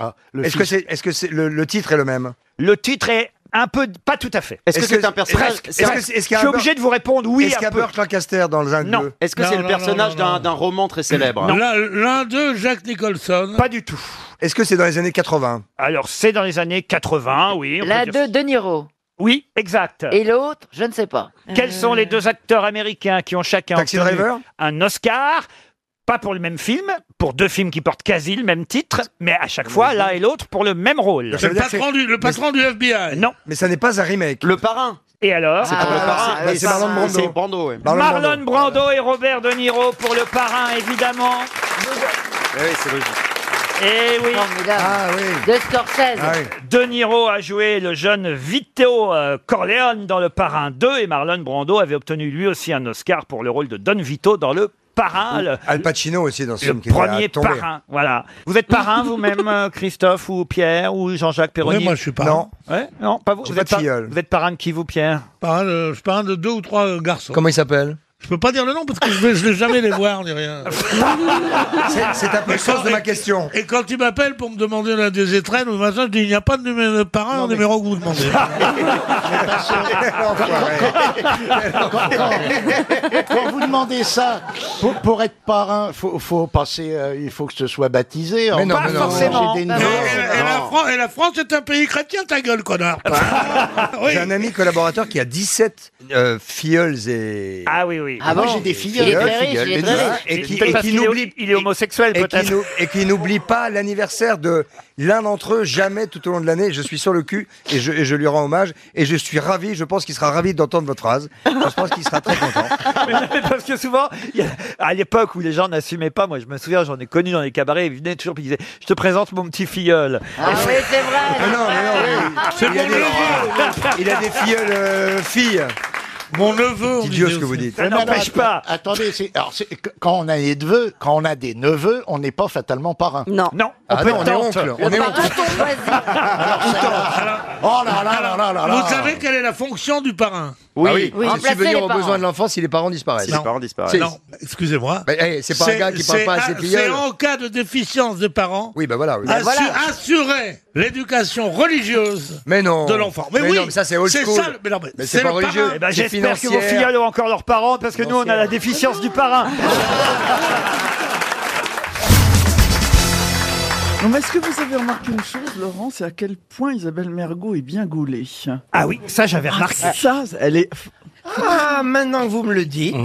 S19: Est-ce que c'est, est-ce que c'est le, le titre est le même
S1: Le titre est un peu, pas tout à fait.
S19: Est-ce que c'est un personnage
S1: Presque.
S19: Est-ce que
S1: presque.
S19: c'est- est-ce
S1: Je
S19: qu'il y a
S1: suis
S19: un-
S1: obligé de vous répondre oui
S19: Est-ce
S1: un
S19: qu'il y a
S1: peu.
S19: Burt Lancaster dans le 1
S1: Non.
S19: Est-ce
S36: que c'est Non, le non, personnage non, non, d'un- non. d'un
S19: roman très célèbre
S36: L'un l'un d'eux, Jacques Nicholson.
S1: Pas du tout.
S19: Est-ce que c'est dans les années 80
S1: Alors c'est dans les années 80, oui. on peut
S12: La
S1: dire
S12: de De Niro.
S1: Oui, exact.
S12: Et l'autre, je ne sais pas.
S1: Quels sont les deux acteurs américains qui ont chacun
S19: Taxi
S1: obtenu
S19: Driver
S1: un Oscar Pas pour le même film, pour deux films qui portent quasi le même titre, mais à chaque fois l'un et l'autre pour le même rôle.
S19: Ça
S36: Le
S19: veut dire que
S36: patron, du, le patron du FBI.
S1: Non.
S19: Mais ça n'est pas un remake. Le parrain.
S1: Et alors
S19: C'est pour le parrain.
S12: c'est-
S19: Bah,
S12: c'est
S19: c'est Marlon Brando.
S12: C'est Brando, ouais.
S19: Marlon Brando.
S1: Ah, Marlon Brando et Robert De Niro pour le parrain, évidemment.
S12: Oui, c'est logique.
S1: Eh oui.
S19: Ah
S35: De Scorsese.
S1: De Niro a joué le jeune Vito euh, Corleone dans Le Parrain 2 et Marlon Brando avait obtenu lui aussi un Oscar pour le rôle de Don Vito dans Le Parrain. Le,
S19: Al Pacino aussi dans ce
S1: le
S19: film qui
S1: premier
S19: est tombé.
S1: parrain, voilà. Vous êtes parrain vous-même, euh, Christophe ou Pierre ou Jean-Jacques Perroni
S6: Ouais, moi, je suis parrain.
S1: Non, Ouais, non pas vous.
S6: J'ai
S1: Vous
S6: pas
S1: êtes,
S6: de
S1: par-
S6: filleul.
S1: vous êtes parrain de qui vous, Pierre
S6: Parrain, euh, je parle de deux ou trois euh, garçons.
S19: Comment il s'appelle
S6: Je peux pas dire le nom parce que je vais, je vais jamais les voir ni rien.
S19: C'est- c'est un peu
S6: Et
S19: le sens
S6: quand-
S19: de ma
S6: et-
S19: question.
S6: Et quand ils m'appellent pour me demander l'un des étrennes ou machin, je dis il n'y a pas de numéro de parrain au numéro que vous demandez.
S5: quand, quand- quand vous demandez ça, pour, pour être parrain, faut, faut passer, euh, il faut que ce soit baptisé.
S6: Mais non,
S5: Pas
S6: mais non,
S5: forcément.
S6: Et, et- et la Fran- et la France est un pays chrétien, ta gueule, connard.
S19: Ah,
S1: Ah,
S19: J'ai un ami collaborateur qui a 17 euh, filleuls et.
S1: Ah oui, oui.
S5: Ah, moi, j'ai des filleuls. Il est très riche, il est
S19: et
S5: très
S19: tout ça,
S5: riche.
S19: Et qui,
S5: Peut-être
S19: et
S5: parce
S19: qui
S5: qu'il est-
S19: n'oublie.
S1: Il est homosexuel,
S19: Et qui,
S1: peut-être.
S19: n'ou- et qui n'oublie pas l'anniversaire de l'un d'entre eux jamais tout au long de l'année. Je suis sur le cul et je, et je lui rends hommage et je suis ravi. Je pense qu'il sera ravi d'entendre votre phrase. Je pense qu'il sera très content.
S1: Mais non, mais parce que souvent, il y a- à l'époque où les gens n'assumaient pas, moi je me souviens, j'en ai connu dans les cabarets, ils venaient toujours et ils disaient Je te présente mon petit filleul.
S35: Ah oui, c'est vrai.
S1: C'est
S19: il, a des, il a des filleuls euh, filles.
S6: Mon neveu.
S19: C'est idiot ce que vous dites.
S5: Ça n'empêche pas. Attendez, c'est- alors, c'est- qu- quand on a des neveux, quand on a des neveux, on n'est pas fatalement parrain. Ah
S35: Non.
S1: Non,
S5: on,
S19: peut être
S5: est
S19: tante.
S5: oncle.
S19: Le
S5: On est
S19: parrain
S5: oncle. Ah, Oh là là là là là là.
S6: Vous savez quelle est la fonction du parrain
S19: Ah oui, c'est subvenir aux besoins de l'enfant si les parents disparaissent.
S6: Si les Non. parents disparaissent.
S19: C'est-
S6: Non, excusez-moi.
S19: Bah, hey, c'est pas un gars qui parle
S6: c'est
S19: pas à
S6: a-
S19: ses filleuls.
S6: C'est en cas de déficience de parents.
S19: Oui, ben voilà. oui.
S6: assu- Assurer l'éducation religieuse
S19: Mais non.
S6: de l'enfant. Mais,
S19: Mais
S6: oui,
S19: non, mais ça, c'est old school.
S6: ça le- mais non, mais
S19: Mais
S6: c'est
S19: c'est pas
S6: le
S19: religieux.
S6: parrain.
S19: Eh ben, j'espère
S1: J'espère que vos filleuls ont encore leurs parents parce que nous on a la déficience du parrain.
S10: Non, mais est-ce que vous avez remarqué une chose, Laurent C'est à quel point Isabelle Mergot est bien gaulée.
S1: Ah oui, ça j'avais remarqué.
S10: ça, elle est.
S37: Ah, maintenant que vous me le dites.
S19: Mmh.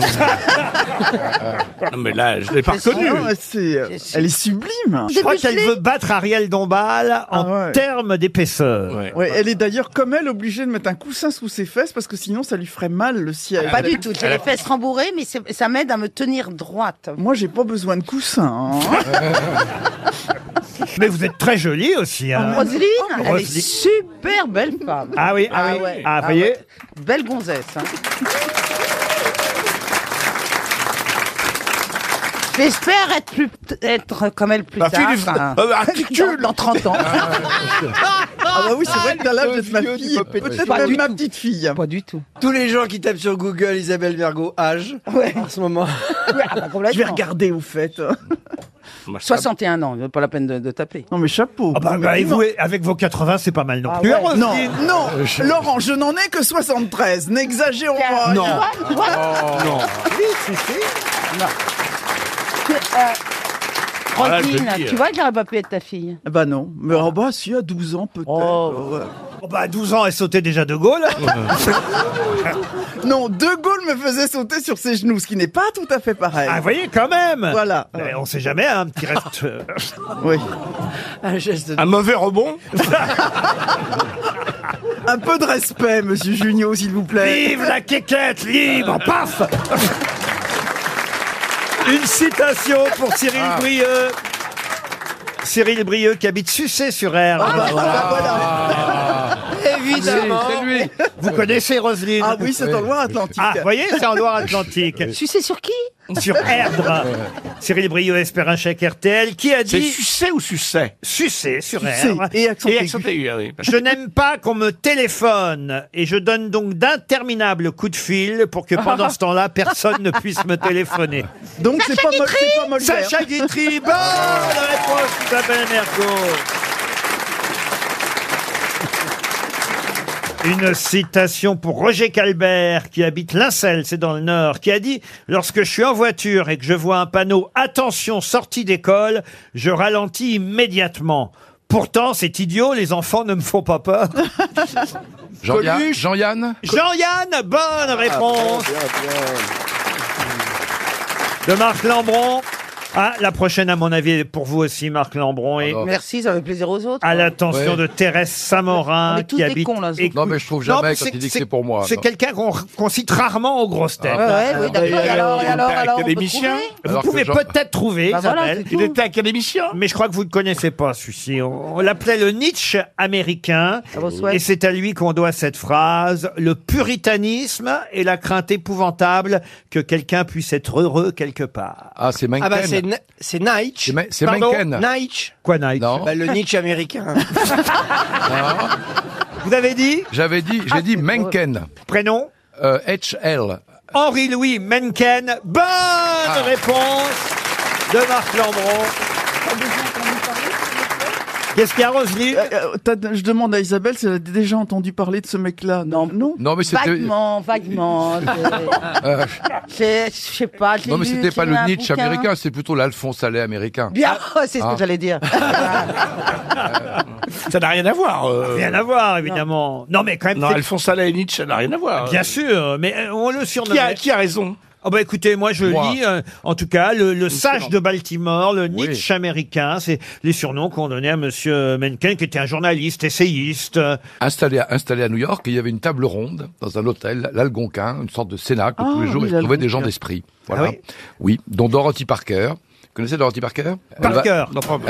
S38: Non, mais là, je l'ai pas reconnu.
S10: Ah ouais, c'est, euh, elle est sublime.
S1: Je crois qu'elle veut battre Ariel Dombal en termes d'épaisseur.
S10: Ah Ouais, elle est d'ailleurs comme elle obligée de mettre un coussin sous ses fesses parce que sinon ça lui ferait mal le siège.
S2: Ah, Pas du tout. J'ai les fesses rembourrées, mais c'est- ça m'aide à me tenir droite.
S10: Moi j'ai pas besoin de coussin. hein.
S1: Mais vous êtes très jolie aussi. hein.
S2: Oh, Roselyne,
S10: Oh,
S2: elle
S1: Roselyne.
S2: est super belle femme.
S1: Ah oui, ah oui.
S2: ouais,
S1: Ah, voyez.
S2: ouais. Belle gonzesse. hein. J'espère être, plus, être comme elle plus
S10: Bah,
S2: tard.
S10: Philippe,
S2: hein.
S1: Ah,
S10: euh, articule.
S2: Dans, dans 30 ans.
S10: Ah bah oui, c'est vrai que t'as l'âge
S39: Ah,
S10: de ma fille,
S2: pas
S10: peut-être
S2: possible.
S10: même ma petite fille. Pas du tout.
S39: Tous les gens qui tapent sur Google Isabelle Vergo âge en ce moment.
S2: ah bah,
S10: Je vais regarder au fait.
S2: 61 ans, pas la peine de, de taper.
S10: Non mais chapeau.
S1: Ah bah,
S10: Non, mais
S1: bah, et
S10: non.
S1: vous, avec vos 80, c'est pas mal non
S10: Ah
S1: plus.
S10: ouais,
S1: Roselyne.
S10: non, non, Laurent, je n'en ai que 73. N'exagérons pas.
S1: Non.
S10: Oh, non.
S2: Non. Tu- euh,
S10: Ah là, je
S2: Roselyne,
S10: le dis,
S2: tu
S10: euh.
S2: vois qu'elle aurait pas pu être ta fille.
S10: Bah non, mais oh bah si à 12 ans peut-être.
S1: Oh, bah à 12 ans, elle sautait déjà de Gaulle.
S10: Non, De Gaulle me faisait sauter sur ses genoux, ce qui n'est pas tout à fait pareil.
S1: Ah, vous voyez, quand même
S10: Voilà.
S1: Mais on sait jamais, hein, un petit reste. euh,
S10: Oui.
S39: Un geste de...
S10: Un mauvais rebond Un peu de respect, monsieur Junio, s'il vous plaît.
S1: Vive la quéquette, libre, paf Une citation pour Cyril
S10: Ah.
S1: Brieux. Cyril Brieux qui habite Sucé sur Air.
S10: Ah, Évidemment. ah, C'est lui.
S1: Vous connaissez Roselyne
S10: Ah oui, c'est en Loire-Atlantique.
S1: Ah, vous voyez, c'est en Loire-Atlantique.
S2: Sucé sur qui
S1: Sur Erdre. Cyril Brieux espère un chèque RTL. Qui a dit
S38: C'est sucé ou sucé
S1: Sucé sur
S38: Sucé
S1: Erdre.
S38: et accent aigu. Ah oui.
S1: Je n'aime pas qu'on me téléphone et je donne donc d'interminables coups de fil pour que pendant ce temps-là, personne ne puisse me téléphoner.
S10: Donc c'est pas, Mol- c'est pas Molière.
S1: Sacha Guitry, bonne
S6: Ah.
S1: réponse d'Isabelle Mergo. Une citation pour Roger Calbert, qui habite Lincel, c'est dans le Nord, qui a dit « Lorsque je suis en voiture et que je vois un panneau « Attention, sortie d'école », je ralentis immédiatement. Pourtant, c'est idiot, les enfants ne me font pas peur.
S21: Jean-Yann-
S1: Coluche.
S21: Jean-Yann
S1: Jean-Yann, bonne réponse de Marc Lambron. Ah, la prochaine, à mon avis, est pour vous aussi, Marc Lambron. Et
S2: Merci, ça fait plaisir aux autres.
S1: à l'attention de Thérèse Samorin,
S2: On est tous
S1: qui
S2: des
S1: habite...
S2: cons, là, ce
S1: Écou-
S2: soir. Non, mais je trouve jamais
S1: mais
S2: quand il dit que c'est
S6: pour moi,
S1: C'est
S6: non.
S1: quelqu'un qu'on qu'on cite rarement aux grosses têtes.
S6: Ah, ouais, oui, d'accord. Et alors, et alors, alors, on peut
S1: académicien
S6: trouver
S1: Vous
S6: Alors que
S1: pouvez
S6: Jean-
S1: peut-être trouver,
S6: Bah voilà,
S1: Isabelle.
S6: c'est tout. Il était
S1: académicien Mais je crois que vous ne connaissez pas celui-ci. On, on l'appelait le Nietzsche américain.
S2: souhaite.
S1: Et c'est à lui qu'on doit cette phrase. Le puritanisme et la crainte épouvantable que quelqu'un puisse être heureux quelque part.
S40: Ah, c'est
S1: Mencken.
S40: Ah bah c'est Na- c'est Nietzsche.
S1: C'est Ma- c'est
S40: Pardon
S1: Mencken.
S40: Nietzsche.
S1: Quoi, Nietzsche
S40: Bah, le Nietzsche américain.
S1: Vous avez dit Ah.
S13: J'avais dit, j'ai dit Euh, Mencken.
S1: Prénom
S13: HL.
S1: Henri-Louis Mencken. Bonne
S6: Ah.
S1: réponse de Marc Lambron. Qu'est-ce qu'il y a, Roselyne
S10: Euh, Je demande à Isabelle si elle a déjà entendu parler de ce mec-là. Non, non.
S13: Non, mais c'était-
S2: Vaguement, vaguement. je-
S13: Euh,
S2: Je je sais pas. je l'ai
S13: non, mais
S2: lu, j'ai
S13: c'était pas
S2: lu
S13: le
S2: un
S13: Nietzsche
S2: bouquin.
S13: américain, c'est plutôt l'Alphonse Allais américain.
S2: Bien, Oh, c'est ce
S13: Ah.
S2: que j'allais dire.
S13: Ça n'a rien à voir.
S1: Rien à voir, évidemment. Non, mais quand même.
S6: Non,
S1: c'est-
S6: Alphonse Allais et Nietzsche, ça n'a rien à voir.
S1: Bien sûr, mais euh, on le surnomme.
S6: Qui a- qui a raison
S1: bah écoutez, moi je
S6: Moi.
S1: lis, euh, en tout cas, le, le sage de Baltimore, le Nietzsche américain, c'est les surnoms qu'on donnait à Monsieur Mencken, qui était un journaliste, essayiste. euh,
S13: Installé à, installé à New York, il y avait une table ronde dans un hôtel, l'Algonquin, une sorte de cénacle où
S1: Ah,
S13: tous les jours
S1: oui,
S13: il trouvait des
S1: l'Algonquin.
S13: gens d'esprit. Voilà. Ah oui, dont Dorothy Parker. Vous connaissez Dorothy Parker Elle va-
S1: Parker.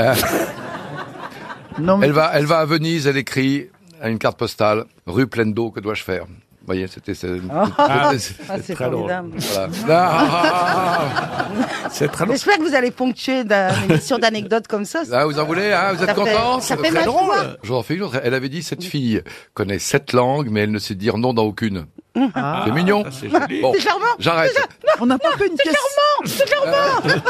S13: Euh, elle, va, elle va à Venise, elle écrit à une carte postale Rue pleine d'eau, que dois-je faire Vous voyez, c'était. c'est-
S2: Ah,
S13: c'était- c'était-
S2: ah, c'est
S13: très drôle.
S2: formidable.
S13: Voilà. Ah, ah, ah, ah. C'est très drôle.
S2: J'espère que vous allez ponctuer d'une émission d'anecdotes comme ça.
S13: Ah, vous en voulez hein Vous êtes
S2: Ça fait-
S13: contents
S2: ça fait mal voir.
S13: Je vous en fais une autre. Elle avait dit cette fille connaît sept langues, mais elle ne sait dire non dans aucune. Ah. c'est mignon.
S10: Ah,
S13: Bon,
S2: Ah. C'est charmant.
S13: J'arrête.
S10: On n'a pas fait une pièce.
S2: C'est charmant.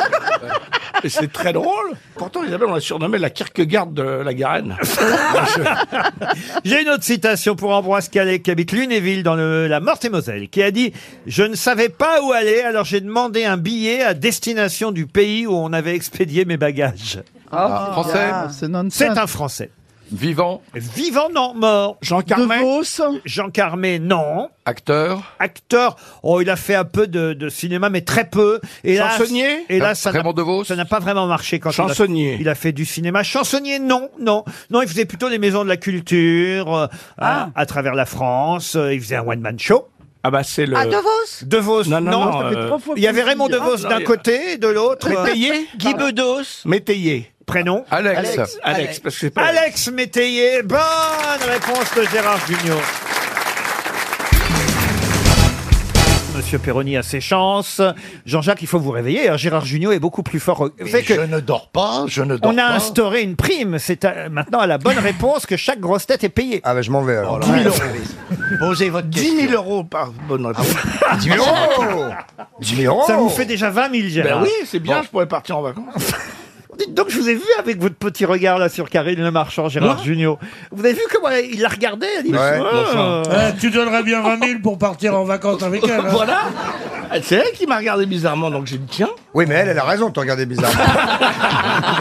S6: Et c'est très drôle. Pourtant, Isabelle, on l'a surnommée la Kierkegaard de la Garenne.
S1: J'ai une autre citation pour Ambroise Calais, qui habite Lunéville, dans le- la Meurthe-et-Moselle, qui a dit « Je ne savais pas où aller, alors j'ai demandé un billet à destination du pays où on avait expédié mes bagages.
S10: Ah, Français bien, c'est nonsense.
S1: C'est un Français.
S13: Vivant
S1: Vivant, non. Mort.
S6: Jean
S1: Carmé Jean Carmé, non.
S13: Acteur
S1: Acteur, oh, il a fait un peu de, de cinéma, mais très peu. Et là,
S6: Chansonnier
S1: Et là, ça n'a-
S6: Raymond
S1: ça n'a pas vraiment marché quand il a-
S6: Chansonnier.
S1: Il a, fait du cinéma. Chansonnier, non, non, non. Il faisait plutôt les maisons de la culture euh, à, à travers la France. Euh, Il faisait un one man show.
S6: Ah bah c'est le.
S1: Ah, De
S2: Vos
S1: De Vos, non.
S6: Non, non, non, Ça fait euh, trois fois
S1: Il y avait
S6: plus
S1: Raymond
S6: de-
S1: De Vos
S6: Ah,
S1: d'un
S6: non,
S1: côté, et de l'autre. euh,
S6: Métayer
S1: Guy Bedos.
S6: Métayer.
S1: Prénom
S13: Alex.
S6: Alex. Alex, parce que c'est pas.
S1: Alex Métayer. Bonne réponse de Gérard Junior. Monsieur Perroni a ses chances. Jean-Jacques, il faut vous réveiller. hein. Gérard Junior est beaucoup plus fort. Vous savez que
S41: Je ne dors pas, je ne dors
S1: on a
S41: pas.
S1: instauré une prime. C'est à- maintenant à la bonne réponse que chaque grosse tête est payée.
S19: Ah ben je m'en vais alors.
S1: 10 000 euros.
S6: Posez votre Ah 10 000 euros par bonne réponse.
S19: 10 000 euros 10 000 euros
S1: Ça vous fait déjà 20 000, Gérard.
S6: Ben oui, c'est bien, je pourrais partir en vacances.
S1: Dites donc, je vous ai vu avec votre petit regard là sur Karine Le Marchand, Gérard Junior. Vous avez vu comment il la regardait elle dit,
S6: Ouais,
S1: Ah.
S6: enfin.
S1: Euh,
S5: Eh, tu donnerais bien 20 000 pour partir en vacances avec elle. hein.
S6: voilà. C'est elle qui m'a regardé bizarrement, donc j'ai dit tiens.
S19: Oui, mais elle, elle a raison de te regarder bizarrement.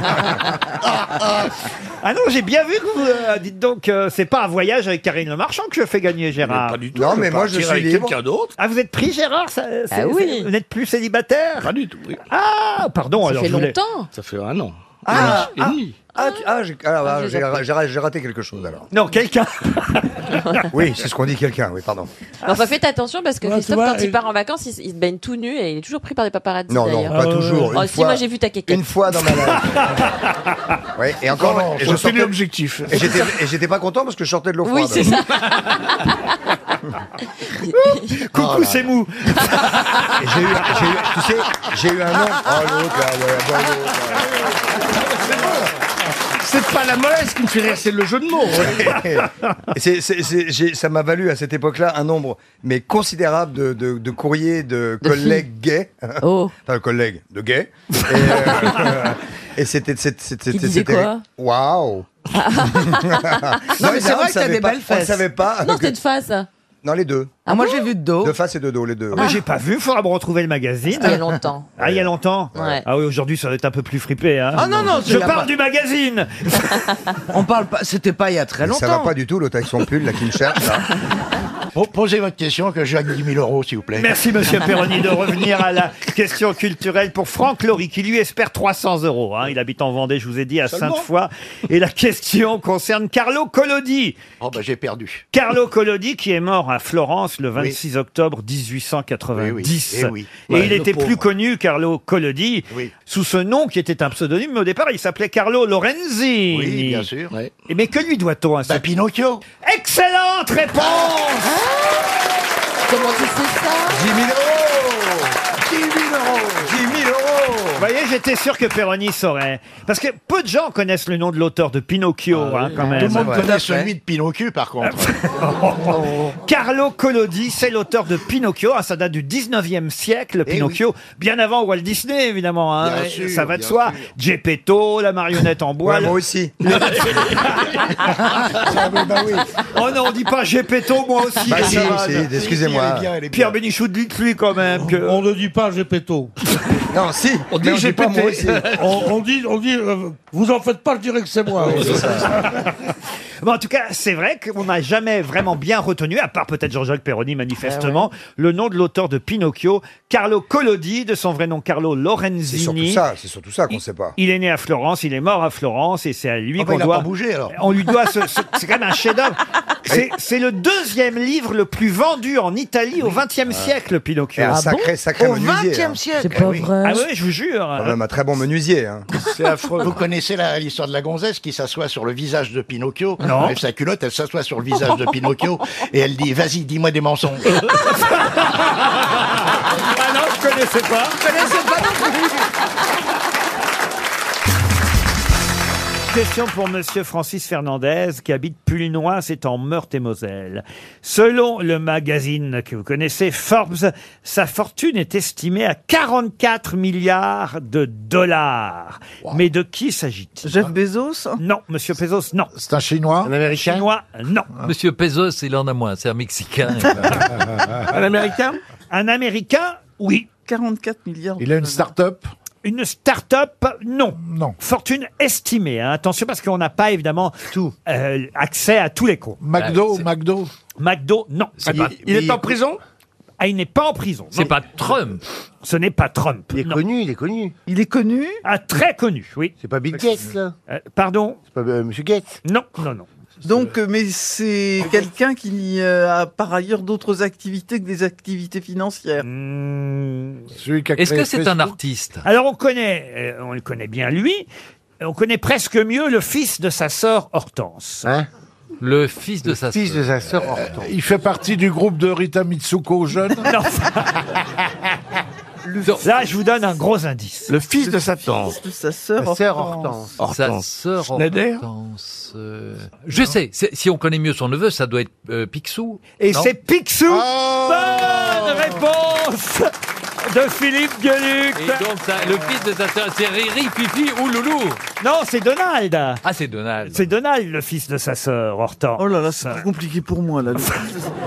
S1: Ah non, j'ai bien vu que vous euh, dites donc, euh, c'est pas un voyage avec Karine Le Marchand que je fais gagner Gérard.
S6: Mais pas du tout, Non, je mais veux moi, partir je suis avec libre. quelqu'un d'autre.
S1: Ah, vous êtes pris Gérard ça, c'est-
S6: Ah oui.
S1: c'est- Vous n'êtes plus célibataire
S6: Pas du tout. oui.
S1: Ah, pardon.
S6: Ça
S1: alors
S6: fait
S1: je voulais-
S6: longtemps. Ça fait un an.
S19: Ah,
S6: Et demi.
S19: Ah, tu- ah, j'ai alors,
S6: Ah,
S19: ah,
S6: j'ai
S19: j'ai
S6: zappé.
S19: j'ai- j'ai raté quelque chose alors.
S1: Non, quelqu'un.
S19: oui, c'est ce qu'on dit quelqu'un, oui, pardon.
S24: Enfin, faites attention parce que
S19: Ouais, tu
S24: Christophe,
S19: vois,
S24: quand il
S19: et-
S24: part en vacances, il, s- il se baigne tout nu et il est toujours pris par des paparazzis.
S19: Non, non,
S24: d'ailleurs.
S19: pas toujours.
S24: Oh,
S19: Une
S24: si,
S19: fois-
S24: moi j'ai vu ta quéquette.
S19: Une fois dans ma life. oui, et encore,
S6: Non,
S19: et
S6: faut
S19: sortais-
S6: tenir objectif.
S19: Et j'étais- et j'étais pas content parce que je sortais de l'eau
S24: Oui,
S19: froide.
S24: c'est ça.
S5: Ah,
S19: Coucou,
S1: c'est mou.
S19: j'ai eu, j'ai eu- tu sais, j'ai eu un an. Oh l'autre, là, ouais, bon, l'autre, là.
S6: C'est pas la mollesse qui me fait rire, c'est le jeu de mots.
S19: Et c'est- c'est- c'est- j'ai- ça m'a valu à cette époque-là un nombre mais considérable de, de- de courriers de
S6: De
S19: collègues gays. Enfin, collègues de gays. Et, euh, et c'était. c'était- c'était-
S6: Ils disaient
S19: c'était-
S6: quoi
S19: Waouh
S24: Non, mais
S19: les
S24: c'est
S19: uns,
S24: vrai
S19: on
S24: que t'as
S19: savait
S24: des
S19: pas-
S24: belles
S19: On ne
S24: fesses.
S19: savait pas.
S24: Non,
S19: que-
S24: c'est de face.
S19: Non, les deux.
S24: Ah, moi, j'ai vu de dos.
S19: De face et de dos, les deux.
S1: Ah, mais j'ai pas vu, faudra me retrouver le magazine.
S24: C'était il y a longtemps.
S1: Ah, il y a longtemps
S24: Ouais.
S1: Ah oui, aujourd'hui, ça doit être un peu plus fripé. Hein.
S42: Ah non, non,
S1: je
S42: c'est la
S1: parle
S42: pa-
S1: du magazine
S42: On parle pas, c'était pas il y a très
S19: Mais
S42: longtemps.
S19: Ça va pas du tout, l'autre avec son pull, là, qui me cherche, là.
S6: Po- Posez votre question que je gagne 10 000 euros, s'il vous plaît.
S1: Merci, monsieur Perroni, de revenir à la question culturelle pour Franck Laurie, qui lui espère 300 euros. hein. Il habite en Vendée, je vous ai dit, à
S6: Seulement
S1: Sainte-Foy. Et la question concerne Carlo Collodi.
S6: Oh, ben j'ai perdu.
S1: Carlo Collodi, qui est mort à Florence le 26 octobre 1890.
S6: Eh oui.
S1: Et
S6: Ouais,
S1: il
S6: le
S1: était plus
S6: pauvre.
S1: connu, Carlo Collodi, sous ce nom qui était un pseudonyme, mais au départ, il s'appelait Carlo Lorenzi.
S6: Oui, bien sûr. Ouais.
S1: Et mais que lui doit-on à ce...
S6: Pinocchio.
S1: Excellente réponse
S6: Comment tu
S24: Ah,
S6: sais ça 10 000 euros 10 000 euros 10 000 euros
S1: Vous voyez, j'étais sûr que Perroni saurait. Parce que peu de gens connaissent le nom de l'auteur de Pinocchio,
S6: Ah
S1: hein, quand même.
S6: Tout le monde connaît celui de Pinocchio, par contre.
S1: Carlo Collodi, c'est l'auteur de Pinocchio. Ah, ça date du 19e siècle, Pinocchio. Bien avant Walt Disney, évidemment. hein.
S19: Eh Bien
S1: Et
S19: sûr,
S1: ça va de
S19: bien
S1: soi. Geppetto, la marionnette en bois.
S19: Ouais,
S1: le-
S19: moi aussi.
S5: ah, bah
S1: Oh non, on dit pas Geppetto, moi aussi.
S19: Bah si,
S1: camarade.
S19: si, excusez-moi. Si, si, elle est bien, elle est bien.
S1: Pierre Bénichou de lui, quand même.
S43: On ne dit pas Gepetto.
S19: Non, si.
S43: On dit
S19: mais on dit pas
S43: Gepetto.
S19: moi aussi.
S43: On, on dit, on dit euh, vous en faites pas, je dirais que c'est moi.
S1: Bon, en tout cas, c'est vrai qu'on n'a jamais vraiment bien retenu, à part peut-être Jean-Jacques Perroni manifestement,
S19: Ah
S1: le nom de l'auteur de Pinocchio, Carlo Collodi, de son vrai nom Carlo
S19: C'est surtout
S1: Lorenzini.
S19: ça, c'est surtout ça qu'on sait pas.
S1: Il est né à Florence, il est mort à Florence, et c'est à lui
S19: Ah bah,
S1: qu'on
S19: il a
S1: doit.
S19: pas bougé, alors.
S1: On lui doit. ce- ce- c'est quand même un chef-d'œuvre. C'est, c'est le deuxième livre le plus vendu en Italie au XXe siècle, Pinocchio.
S19: Et un Ah sacré- bon sacré
S1: Au
S19: menuisier,
S1: XXe
S19: hein.
S1: siècle.
S19: C'est pas
S1: Eh oui.
S19: vrai.
S1: Ah oui, je vous jure.
S19: Quand même un très bon menuisier. Hein.
S6: C'est affreux. Vous connaissez la- l'histoire de la gonzesse qui s'assoit sur le visage de Pinocchio.
S19: Non.
S6: Elle enlève sa culotte, elle s'assoit sur le visage de Pinocchio et elle dit Vas-y, dis-moi des mensonges.
S1: Ah non, je connaissais pas.
S44: Je connaissais pas
S1: Question pour Monsieur Francis Fernandez, qui habite Pulnois, c'est en Meurthe-et-Moselle. Selon le magazine que vous connaissez, Forbes, sa fortune est estimée à 44 milliards de dollars. Mais de qui s'agit-il Jeff Bezos Non, Monsieur Bezos, non.
S5: C'est un Chinois
S1: Un Américain Chinois, Euh, non.
S11: Ah. Monsieur Bezos, il en a moins, c'est un Mexicain.
S1: Un Américain Un Américain, oui. 44 milliards. Il a une start-up une start-up, non. Non. Fortune estimée. hein. Attention, parce qu'on n'a pas évidemment tout accès à tous les comptes.
S5: McDo, McDo.
S1: McDo, non.
S5: C'est pas- Il est en prison
S1: Ah, il n'est pas en prison. C'est
S11: pas Trump.
S1: Ce n'est pas Trump. Il est connu, il est connu. Il est connu Ah, très connu, oui. C'est pas Bill
S10: Gates, là
S1: Pardon
S10: C'est pas
S6: euh,
S10: Monsieur Gates
S1: Non, non, non.
S10: Euh, Donc, euh, mais c'est quelqu'un qui euh, a par ailleurs d'autres activités que des activités financières.
S11: Est-ce que c'est un artiste
S1: Alors on connaît, euh, on le connaît bien lui. On connaît presque mieux le fils de sa sœur Hortense.
S45: Hein
S11: Le fils de sa
S5: fils de
S11: sœur.
S5: sa sœur Hortense. Il fait partie du groupe de Rita Mitsuko jeune.
S1: Là, je vous donne un gros indice.
S45: Le fils de Satan.
S10: De sa sœur
S11: Sa sœur
S10: Hortense.
S11: Sa
S45: Hortense.
S11: sœur
S45: Schneider
S11: Hortense, euh, Je sais, c'est- si on connaît mieux son neveu, ça doit être euh, Picsou.
S1: Et
S11: non Oh
S1: c'est Picsou. Bonne réponse de Philippe Gueluc.
S11: Et donc, ça- le fils de sa sœur, c'est Riri, Fifi ou Loulou
S1: Non, c'est Donald.
S11: Ah, c'est Donald.
S1: C'est Donald, le fils de sa sœur Hortense. Oh là là, c'est compliqué pour moi là.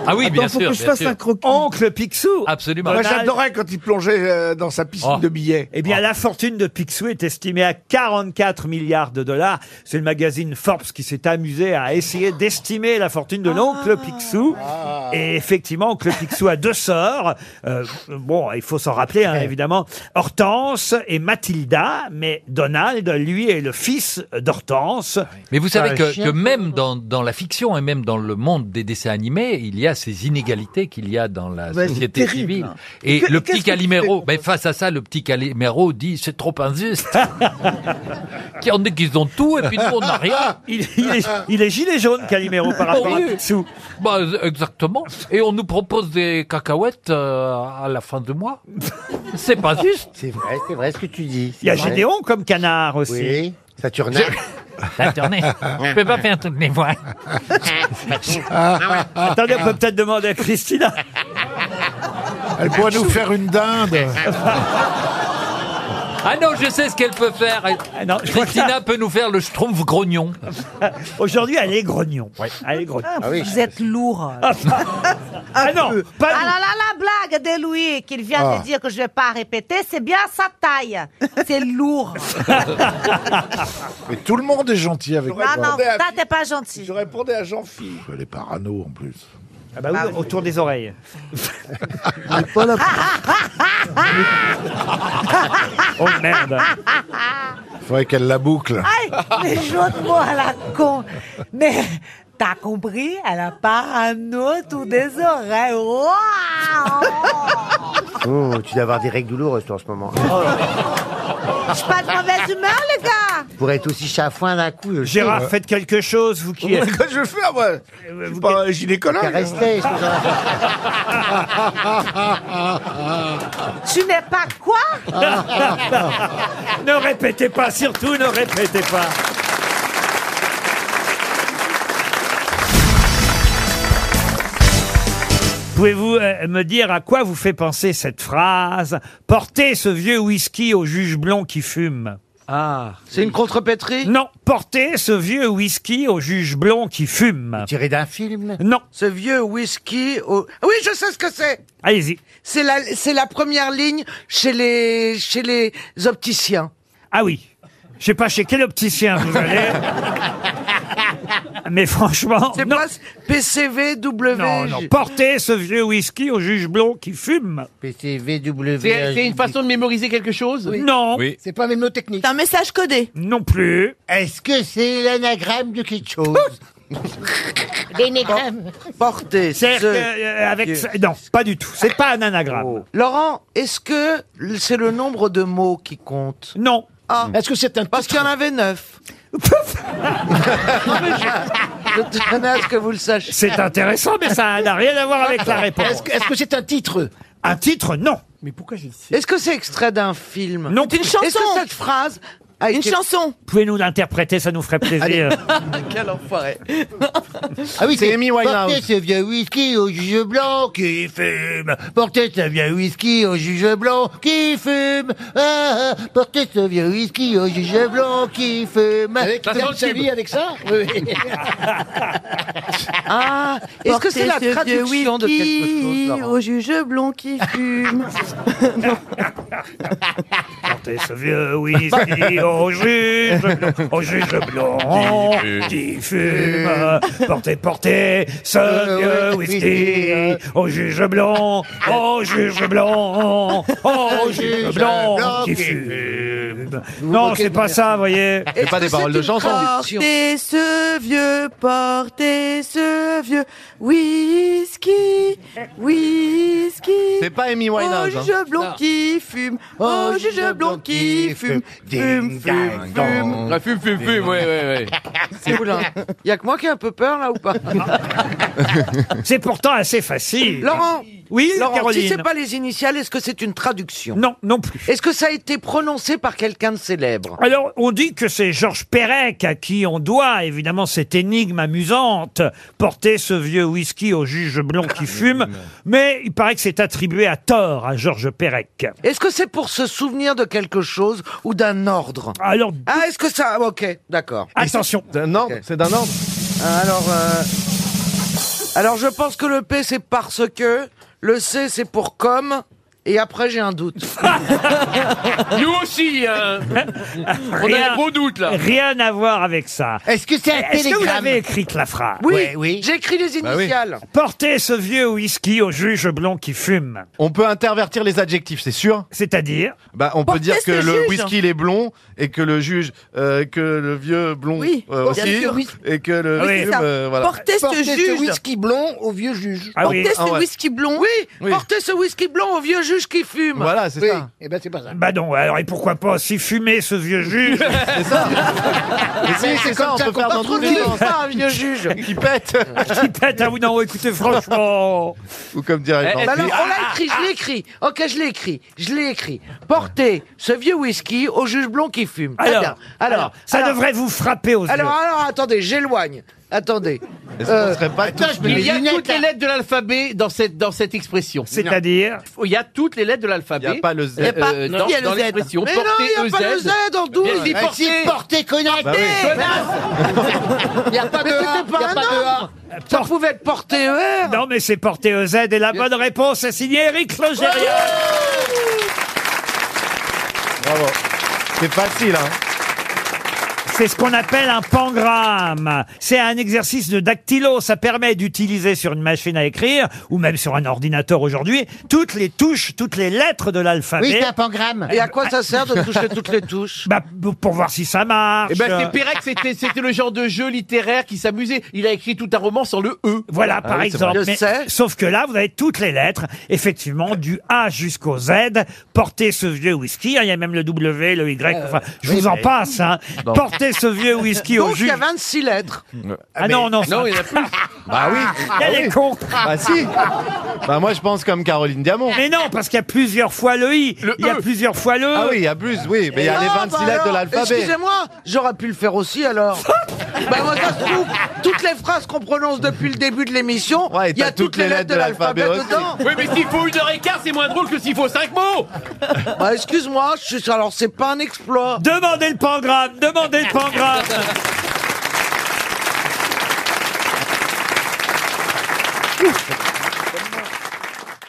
S11: Ah oui, bien sûr. bien sûr.
S1: Oncle Picsou.
S11: Absolument.
S45: Moi, j'adorais quand il plongeait euh, dans sa piscine
S1: Oh.
S45: de billets.
S1: Eh bien, la fortune de Picsou est estimée à 44 milliards de dollars. C'est le magazine Forbes qui s'est amusé à essayer d'estimer la fortune de l'oncle Picsou.
S45: Ah.
S1: Et effectivement, oncle Picsou a deux sœurs. Euh, bon, il faut s'en rappeler, hein, évidemment. Hortense et Mathilda, mais Donald, lui, est le fils d'Hortense.
S11: Mais vous
S9: Ah,
S11: savez que, que même dans, dans la fiction et même dans le monde des dessins animés, il y a ces inégalités qu'il y a dans la
S9: Ouais, c'est
S11: société
S9: terrible.
S11: civile. Et
S9: Que-
S11: le
S9: qu'est-ce
S11: petit
S9: que tu
S11: Calimero, mais face à ça, le petit Calimero dit c'est trop injuste. Qui en dit qu'ils ont tout et puis nous on n'a rien.
S1: Il, est, il est gilet jaune Calimero par rapport à Picsou.
S11: Bah, exactement. Et on nous propose des cacahuètes euh, à la fin du mois. C'est pas juste.
S9: C'est vrai, c'est vrai ce que tu dis.
S11: Il y a
S9: C'est vrai.
S11: Gédéon
S1: comme canard aussi.
S9: Oui, Saturnin.
S11: Saturnin. Je peux pas faire toutes les voix.
S5: Ah.
S1: Ah. Attendez, on peut peut-être demander à Christina.
S5: Elle pourrait nous faire une dinde.
S11: Ah non, je sais ce qu'elle peut faire.
S1: Ah
S11: Christina peut nous faire le schtroumpf grognon.
S1: Aujourd'hui, elle est grognon. Elle est grognon.
S11: Ah, oui.
S1: Vous êtes lourd. Ah, non, pas
S2: Ah là là, la blague de Louis qu'il vient
S1: Ah.
S2: de dire que je vais pas répéter, c'est bien sa taille. C'est lourd.
S5: Mais tout le monde est gentil avec
S2: non, non,
S5: toi.
S2: ça t'es pas gentil.
S45: Je répondais à Jean-Philippe.
S5: Elle est parano en plus.
S1: Ah bah oui, autour des oreilles. oh merde
S6: Faudrait qu'elle la boucle.
S2: Aïe, les jeux de mots à la con. Mais t'as compris, elle a parano tout des oreilles. Waouh
S5: Oh, tu dois avoir des règles douloureuses toi en ce moment.
S8: Je suis pas de mauvaise humeur, les gars.
S5: Pour être aussi chafouin d'un coup. je sais,
S1: Gérard,
S5: hein.
S1: faites quelque chose, vous qui êtes... Euh,
S9: je vais faire, moi Je suis pas un gynécologue.
S5: Qu'à rester, ce
S8: Tu n'es pas quoi
S1: Ah. ne répétez pas, surtout ne répétez pas. Pouvez-vous euh, me dire à quoi vous fait penser cette phrase Portez ce vieux whisky au juge blond qui fume. Ah, c'est une contrepétrie Non, portez ce vieux whisky au juge blond qui fume. Tiré d'un film Non.
S2: Ce vieux whisky au... Ah Oui, je sais ce que c'est.
S1: Allez-y.
S2: C'est la, c'est la première ligne chez les, chez les opticiens.
S1: Ah oui. Je sais pas chez quel opticien vous allez. Mais franchement,
S2: C'est pas PCV, W...
S1: non, non. Portez ce vieux whisky au juge blond Oh, qui fume.
S5: PCVW.
S33: C'est c'est une façon de mémoriser quelque chose
S1: Non.
S5: C'est pas mnémotechnique.
S2: C'est un message codé.
S1: Non plus.
S5: Est-ce que c'est l'anagramme de quelque chose L'énagramme.
S2: Portez
S1: C'est-à-dire que, Oh euh, avec ça- non, pas du tout. C'est pas un anagramme.
S2: Oh. Laurent, est-ce que l- c'est le nombre de mots qui compte
S1: Non.
S2: Est-ce que c'est un Parce qu'il y en avait neuf. je, je tenais à ce que vous le sachiez.
S1: C'est intéressant, mais ça n'a rien à voir avec la réponse.
S2: Est-ce que-
S1: c'est un titre Un titre, non. Mais pourquoi j'ai
S2: Est-ce que c'est extrait d'un film
S1: Non. C'est une chanson.
S2: Est-ce que cette phrase a été-
S1: Pouvez-nous l'interpréter, ça nous ferait plaisir.
S2: Quel enfoiré.
S5: Ah oui,
S1: C'est Amy Winehouse.
S5: Portez ce vieux whisky au juge blanc qui fume. Portez ce vieux whisky au juge blanc qui fume. Ah, ah, portez ce vieux whisky au juge blanc qui fume.
S2: Avec- Ça, c'est dans le
S5: sa
S2: tube.
S5: vie avec ça Oui, oui.
S2: Ah, est-ce que c'est la
S8: Portez ce vieux
S2: traduction de quelque chose
S8: whisky
S2: Laurent
S8: Au juge blond qui fume.
S1: Portez ce vieux whisky au juge, blond, au juge blond qui fume. Portez, portez
S22: Euh,
S1: ce vieux whisky au juge blond, au juge blond, au juge blond qui fume. Non, c'est pas ça, vous voyez.
S2: Est-ce que c'est une traduction
S8: Portez ce vieux, portez ce vieux whisky, whisky.
S5: C'est pas Amy Winehouse,
S8: Au Oh,
S5: hein.
S8: juge blond
S5: Non.
S8: qui fume, au juge blond qui fume, fume, fume, fume.
S2: Ah, fume, fume, fume, ouais, ouais, ouais. Oula, y a que moi qui ai un peu peur là ou pas
S1: C'est pourtant assez facile.
S2: Laurent
S1: Oui,
S2: Laurent, si
S1: Caroline.
S2: c'est pas les initiales, est-ce que c'est une traduction
S1: Non, non plus.
S2: Est-ce que ça a été prononcé par quelqu'un de célèbre
S1: Alors, on dit que c'est Georges Perec à qui on doit, évidemment, cette énigme amusante, porter ce vieux whisky au juge blond qui fume, mais il paraît que c'est attribué à tort à Georges Perec.
S2: Est-ce que c'est pour se souvenir de quelque chose ou d'un ordre
S1: Alors,
S2: Ah, est-ce que ça... Ok, d'accord.
S1: Attention.
S2: D'un ordre C'est d'un ordre Alors, euh, Alors, je pense que le P, c'est parce que, le C, c'est pour comme, et après, j'ai un doute.
S34: Nous aussi, euh, on a
S1: Rien-
S34: un gros doute là.
S1: Rien à voir avec ça. Est-ce que
S5: c'est un
S1: que vous
S5: télégramme
S1: avez écrite la phrase
S2: Oui, j'écris les
S1: Bah oui.
S2: initiales.
S1: Portez ce vieux whisky au juge blond qui fume.
S22: On peut intervertir les adjectifs, c'est sûr
S1: C'est-à-dire
S22: Bah, on peut
S1: Portez
S22: dire que
S1: ce
S22: le
S1: juge.
S22: whisky il est blond et que le juge, euh, que le vieux blond
S5: Oui,
S22: euh,
S5: bien
S22: aussi,
S5: sûr.
S22: et que le
S6: Ah
S5: Oui, c'est
S22: fume,
S5: ça.
S22: euh, voilà.
S5: whisky blond au vieux juge.
S22: Ah oui. Ah ouais.
S2: blond. Oui, portez ce whisky blond au vieux juge qui fume.
S22: Voilà, c'est
S5: Oui.
S22: ça.
S5: Eh ben, c'est pas ça.
S1: Bah non, alors et pourquoi pas aussi fumer ce vieux juge C'est ça
S22: Mais si, c'est ça, on peut faire dans tous les sens.
S2: un vieux juge
S22: Qui pète
S1: Qui pète, ah oui, non, écoutez, franchement
S22: Ou comme dirait
S1: Eh,
S22: Ah,
S2: Bah alors,
S1: ah,
S2: on l'a écrit, je l'ai écrit. Ok, je l'ai écrit, je l'ai écrit. Portez ce vieux whisky au juge blond qui fume. Très
S1: Alors,
S2: bien.
S1: alors, ça devrait vous frapper aux yeux.
S2: Alors, alors, attendez, j'éloigne. Attendez. Euh,
S33: Attends, je me mets Il y a toutes les lettres de l'alphabet dans cette, dans cette expression.
S1: C'est-à-dire
S33: Il y a toutes les lettres de l'alphabet. Il n'y a pas le Z.
S22: Il y a pas-
S2: Euh,
S33: dans,
S22: il y a le
S33: dans
S22: Z.
S33: l'expression.
S2: Mais non, il n'y a pas le Z en douze.
S33: Bien dit,
S5: Ah, si,
S33: portez.
S5: portez, connasse
S33: Bah oui.
S5: Il n'y a pas de
S2: Mais
S5: A,
S2: c'était pas
S5: y a
S2: un
S5: pas de A.
S2: ordre. Ça pouvait être porté ER.
S1: Non, mais c'est porté EZ et la bonne réponse est signée Eric Logérias.
S22: Bravo. C'est facile, hein
S1: C'est ce qu'on appelle un pangramme. C'est un exercice de dactylo. Ça permet d'utiliser sur une machine à écrire, ou même sur un ordinateur aujourd'hui, toutes les touches, toutes les lettres de l'alphabet.
S5: Oui, c'est un pangramme.
S2: Et à quoi ça sert de toucher toutes les touches
S1: bah, Pour voir si ça marche.
S33: Eh ben, c'est Pérec, c'était, c'était le genre de jeu littéraire qui s'amusait. Il a écrit tout un roman sans le E.
S1: Voilà,
S8: Ah
S1: par exemple. Mais- sauf que là, vous avez toutes les lettres, effectivement, du A jusqu'au Z. Portez ce vieux whisky. hein, Il y a même le W, le Y. Enfin, je vous en passe. Hein.
S2: Euh, Bon.
S1: Portez ce vieux whisky au
S2: Donc il
S1: jus.
S2: y a 26 lettres.
S1: Ah non, non, ça-
S22: Bah oui.
S1: Elle est con.
S22: Bah si. Bah moi je pense comme Caroline Diamant.
S1: Mais non, parce qu'il y a plusieurs fois le i. il y a plusieurs fois le. e.
S22: Ah oui, il y a plus, oui. Mais il y a
S2: Ah,
S22: les
S2: E. bah
S22: 26 lettres de
S2: alors,
S22: l'alphabet.
S2: Excusez-moi, j'aurais pu le faire aussi alors. bah, moi, ça se trouve, toutes les phrases qu'on prononce depuis le début de l'émission, il y a toutes, les lettres, de l'alphabet dedans.
S33: Oui, mais s'il faut une heure et quart, c'est moins drôle que s'il faut cinq mots.
S2: Bah, excuse-moi, je suis... alors c'est pas un exploit.
S1: Demandez le pangramme, demandez le pangramme.